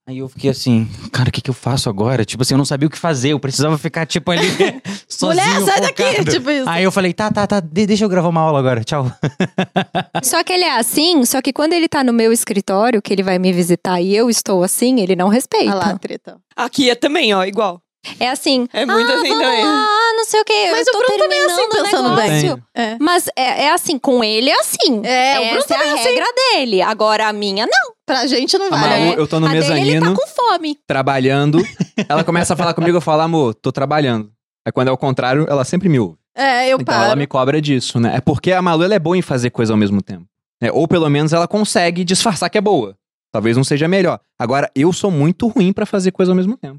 Speaker 5: Aí eu fiquei assim, cara, o que, que eu faço agora? Tipo assim, eu não sabia o que fazer, eu precisava ficar, tipo, ali. sozinho,
Speaker 1: Mulher, sai daqui!
Speaker 5: focado.
Speaker 1: Tipo isso.
Speaker 5: Aí eu falei, tá, tá, tá, de- deixa eu gravar uma aula agora, tchau.
Speaker 6: Só que ele é assim, só que quando ele tá no meu escritório, que ele vai me visitar e eu estou assim, ele não respeita.
Speaker 1: Olha lá, treta.
Speaker 2: Aqui é também, ó, igual.
Speaker 6: É assim,
Speaker 2: É muito assim
Speaker 6: vamos
Speaker 2: também.
Speaker 6: lá, não sei o quê.
Speaker 1: Mas
Speaker 6: eu
Speaker 1: o
Speaker 6: tô
Speaker 1: Bruno também é
Speaker 6: terminando
Speaker 1: assim,
Speaker 6: o
Speaker 1: pensando
Speaker 6: negócio.
Speaker 1: É.
Speaker 6: Mas é, é assim, com ele é assim.
Speaker 1: É, o Bruno
Speaker 6: Essa é a regra dele. Agora a minha não.
Speaker 1: Pra gente não
Speaker 3: A
Speaker 1: vai.
Speaker 3: Malu,
Speaker 6: É.
Speaker 3: Tá eu tô no
Speaker 6: a dele ele
Speaker 3: mezanino,
Speaker 6: tá com fome.
Speaker 3: trabalhando. Ela começa a falar comigo, eu falo, amor, tô trabalhando. Aí quando é o contrário, ela sempre me ouve.
Speaker 1: É, eu
Speaker 3: então
Speaker 1: paro.
Speaker 3: ela me cobra disso, né? É porque a Malu ela é boa em fazer coisa ao mesmo tempo. né? Ou pelo menos ela consegue disfarçar que é boa. Talvez não seja a melhor. Agora, eu sou muito ruim pra fazer coisa ao mesmo tempo.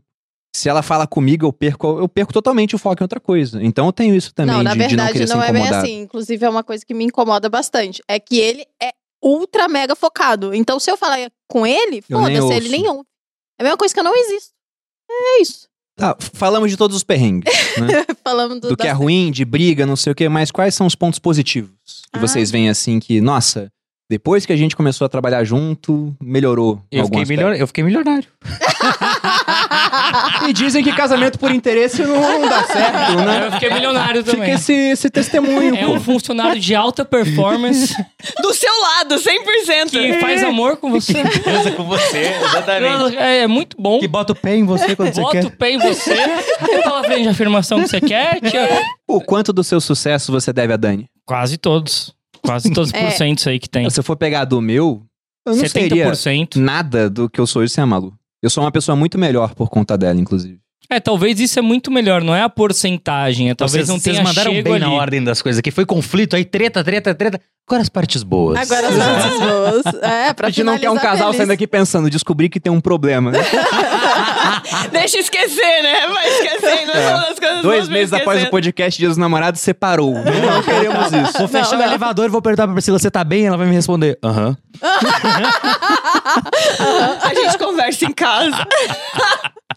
Speaker 3: Se ela fala comigo, eu perco, eu perco totalmente o foco em outra coisa. Então eu tenho isso também
Speaker 1: não,
Speaker 3: de,
Speaker 1: na
Speaker 3: de não
Speaker 1: verdade
Speaker 3: querer
Speaker 1: não,
Speaker 3: ser
Speaker 1: é bem
Speaker 3: incomodado.
Speaker 1: assim. Inclusive, é uma coisa que me incomoda bastante. É que ele é ultra mega focado. Então, se eu falar com ele,
Speaker 3: Eu nem
Speaker 1: foda-se, ele
Speaker 3: ouço.
Speaker 1: nem ouve. É a mesma coisa que eu não existo. É isso.
Speaker 3: Tá, falamos de todos os perrengues, né?
Speaker 1: Falando do,
Speaker 3: Do que é
Speaker 1: das-
Speaker 3: ruim, de briga, não sei o quê, mas quais são os pontos positivos
Speaker 1: Ah.
Speaker 3: que vocês veem assim que, nossa, depois que a gente começou a trabalhar junto, melhorou em
Speaker 5: Eu
Speaker 3: algum
Speaker 5: fiquei,
Speaker 3: aspecto?
Speaker 5: milio- eu fiquei milionário.
Speaker 3: E dizem que casamento por interesse não, não dá certo,
Speaker 4: Eu
Speaker 3: né?
Speaker 4: fiquei milionário
Speaker 3: Fica
Speaker 4: também.
Speaker 3: esse, esse testemunho,
Speaker 4: É
Speaker 3: pô.
Speaker 4: um funcionário de alta performance
Speaker 2: Do seu lado, 100%.
Speaker 4: que faz amor com você.
Speaker 5: Pensa com você, exatamente.
Speaker 4: É, é muito bom.
Speaker 5: Que bota o pé em você quando você
Speaker 4: Bota
Speaker 5: quer.
Speaker 4: o pé em você. Fala pra gente a afirmação que você quer. Tia.
Speaker 3: O quanto do seu sucesso você deve a Dani?
Speaker 4: Quase todos. Quase todos os
Speaker 1: É.
Speaker 4: porcentos aí que tem.
Speaker 3: Se eu for pegar do meu, eu não seria
Speaker 4: 70%.
Speaker 3: nada do que eu sou hoje sem a Malu. Eu sou uma pessoa muito melhor por conta dela, inclusive.
Speaker 4: É, talvez isso é muito melhor, não é a porcentagem. É, talvez
Speaker 5: vocês,
Speaker 4: não tenha
Speaker 5: vocês mandaram
Speaker 4: chego
Speaker 5: bem
Speaker 4: ali.
Speaker 5: na ordem das coisas aqui. Foi conflito, aí treta, treta, treta. Agora as partes boas.
Speaker 1: Agora são as boas. É, pra
Speaker 3: A gente não quer um
Speaker 1: finalizar
Speaker 3: casal
Speaker 1: feliz.
Speaker 3: saindo aqui pensando, descobrir que tem um problema.
Speaker 2: Deixa esquecer, né? Vai esquecendo. vai falando as coisas,
Speaker 3: Dois
Speaker 2: vão
Speaker 3: meses após o
Speaker 2: esquecendo.
Speaker 3: podcast Dia dos Namorados, separou. Não queremos isso.
Speaker 5: Vou fechar
Speaker 1: Não,
Speaker 5: o
Speaker 1: não.
Speaker 5: elevador e vou perguntar pra Priscila, você tá bem? Ela vai me responder, aham.
Speaker 2: A gente conversa em casa.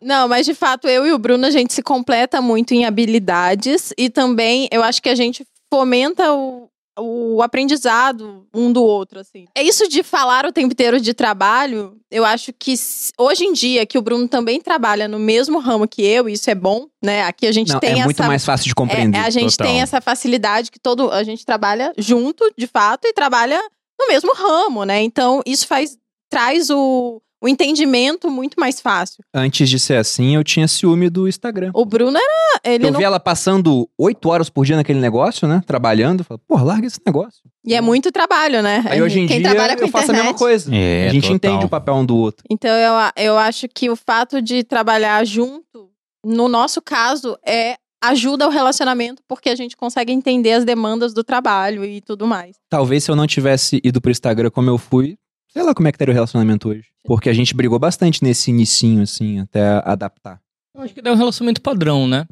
Speaker 1: Não, mas de fato, eu e o Bruno, a gente se completa muito em habilidades e também eu acho que a gente fomenta o, o aprendizado um do outro, assim. É isso de falar o tempo inteiro de trabalho, eu acho que s- hoje em dia, que o Bruno também trabalha no mesmo ramo que eu, e isso é bom, né? Aqui a gente
Speaker 3: Não,
Speaker 1: tem
Speaker 3: é
Speaker 1: essa.
Speaker 3: muito mais fácil de
Speaker 1: É,
Speaker 3: compreender.
Speaker 1: é, a gente
Speaker 5: total.
Speaker 1: tem essa facilidade que todo a gente trabalha junto, de fato, e trabalha no mesmo ramo, né? Então isso faz traz o, o entendimento muito mais fácil.
Speaker 3: Antes de ser assim, eu tinha ciúme do Instagram.
Speaker 1: O Bruno era ele
Speaker 3: eu
Speaker 1: não,
Speaker 3: vi ela passando oito horas por dia naquele negócio, né? Trabalhando. Falei, pô, larga esse negócio.
Speaker 1: e é muito trabalho, né?
Speaker 3: Aí hoje em
Speaker 1: Quem
Speaker 3: dia
Speaker 1: trabalha com
Speaker 3: eu faço a mesma
Speaker 1: internet.
Speaker 3: coisa.
Speaker 5: É,
Speaker 3: a gente
Speaker 5: total.
Speaker 3: entende o papel um do outro.
Speaker 1: Então eu, a- eu acho que o fato de trabalhar junto, no nosso caso, é ajuda o relacionamento porque a gente consegue entender as demandas do trabalho e tudo mais.
Speaker 3: Talvez se eu não tivesse ido pro Instagram como eu fui, sei lá como é que teria o relacionamento hoje. Porque a gente brigou bastante nesse inicinho, assim, até adaptar.
Speaker 4: Eu acho que daí é um relacionamento padrão, né?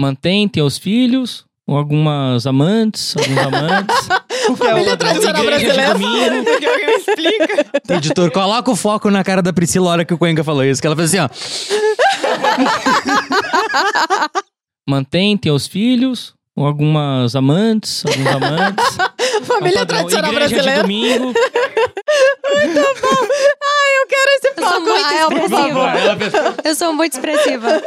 Speaker 4: Mantém, tem os filhos, ou algumas amantes, alguns amantes.
Speaker 1: Família tradicional
Speaker 4: Igreja de
Speaker 1: brasileira.
Speaker 4: domingo.
Speaker 2: Porque alguém me explica.
Speaker 5: Editor, coloca o foco na cara da Priscila a hora que o Cuenca falou isso, que ela fez assim, ó.
Speaker 4: Mantém, tem os filhos, ou algumas amantes, alguns amantes.
Speaker 3: Então
Speaker 4: É
Speaker 3: tá
Speaker 1: Família
Speaker 4: um padrão.
Speaker 1: tradicional
Speaker 4: Igreja
Speaker 1: brasileira.
Speaker 4: de domingo.
Speaker 1: Eu quero esse
Speaker 6: Eu sou
Speaker 1: foco,
Speaker 6: muito
Speaker 1: Rael, por favor.
Speaker 6: expressiva. Eu sou muito expressiva.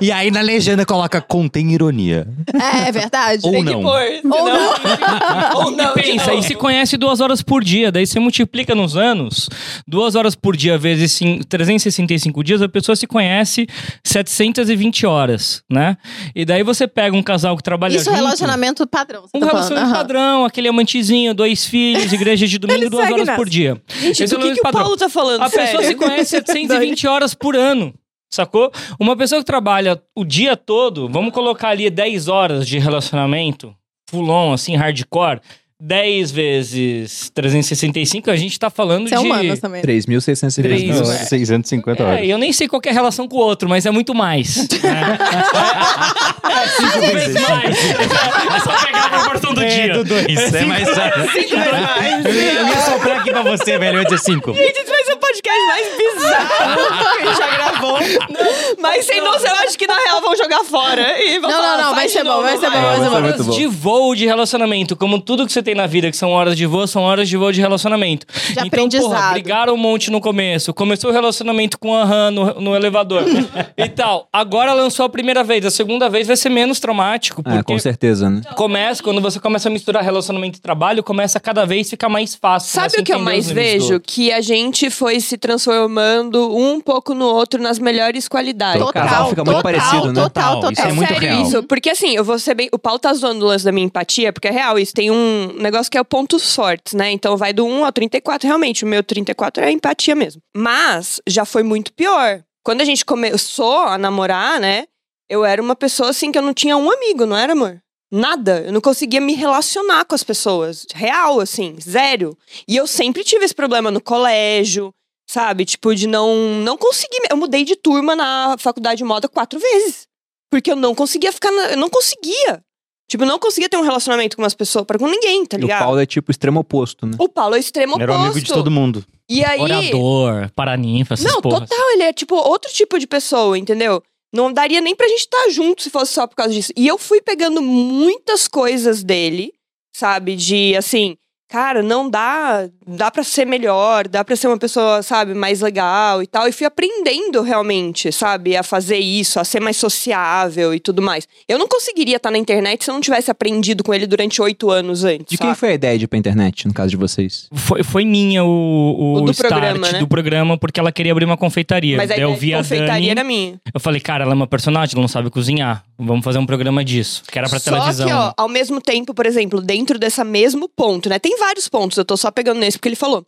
Speaker 5: E aí na legenda coloca, contém ironia.
Speaker 1: É, é verdade.
Speaker 3: Um,
Speaker 5: Ou
Speaker 2: Tem que
Speaker 5: não.
Speaker 2: pôr.
Speaker 1: Ou não.
Speaker 2: senão- Ou não. tipo, de
Speaker 4: Pensa,
Speaker 2: novo.
Speaker 4: e se conhece duas horas por dia, daí você multiplica nos anos, duas horas por dia vezes cin- 365 dias, a pessoa se conhece 720 horas, né? E daí você pega um casal que trabalha
Speaker 1: Isso é
Speaker 4: junto,
Speaker 1: relacionamento padrão. Você
Speaker 4: um
Speaker 1: tá falando.
Speaker 4: relacionamento
Speaker 1: Aham.
Speaker 4: padrão, aquele amantezinho, dois filhos, igreja de domingo, duas
Speaker 1: segue
Speaker 4: horas
Speaker 1: nessa.
Speaker 4: por dia.
Speaker 2: Gente,
Speaker 4: Esse
Speaker 2: do que,
Speaker 4: é o
Speaker 2: que o
Speaker 4: padrão.
Speaker 2: Paulo tá falando?
Speaker 4: A pessoa se
Speaker 2: sério?
Speaker 4: conhece 720 horas por ano. Sacou? Uma pessoa que trabalha o dia todo, vamos colocar ali 10 horas de relacionamento, full on, assim, hardcore, 10 vezes 365, a gente tá falando
Speaker 1: Você é
Speaker 4: de...
Speaker 1: humano também.
Speaker 3: 3.600
Speaker 4: Três.
Speaker 5: 650
Speaker 4: É, eu nem sei qual que é a relação com o outro, mas é muito mais. né? É, Cinco vezes mais. É só pegar a proporção do dia.
Speaker 5: do dois, é, mais
Speaker 2: Gente, mas-
Speaker 5: Eu ia, eu ia soprar aqui pra você, velho, eu ia dizer cinco.
Speaker 2: Gente, esse vai ser é o podcast mais bizarro que a gente já gravou. Mas sem noção, eu acho que na real vão jogar fora. E vão
Speaker 1: Não, não,
Speaker 2: falar,
Speaker 1: não,
Speaker 2: "Faz
Speaker 1: vai
Speaker 2: de
Speaker 1: ser bom,
Speaker 2: novo,
Speaker 1: vai ser bom,
Speaker 2: vai."
Speaker 1: vai ser bom.
Speaker 3: muito
Speaker 4: horas
Speaker 3: bom.
Speaker 4: é de voo de relacionamento, como tudo que você tem na vida, que são horas de voo, são horas de voo de relacionamento. De
Speaker 1: aprendizado.
Speaker 4: brigaram um monte no começo, começou o relacionamento com a Han no, no elevador e tal. Agora lançou a primeira vez, a segunda vez vai ser menos
Speaker 2: É,
Speaker 4: traumático,
Speaker 3: Ah,
Speaker 4: porque
Speaker 3: com certeza,
Speaker 1: Tá
Speaker 3: né?
Speaker 4: começa, quando você começa a misturar relacionamento e trabalho, começa a cada vez ficar mais fácil.
Speaker 2: Sabe
Speaker 4: você
Speaker 2: o que eu
Speaker 4: entender
Speaker 2: mais
Speaker 4: os limites do
Speaker 2: vejo?
Speaker 4: outro.
Speaker 2: Que a gente foi se transformando um pouco no outro nas melhores qualidades.
Speaker 3: O casal fica muito
Speaker 1: total,
Speaker 3: parecido, né?
Speaker 1: Total,
Speaker 5: Total,
Speaker 1: total. um
Speaker 5: isso é
Speaker 2: É
Speaker 5: muito
Speaker 2: sério
Speaker 5: real.
Speaker 2: isso, porque assim, eu vou ser bem. O Paulo tá zoando o lance da minha empatia, porque é real isso. Tem um negócio que é o pontos fortes, né? Então vai do 1 ao 34, realmente. O meu 34 é a empatia mesmo. Mas já foi muito pior. Quando a gente começou a namorar, né? Eu era uma pessoa assim que eu não tinha um amigo, não era, amor? Nada. Eu não conseguia me relacionar com as pessoas. Real, assim, zero. E eu sempre tive esse problema no colégio, sabe? Tipo, de não, não conseguir. Eu mudei de turma na faculdade de moda quatro vezes. Porque eu não conseguia ficar. na- eu não conseguia. Tipo, eu não conseguia ter um relacionamento com umas pessoas, pra- com ninguém, tá
Speaker 3: E o
Speaker 2: ligado?
Speaker 3: Paulo é tipo o extremo oposto, né?
Speaker 2: O Paulo é o extremo
Speaker 5: Era o
Speaker 2: oposto.
Speaker 5: amigo de todo mundo.
Speaker 2: E aí.
Speaker 4: Orador, paraninfa, essas
Speaker 2: Não,
Speaker 4: porras.
Speaker 2: total, ele é tipo outro tipo de pessoa, entendeu? Não daria nem pra gente estar junto se fosse só por causa disso. E eu fui pegando muitas coisas dele, sabe? De assim, cara, não dá, dá pra ser melhor, dá pra ser uma pessoa, sabe, mais legal e tal. E fui aprendendo realmente, sabe, a fazer isso, a ser mais sociável e tudo mais. Eu não conseguiria estar na internet se eu não tivesse aprendido com ele durante oito anos antes.
Speaker 3: De quem
Speaker 2: sabe?
Speaker 3: foi a ideia de ir pra internet, no caso de vocês?
Speaker 4: Foi, foi minha o, o,
Speaker 2: O do
Speaker 4: start
Speaker 2: programa, né?
Speaker 4: do programa, porque ela queria abrir uma confeitaria.
Speaker 2: Mas a
Speaker 4: Daí eu
Speaker 2: ideia
Speaker 4: vi
Speaker 2: de
Speaker 4: a Dani,
Speaker 2: confeitaria era minha.
Speaker 4: Eu falei, cara, ela é uma personagem, ela não sabe cozinhar. Vamos fazer um programa disso. Que era pra
Speaker 2: só
Speaker 4: televisão. né?
Speaker 2: que, ó, ao mesmo tempo, por exemplo, dentro desse mesmo ponto, né? Tem vários pontos, eu tô só pegando nesse porque ele falou.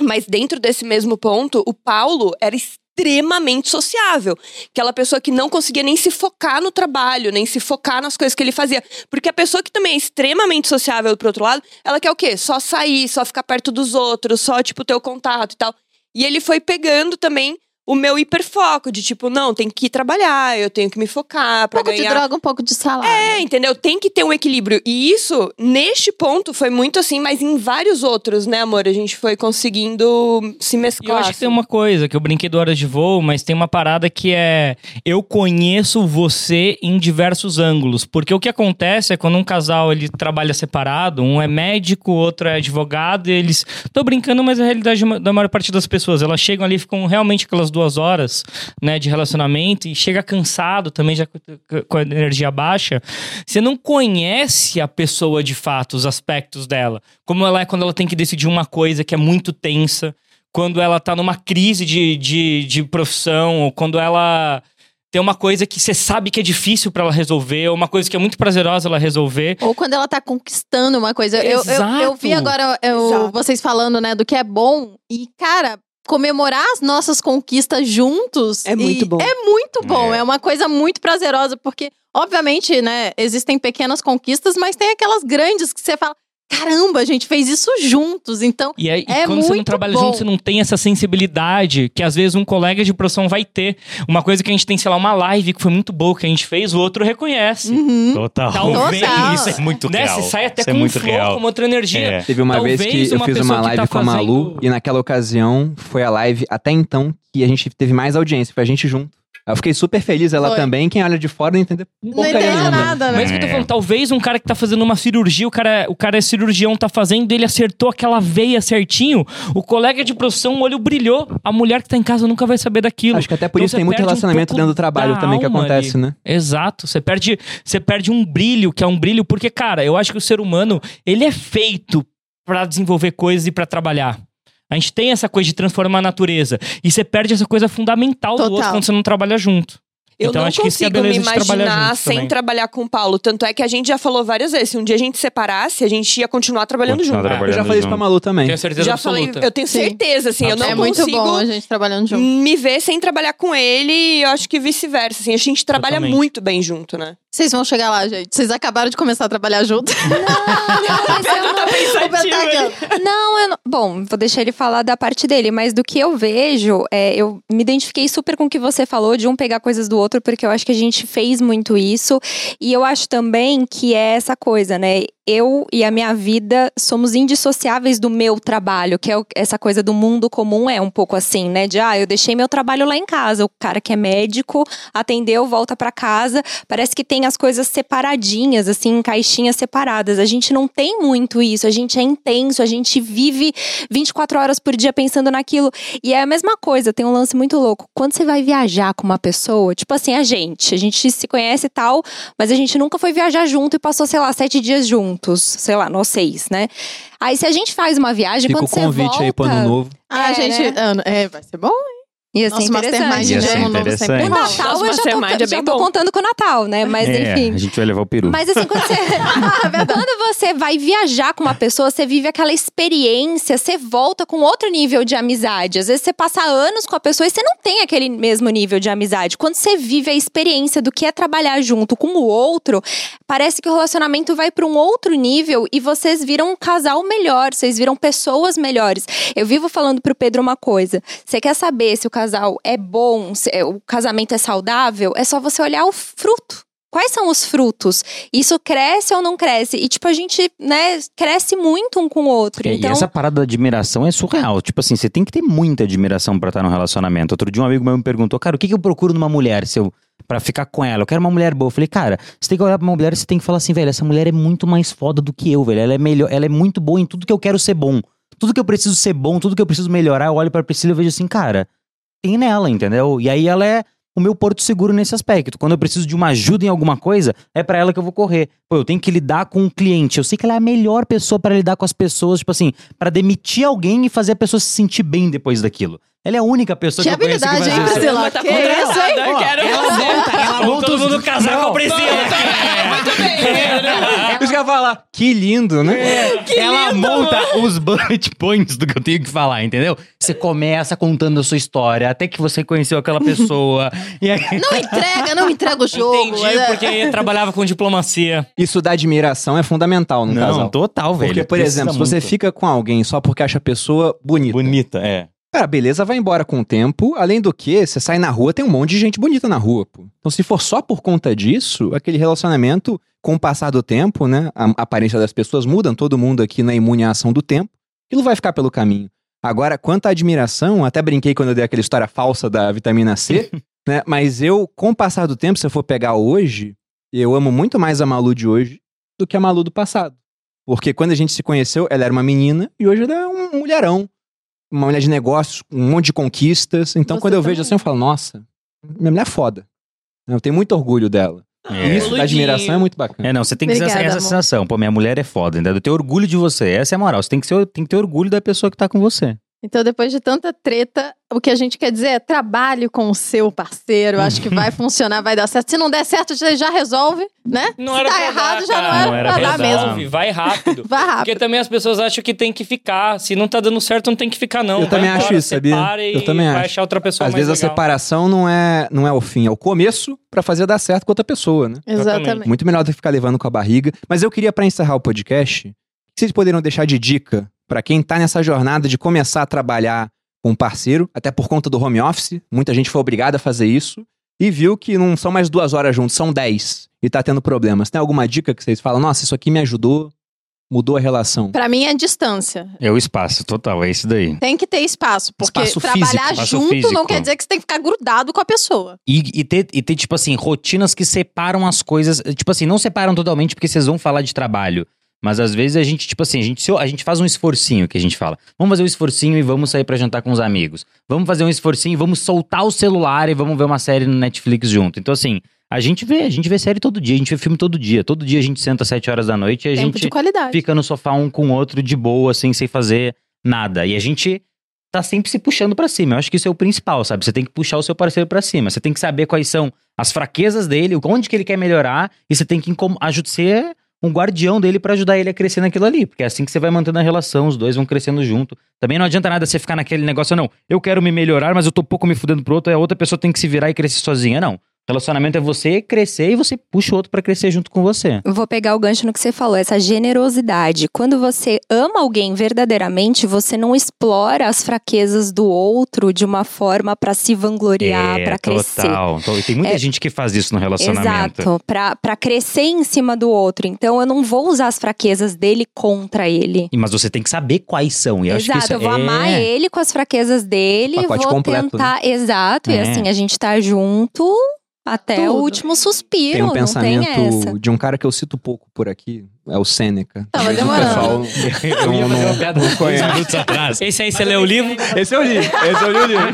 Speaker 2: Mas dentro desse mesmo ponto, o Paulo era extremamente sociável. Aquela pessoa que não conseguia nem se focar no trabalho, nem se focar nas coisas que ele fazia. Porque a pessoa que também é extremamente sociável, por outro lado, ela quer o quê? Só sair, só ficar perto dos outros, só, tipo, ter o contato e tal. E ele foi pegando também o meu hiperfoco de, tipo, não, tem que ir trabalhar, eu tenho que me focar pra
Speaker 1: pouco de
Speaker 2: ganhar
Speaker 1: droga, um pouco de salário.
Speaker 2: é, entendeu? Tem que ter um equilíbrio. E isso, neste ponto, foi muito assim, mas em vários outros, né, amor? A gente foi conseguindo se
Speaker 4: E
Speaker 2: mesclar.
Speaker 4: eu acho que
Speaker 2: assim.
Speaker 4: tem uma coisa, que eu brinquei do Horas de Voo, mas tem uma parada que é... Eu conheço você em diversos ângulos. Porque o que acontece é quando um casal, ele trabalha separado, um é médico, o outro é advogado, e eles... Tô brincando, mas é a realidade ma- da maior parte das pessoas, elas chegam ali, ficam realmente aquelas duas horas, né, de relacionamento, e chega cansado também, já com- com a energia baixa. Você não conhece a pessoa de fato, os aspectos dela. Como ela é quando ela tem que decidir uma coisa que é muito tensa quando ela tá numa crise de, de, de profissão, ou quando ela tem uma coisa que você sabe que é difícil pra ela resolver, ou uma coisa que é muito prazerosa ela resolver.
Speaker 1: Ou quando ela tá conquistando uma coisa. Eu, eu,
Speaker 4: Exato.
Speaker 1: eu vi agora eu-
Speaker 2: Exato.
Speaker 1: vocês falando, né, do que é bom. E, cara, comemorar as nossas conquistas juntos.
Speaker 2: É muito
Speaker 1: e-
Speaker 2: bom.
Speaker 1: É muito bom. É. uma coisa muito prazerosa, porque, obviamente, né, existem pequenas conquistas, mas tem aquelas grandes que você fala: caramba, a gente fez isso juntos. Então,
Speaker 4: E aí, e
Speaker 1: É
Speaker 4: quando você não
Speaker 1: muito
Speaker 4: trabalha
Speaker 1: bom.
Speaker 4: junto, você não tem essa sensibilidade que às vezes um colega de profissão vai ter. Uma coisa que a gente tem, sei lá, uma live que foi muito boa que a gente fez, o outro reconhece.
Speaker 1: uhum.
Speaker 7: Total.
Speaker 4: Talvez.
Speaker 1: Total.
Speaker 7: Isso é muito
Speaker 4: Né?
Speaker 7: real.
Speaker 4: Você sai até
Speaker 7: Isso
Speaker 4: com
Speaker 7: é
Speaker 4: um
Speaker 7: muito
Speaker 4: flow,
Speaker 7: real.
Speaker 4: com outra energia.
Speaker 7: É.
Speaker 3: Teve uma
Speaker 4: Talvez
Speaker 3: vez que eu
Speaker 4: uma
Speaker 3: fiz
Speaker 4: pessoa
Speaker 3: uma
Speaker 4: que
Speaker 3: live
Speaker 4: tá
Speaker 3: com a Malu
Speaker 4: fazendo-
Speaker 3: e naquela ocasião foi a live até então que a gente teve mais audiência, foi a gente junto. Eu fiquei super feliz, ela
Speaker 1: Foi.
Speaker 3: também, quem olha de fora não entende
Speaker 1: não
Speaker 3: porcaria
Speaker 1: entende
Speaker 3: nenhuma.
Speaker 1: nada, né?
Speaker 4: Mas é. que eu tô
Speaker 7: É.
Speaker 4: falando, talvez um cara que tá fazendo uma cirurgia, o cara, o cara é cirurgião, tá fazendo, ele acertou aquela veia certinho, o colega de profissão, o olho brilhou, a mulher que tá em casa nunca vai saber daquilo.
Speaker 3: Acho que até por
Speaker 4: Então
Speaker 3: isso
Speaker 4: você
Speaker 3: tem muito
Speaker 4: perde um
Speaker 3: relacionamento
Speaker 4: pouco
Speaker 3: dentro do trabalho
Speaker 4: da
Speaker 3: também que
Speaker 4: alma
Speaker 3: acontece, né?
Speaker 4: Exato, você perde, você perde um brilho, que é um brilho, porque, cara, eu acho que o ser humano, ele é feito pra desenvolver coisas e pra trabalhar. A gente tem essa coisa de transformar a natureza. E você perde essa coisa fundamental do outro
Speaker 1: Total.
Speaker 4: quando você não trabalha junto.
Speaker 2: assim. Eu
Speaker 4: então
Speaker 2: não
Speaker 4: acho que isso que é a
Speaker 2: consigo me
Speaker 4: beleza de trabalhar
Speaker 2: imaginar
Speaker 4: junto
Speaker 2: sem
Speaker 4: também.
Speaker 2: trabalhar com o Paulo. Tanto é que a gente já falou várias vezes: se um dia a gente separasse, a gente ia continuar trabalhando
Speaker 7: Continuar
Speaker 2: junto.
Speaker 3: Eu já
Speaker 7: Trabalhando
Speaker 3: falei isso pra
Speaker 7: junto.
Speaker 3: Malu também.
Speaker 4: Tenho certeza
Speaker 2: já
Speaker 4: absoluta.
Speaker 2: falei, eu tenho
Speaker 1: Sim.
Speaker 2: certeza, assim, eu não
Speaker 1: é muito
Speaker 2: consigo.
Speaker 1: bom a gente trabalhando junto.
Speaker 2: me ver sem trabalhar com ele e eu acho que vice-versa, assim, a gente trabalha
Speaker 4: Totalmente.
Speaker 2: muito bem junto, né?
Speaker 1: Vocês vão chegar lá, gente. Vocês acabaram de começar a trabalhar junto.
Speaker 6: Mas eu não-
Speaker 1: O Pedro tá aqui, ó.
Speaker 6: Não, eu não- bom, vou deixar ele falar da parte dele, mas do que eu vejo, é, eu me identifiquei super com o que você falou de um pegar coisas do outro, porque eu acho que a gente fez muito isso. E eu acho também que é essa coisa, né? Eu e a minha vida somos indissociáveis do meu trabalho, que é o- essa coisa do mundo comum, é um pouco assim, né? De ah, eu deixei meu trabalho lá em casa. O cara que é médico atendeu, volta pra casa. Parece que tem as coisas separadinhas, assim, em caixinhas separadas. A gente não tem muito isso, a gente é intenso, a gente vive 24 horas por dia pensando naquilo. E é a mesma coisa, tem um lance muito louco. Quando você vai viajar com uma pessoa, tipo assim, a gente, a gente se conhece e tal, mas a gente nunca foi viajar junto e passou, sei lá, sete dias juntos, sei lá, nós seis, né? Aí se a gente faz uma viagem,
Speaker 3: Fica o
Speaker 6: quando você
Speaker 3: convite
Speaker 6: volta...
Speaker 3: aí pro ano novo.
Speaker 1: Ah,
Speaker 6: É,
Speaker 1: gente,
Speaker 6: né?
Speaker 1: ano- é, vai ser bom.
Speaker 6: Ia ser
Speaker 1: Nosso mastermind
Speaker 6: interessante,
Speaker 1: de
Speaker 6: né?
Speaker 7: Ia ser
Speaker 1: ano novo sempre é
Speaker 7: interessante.
Speaker 6: O
Speaker 1: bom.
Speaker 6: Natal
Speaker 2: Nosso
Speaker 6: eu já
Speaker 2: mastermind
Speaker 6: tô,
Speaker 2: é
Speaker 6: já
Speaker 2: bem
Speaker 6: tô
Speaker 2: bom.
Speaker 6: contando com o Natal, né? Mas
Speaker 7: É,
Speaker 6: enfim.
Speaker 7: A gente vai levar o peru.
Speaker 6: Mas assim, quando você, Ah, quando você vai viajar com uma pessoa, você vive aquela experiência, você volta com outro nível de amizade. Às vezes você passa anos com a pessoa e você não tem aquele mesmo nível de amizade. Quando você vive a experiência do que é trabalhar junto com o outro, parece que o relacionamento vai para um outro nível e vocês viram um casal melhor, vocês viram pessoas melhores. Eu vivo falando pro Pedro uma coisa. Você quer saber se o casal é bom, se é- o casamento é saudável? É só você olhar o fruto. Quais são os frutos? Isso cresce ou não cresce? E, tipo, a gente, né, cresce muito um com o outro.
Speaker 5: É,
Speaker 6: então,
Speaker 5: E essa parada da admiração é surreal. Tipo assim, você tem que ter muita admiração pra estar num relacionamento. Outro dia um amigo meu me perguntou, cara, o que, que eu procuro numa mulher se eu, pra ficar com ela? Eu quero uma mulher boa. Eu falei, cara, você tem que olhar pra uma mulher e você tem que falar assim, velho, essa mulher é muito mais foda do que eu, velho. Ela é melhor, ela é muito boa em tudo que eu quero ser bom. Tudo que eu preciso ser bom, tudo que eu preciso melhorar, eu olho pra Priscila e vejo assim, cara, tem nela, entendeu? E aí ela é o meu porto seguro nesse aspecto. Quando eu preciso de uma ajuda em alguma coisa, é pra ela que eu vou correr. Pô, eu tenho que lidar com um cliente. Eu sei que ela é a melhor pessoa pra lidar com as pessoas, tipo assim, pra demitir alguém e fazer a pessoa se sentir bem depois daquilo. Ela é a única pessoa
Speaker 1: Que
Speaker 5: que eu conheço que
Speaker 1: habilidade,
Speaker 5: vai
Speaker 1: hein,
Speaker 5: fazer
Speaker 1: Priscila?
Speaker 2: Mas tá
Speaker 1: Que isso,
Speaker 2: contratada,
Speaker 1: hein?
Speaker 2: eu quero
Speaker 5: Ela monta, ela
Speaker 4: Vamos
Speaker 5: monta
Speaker 4: todo
Speaker 5: os...
Speaker 4: mundo casar com a Priscila.
Speaker 2: Muito bem.
Speaker 5: Os
Speaker 3: ia falar. Que lindo,
Speaker 4: É.
Speaker 3: né?
Speaker 5: é, Ela monta os bullet points do que eu tenho que falar, entendeu? Você começa contando a sua história, até que você conheceu aquela pessoa. e aí
Speaker 1: Não entrega, não entrega o jogo.
Speaker 4: Entendi,
Speaker 1: né?
Speaker 4: porque trabalhava com diplomacia.
Speaker 3: Isso da admiração é fundamental no
Speaker 5: Não,
Speaker 3: casal.
Speaker 5: total, velho.
Speaker 3: Porque, por
Speaker 5: Precisa
Speaker 3: exemplo, se você
Speaker 5: muito.
Speaker 3: fica com alguém só porque acha a pessoa bonita.
Speaker 5: Bonita, é.
Speaker 3: Cara, a beleza vai embora com o tempo. Além do que, você sai na rua, tem um monte de gente bonita na rua, pô. Então, se for só por conta disso, aquele relacionamento, com o passar do tempo, né? A a aparência das pessoas muda, todo mundo aqui na imune à ação do tempo. Aquilo vai ficar pelo caminho. Agora, quanto à admiração, até brinquei quando eu dei aquela história falsa da vitamina C, né? Mas eu, com o passar do tempo, se eu for pegar hoje, eu amo muito mais a Malu de hoje do que a Malu do passado. Porque quando a gente se conheceu, ela era uma menina e hoje ela é um mulherão. Uma mulher de negócios, um monte de conquistas. Então,
Speaker 1: Você
Speaker 3: quando eu
Speaker 1: também.
Speaker 3: vejo assim, eu falo, nossa, minha mulher é foda. Eu tenho muito orgulho dela.
Speaker 5: É.
Speaker 3: Ah, Isso da admiração é muito bacana.
Speaker 5: É, não, você tem que ter essa,
Speaker 1: Obrigada,
Speaker 5: essa
Speaker 1: amor.
Speaker 5: sensação. Pô, minha mulher é foda, entendeu? Eu tenho orgulho de você. Essa é a moral. Você tem que, ser, tem que ter orgulho da pessoa que tá com você.
Speaker 1: Então, depois de tanta treta, o que a gente quer dizer é trabalhe com o seu parceiro. Acho que vai funcionar, vai dar certo. Se não der certo, você já resolve, né? Se tá
Speaker 4: pra dar,
Speaker 1: errado, já
Speaker 4: cara.
Speaker 1: não era,
Speaker 5: Não era
Speaker 1: pra dar
Speaker 5: pra
Speaker 1: mesmo.
Speaker 5: dar.
Speaker 4: Resolve, Vai rápido.
Speaker 1: Vai
Speaker 4: Porque
Speaker 1: rápido.
Speaker 4: também as pessoas acham que tem que ficar. Se não tá dando certo, não tem que ficar, não.
Speaker 3: Eu
Speaker 4: Vai
Speaker 3: também
Speaker 4: embora,
Speaker 3: acho isso, sabia?
Speaker 4: separa e
Speaker 3: Eu também
Speaker 4: vai
Speaker 3: acho.
Speaker 4: achar outra pessoa
Speaker 3: Às
Speaker 4: mais
Speaker 3: vezes a
Speaker 4: legal.
Speaker 3: separação não é, não é o fim, é o começo pra fazer dar certo com outra pessoa, né?
Speaker 1: Exatamente.
Speaker 3: Muito melhor do que ficar levando com a barriga. Mas eu queria, pra encerrar o podcast, o que vocês poderiam deixar de dica pra quem tá nessa jornada de começar a trabalhar com um parceiro, até por conta do home office, muita gente foi obrigada a fazer isso e viu que não são mais duas horas juntos, são dez e tá tendo problemas. Tem alguma dica que vocês falam? Nossa, isso aqui me ajudou, mudou a relação.
Speaker 1: Pra mim é distância.
Speaker 5: É o espaço, total. É isso daí.
Speaker 1: Tem que ter espaço, porque
Speaker 5: Espaço
Speaker 1: trabalhar
Speaker 5: físico, espaço
Speaker 1: junto não
Speaker 5: físico.
Speaker 1: quer dizer que você tem que ficar grudado com a pessoa.
Speaker 5: E, e ter, e ter, tipo assim, rotinas que separam as coisas. Tipo assim, não separam totalmente porque vocês vão falar de trabalho. Mas às vezes a gente, tipo assim, a gente, se- a gente faz um esforcinho que a gente fala. Vamos fazer um esforcinho e vamos sair pra jantar com os amigos. Vamos fazer um esforcinho e vamos soltar o celular e vamos ver uma série no Netflix junto. Então, assim, a gente vê, a gente vê série todo dia, a gente vê filme todo dia. Todo dia a gente senta às 7 horas da noite e a
Speaker 1: Tempo
Speaker 5: gente
Speaker 1: de qualidade.
Speaker 5: fica no sofá um com o outro de boa, assim, sem fazer nada. E a gente tá sempre se puxando pra cima. Eu acho que isso é o principal, sabe? Você tem que puxar o seu parceiro pra cima. Você tem que saber quais são as fraquezas dele, onde que ele quer melhorar, e você tem que incom- aju- ser um guardião dele pra ajudar ele a crescer naquilo ali. Porque é assim que você vai mantendo a relação, os dois vão crescendo junto. Também não adianta nada você ficar naquele negócio, não, eu quero me melhorar, mas eu tô pouco me fudendo pro outro, aí a outra pessoa tem que se virar e crescer sozinha. Não. Relacionamento é você crescer e você puxa o outro pra crescer junto com você.
Speaker 6: Vou pegar o gancho no que você falou, essa generosidade. Quando você ama alguém verdadeiramente, você não explora as fraquezas do outro de uma forma pra se vangloriar, pra crescer.
Speaker 5: É, Total. Então, e tem muita
Speaker 6: É.
Speaker 5: gente que faz isso no relacionamento.
Speaker 6: Exato, pra, pra crescer em cima do outro. Então eu não vou usar as fraquezas dele contra ele.
Speaker 5: E- Mas você tem que saber quais são. E eu acho que
Speaker 6: exato,
Speaker 5: isso
Speaker 6: eu vou
Speaker 5: é...
Speaker 6: amar ele com as fraquezas dele,
Speaker 3: Pacote
Speaker 6: vou
Speaker 3: completo,
Speaker 6: tentar. Exato, e
Speaker 5: É.
Speaker 6: assim, a gente tá junto até
Speaker 1: Tudo.
Speaker 6: o último suspiro.
Speaker 3: Tem um
Speaker 6: não
Speaker 3: pensamento
Speaker 6: tem essa.
Speaker 3: de um cara que eu cito pouco por aqui, é o Sêneca.
Speaker 1: Tava
Speaker 3: Talvez o
Speaker 1: demorando.
Speaker 3: pessoal não- não- não conhece.
Speaker 4: Esse aí, você lê o livro?
Speaker 3: Esse eu li, esse eu li o livro.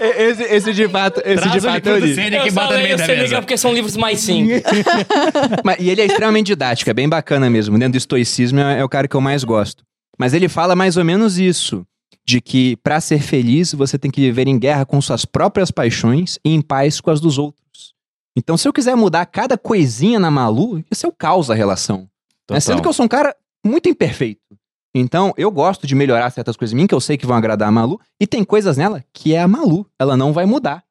Speaker 3: E- esse, esse de fato, esse de fato eu li.
Speaker 4: Eu só leio,
Speaker 5: é
Speaker 4: você liga, porque são livros mais simples.
Speaker 3: Mas- e ele é extremamente didático, é bem bacana mesmo. Dentro do estoicismo é, é o cara que eu mais gosto. Mas ele fala mais ou menos isso: de que pra ser feliz você tem que viver em guerra com suas próprias paixões e em paz com as dos outros. Então, se eu quiser mudar cada coisinha na Malu, isso é o caos da relação. Né? Sendo que eu sou um cara muito imperfeito. Então, eu gosto de melhorar certas coisas em mim que eu sei que vão agradar a Malu. E tem coisas nela que é a Malu. Ela não vai mudar.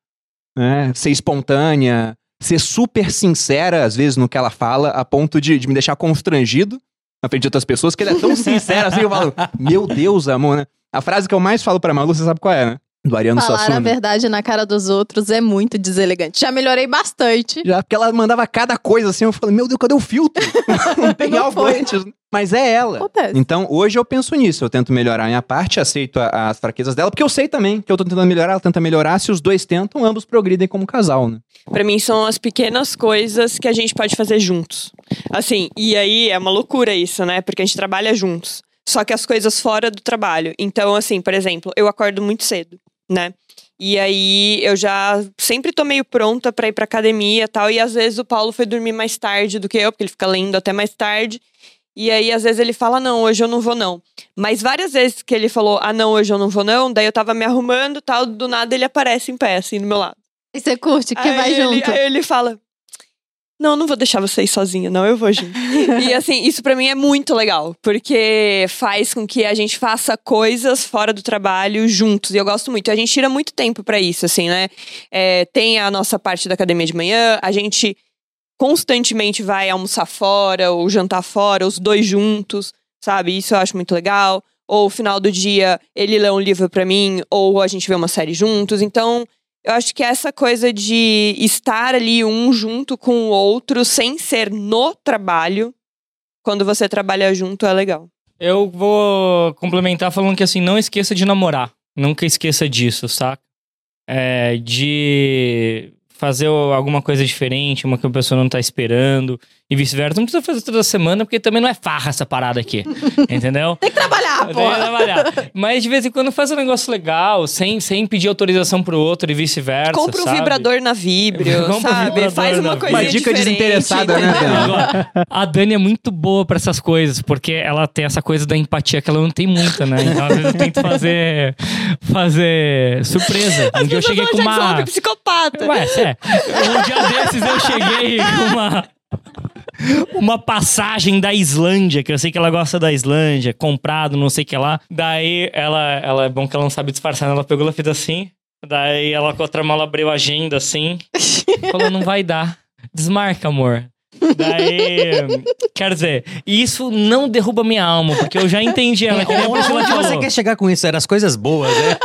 Speaker 3: né? Ser espontânea, ser super sincera, às vezes, no que ela fala, a ponto de, de me deixar constrangido na frente de outras pessoas, que ela é tão sincera assim. Eu falo, meu Deus, amor, né? A frase que eu mais falo pra Malu, você sabe qual é, né? Do Ariano
Speaker 1: Falar a
Speaker 3: Suassuna.
Speaker 1: verdade na cara dos outros é muito deselegante. Já melhorei bastante.
Speaker 3: Já, porque ela mandava cada coisa assim, eu falei, meu Deus, cadê o filtro? Não tem
Speaker 1: Não
Speaker 3: algo
Speaker 1: foi.
Speaker 3: antes. Mas é ela.
Speaker 1: Acontece.
Speaker 3: Então, hoje eu penso nisso. Eu tento melhorar a minha parte, aceito a- as fraquezas dela, porque eu sei também que eu tô tentando melhorar, ela tenta melhorar. Se os dois tentam, ambos progridem como casal, né?
Speaker 2: Pra mim são as pequenas coisas que a gente pode fazer juntos. Assim, e aí é uma loucura isso, né? Porque a gente trabalha juntos. Só que as coisas fora do trabalho. Então, assim, por exemplo, eu acordo muito cedo, né? E aí eu já sempre tô meio pronta pra ir pra academia e tal. E às vezes o Paulo foi dormir mais tarde do que eu, porque ele fica lendo até mais tarde. E aí, às vezes, ele fala, não, hoje eu não vou, não. Mas várias vezes que ele falou, ah, não, hoje eu não vou, não, daí eu tava me arrumando tal, do nada ele aparece em pé, assim, do meu lado.
Speaker 1: E você curte, que vai
Speaker 2: Aí ele-
Speaker 1: junto.
Speaker 2: Aí ele fala: Não, não vou deixar vocês sozinha, não, eu vou junto. e assim, isso pra mim é muito legal, porque faz com que a gente faça coisas fora do trabalho juntos, e eu gosto muito. A gente tira muito tempo pra isso, assim, né? É, tem a nossa parte da academia de manhã, a gente constantemente vai almoçar fora ou jantar fora, os dois juntos, sabe? Isso eu acho muito legal. Ou no final do dia ele lê um livro pra mim, ou a gente vê uma série juntos. Então, eu acho que essa coisa de estar ali um junto com o outro sem ser no trabalho, quando você trabalha junto é legal.
Speaker 4: Eu vou complementar falando que assim, não esqueça de namorar. Nunca esqueça disso, saca? É, de fazer o- alguma coisa diferente, uma que a pessoa não tá esperando, e vice-versa. Não precisa fazer toda semana, porque também não é farra essa parada aqui. entendeu?
Speaker 1: Tem que trabalhar, pô.
Speaker 4: Eu tenho que trabalhar. Mas de vez em quando faz um negócio legal, sem, sem pedir autorização pro outro e vice-versa.
Speaker 2: Compra um
Speaker 4: sabe?
Speaker 2: vibrador na Vibrio,
Speaker 4: Compra um
Speaker 2: sabe?
Speaker 4: vibrador
Speaker 2: Faz
Speaker 4: na
Speaker 2: uma
Speaker 4: Vibrio.
Speaker 2: coisa
Speaker 3: Uma dica desinteressada, né, Dan?
Speaker 4: Agora, A Dani é muito boa pra essas coisas, porque ela tem essa coisa da empatia que ela não tem muita, né? Então, às vezes eu tento fazer, fazer surpresa. Um dia eu cheguei com
Speaker 2: é
Speaker 4: uma.
Speaker 2: psicopata.
Speaker 4: Ué, é. Um dia desses eu cheguei com uma. Uma passagem da Islândia, que eu sei que ela gosta da Islândia, comprado, não sei o que lá. Daí ela, ela é bom que ela não sabe disfarçar, né? ela pegou, ela fez assim. Daí ela com a outra mala abriu a agenda assim. Falou, não vai dar. Desmarca, amor. Daí, quer dizer, isso não derruba minha alma, porque eu já entendi ela. Que nem a Priscila
Speaker 5: Onde você
Speaker 4: falou.
Speaker 5: quer é chegar com isso? Era as coisas boas, né?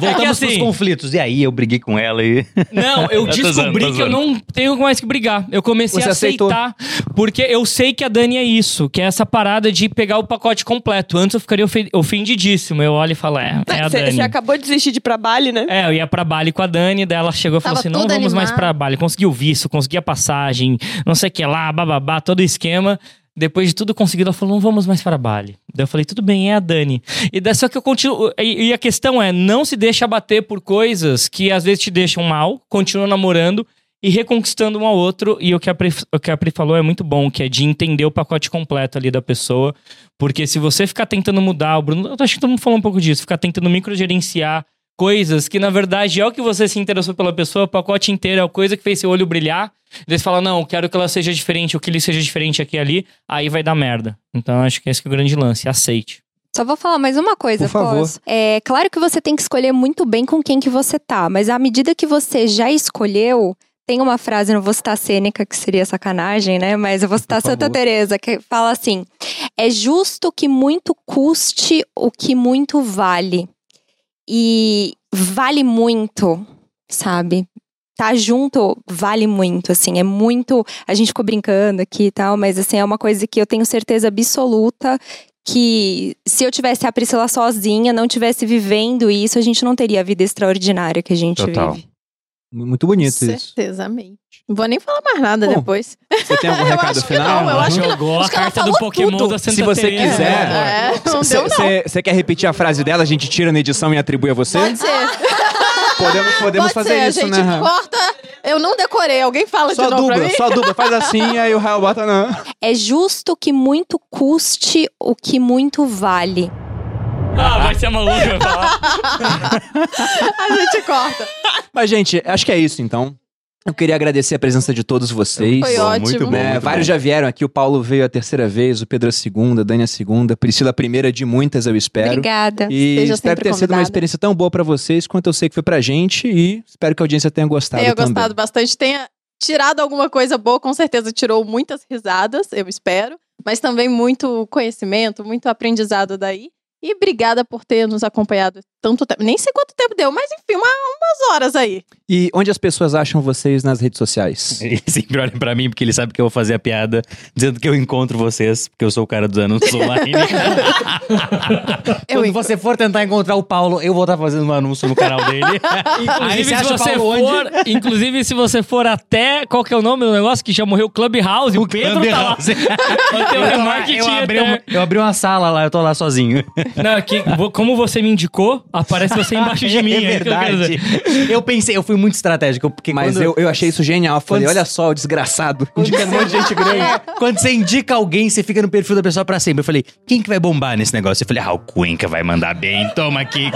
Speaker 5: Voltamos pros
Speaker 4: assim-
Speaker 5: conflitos. E aí eu briguei com ela e.
Speaker 4: Não, eu
Speaker 8: tô
Speaker 4: descobri
Speaker 8: zoando, tô
Speaker 4: que eu
Speaker 8: zoando.
Speaker 4: não tenho mais que brigar. Eu comecei
Speaker 3: Você
Speaker 4: a aceitar, porque eu sei que a Dani é isso, que é essa parada de pegar o pacote completo. Antes eu ficaria ofe- ofendidíssimo. Eu olho e falo, é, é a Dani.
Speaker 2: Você acabou de desistir de ir pra Bali, né?
Speaker 4: É, eu ia pra Bali com a Dani, daí ela chegou e falou
Speaker 6: Tava
Speaker 4: assim: não
Speaker 6: toda
Speaker 4: vamos mais
Speaker 6: animada.
Speaker 4: pra Bali. Consegui o visto, consegui a passagem, não sei o que lá, bababá, todo o esquema. Depois de tudo conseguido, ela falou: não vamos mais para Bali. Daí eu falei: tudo bem, é a Dani. E daí só que eu continuo. E, e a questão é: não se deixa abater por coisas que às vezes te deixam mal, continua namorando e reconquistando um ao outro. E o que a Pri, o que a Pri falou é muito bom, que é de entender o pacote completo ali da pessoa. Porque se você ficar tentando mudar, o Bruno, eu acho que todo mundo falou um pouco disso, ficar tentando microgerenciar coisas que, na verdade, é o que você se interessou pela pessoa, o pacote inteiro é a coisa que fez seu olho brilhar. Daí você fala, não, eu quero que ela seja diferente, ou que ele seja diferente aqui e ali, aí vai dar merda. Então acho que esse que é o grande lance, aceite.
Speaker 6: Só vou falar mais uma coisa,
Speaker 3: Por favor.
Speaker 6: posso? É claro que você tem que escolher muito bem com quem que você tá, mas à medida que você já escolheu, tem uma frase, não vou citar Sêneca, que seria sacanagem, né? Mas eu vou citar
Speaker 3: Por
Speaker 6: Santa
Speaker 3: favor.
Speaker 6: Teresa, que fala assim: é justo que muito custe o que muito vale. E vale muito, sabe? Tá junto vale muito, assim, é muito. A gente ficou brincando aqui e tal, mas assim, é uma coisa que eu tenho certeza absoluta que se eu tivesse a Priscila sozinha, não tivesse vivendo isso, a gente não teria a vida extraordinária que a gente
Speaker 5: Total.
Speaker 6: vive.
Speaker 3: Muito bonito isso.
Speaker 1: Certezamente. Não vou nem falar mais nada
Speaker 3: Bom,
Speaker 1: depois.
Speaker 3: Você tem algum
Speaker 1: Eu
Speaker 3: recado
Speaker 1: acho que
Speaker 3: final?
Speaker 1: Ah, não, eu acho que
Speaker 4: Jogou
Speaker 1: Acho
Speaker 4: a
Speaker 1: que ela
Speaker 4: carta do
Speaker 1: falou
Speaker 4: Pokémon
Speaker 1: tudo.
Speaker 4: da Santa
Speaker 3: Se você
Speaker 4: Teresa,
Speaker 3: quiser,
Speaker 4: né, amor?
Speaker 1: É, não deu não.
Speaker 3: Você quer repetir a frase dela? A gente tira na edição e atribui a você?
Speaker 1: Pode ser.
Speaker 3: Podemos, podemos
Speaker 1: Pode
Speaker 3: fazer
Speaker 1: ser,
Speaker 3: isso,
Speaker 1: gente.
Speaker 3: né? Rafa?
Speaker 1: Corta. Eu não decorei. Alguém fala
Speaker 3: Só
Speaker 1: de novo pra
Speaker 3: dubla,
Speaker 1: mim?
Speaker 3: só dubla. Faz assim, aí o Raul bota não.
Speaker 6: É justo que muito custe o que muito vale.
Speaker 4: Ah, vai ser maluco, vai falar.
Speaker 1: A gente corta.
Speaker 3: Mas, gente, acho que é isso, então. Eu queria agradecer a presença de todos vocês.
Speaker 1: Foi
Speaker 8: Bom,
Speaker 1: ótimo.
Speaker 8: Muito bom,
Speaker 3: Né,
Speaker 5: É,
Speaker 8: muito
Speaker 3: vários
Speaker 8: bom.
Speaker 3: já vieram aqui. O Paulo veio a terceira vez, o Pedro a segunda, a Dani a segunda, a Priscila a primeira de muitas, eu espero.
Speaker 6: Obrigada.
Speaker 3: E
Speaker 1: Seja
Speaker 3: espero
Speaker 1: sempre
Speaker 3: ter sido uma
Speaker 1: convidada.
Speaker 3: experiência tão boa pra vocês quanto eu sei que foi pra gente. E espero que a audiência tenha gostado
Speaker 1: Tenha
Speaker 3: também.
Speaker 1: gostado bastante. Tenha tirado alguma coisa boa. Com certeza tirou muitas risadas, eu espero. Mas também muito conhecimento, muito aprendizado daí. E obrigada por ter nos acompanhado tanto tempo. Nem sei quanto tempo deu, mas enfim, uma- umas horas aí.
Speaker 3: E onde as pessoas acham vocês nas redes sociais?
Speaker 5: Ele sempre olha pra mim porque ele sabe que eu vou fazer a piada dizendo que eu encontro vocês, porque eu sou o cara dos anos online. Quando
Speaker 1: enco-
Speaker 5: você for tentar encontrar o Paulo, eu vou estar fazendo um anúncio no canal dele.
Speaker 4: Inclusive,
Speaker 5: você
Speaker 4: se
Speaker 5: acha,
Speaker 4: você
Speaker 5: Paulo,
Speaker 4: for, inclusive, se você for até. Qual que é o nome do negócio? Que já morreu Clubhouse. O Pedro tá lá. Ontem o
Speaker 5: Eu, tô lá,
Speaker 4: remarketing
Speaker 5: eu abri
Speaker 4: até-
Speaker 5: um- eu abri uma sala lá, eu tô lá sozinho.
Speaker 4: Não, aqui, vo- como você me indicou, aparece você embaixo de mim.
Speaker 5: é
Speaker 4: é isso que eu quero dizer.
Speaker 5: verdade. Eu pensei, eu fui muito estratégico, porque
Speaker 3: Mas
Speaker 5: quando,
Speaker 3: eu, eu achei isso genial. Eu Falei,
Speaker 5: Quando- É,
Speaker 3: olha só o desgraçado. Indicando um monte de gente grande.
Speaker 5: Quando você indica alguém, você fica no perfil da pessoa pra sempre. Eu falei, quem que vai bombar nesse negócio? Eu falei, ah, o Cuenca vai mandar bem, toma aqui,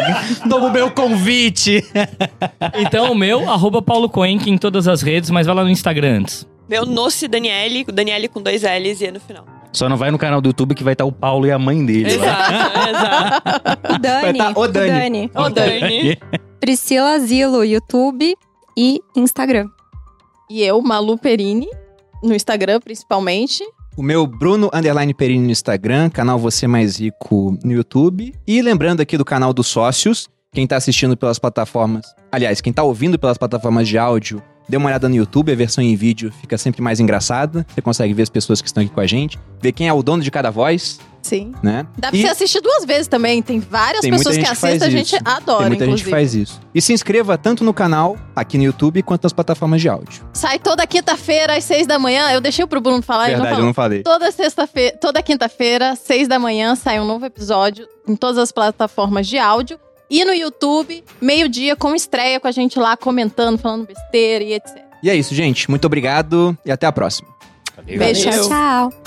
Speaker 5: toma o meu convite.
Speaker 4: Então, o meu, arroba Paulo Coenque em todas as redes, mas vai lá no Instagram antes.
Speaker 2: Meu Noce Daniele, Daniele com dois L's e E no final.
Speaker 5: Só não vai no canal do YouTube que vai estar o Paulo e a mãe dele lá.
Speaker 4: né?
Speaker 2: Exato, exato.
Speaker 6: O Dani.
Speaker 3: tá o Dani.
Speaker 2: Ô, Dani.
Speaker 6: Priscila Zilo, YouTube e Instagram.
Speaker 1: E eu, Malu Perini, no Instagram principalmente.
Speaker 3: O meu Bruno Underline Perini no Instagram, canal Você Mais Rico no YouTube. E lembrando aqui do canal dos sócios, quem tá assistindo pelas plataformas, aliás, quem tá ouvindo pelas plataformas de áudio, dê uma olhada no YouTube, a versão em vídeo fica sempre mais engraçada. Você consegue ver as pessoas que estão aqui com a gente, ver quem é o dono de cada voz,
Speaker 1: Sim.
Speaker 3: né?
Speaker 1: Dá pra
Speaker 3: e
Speaker 1: você assistir duas vezes também. Tem várias
Speaker 3: Tem muita
Speaker 1: pessoas que
Speaker 3: gente que faz
Speaker 1: assistem, a gente
Speaker 3: isso.
Speaker 1: adora,
Speaker 3: tem muita
Speaker 1: inclusive.
Speaker 3: gente que faz isso. E se inscreva tanto no canal, aqui no YouTube, quanto nas plataformas de áudio.
Speaker 1: Sai toda quinta-feira às seis da manhã. Eu deixei pro Bruno falar e não
Speaker 3: Verdade,
Speaker 1: falou.
Speaker 3: eu não falei.
Speaker 1: Toda sexta-feira, toda quinta-feira, seis da manhã, sai um novo episódio em todas as plataformas de áudio. E no YouTube, meio-dia, com estreia, com a gente lá comentando, falando besteira e etc.
Speaker 3: E é isso, gente. Muito obrigado e até a próxima.
Speaker 1: Beijo.
Speaker 2: Valeu.
Speaker 6: Tchau.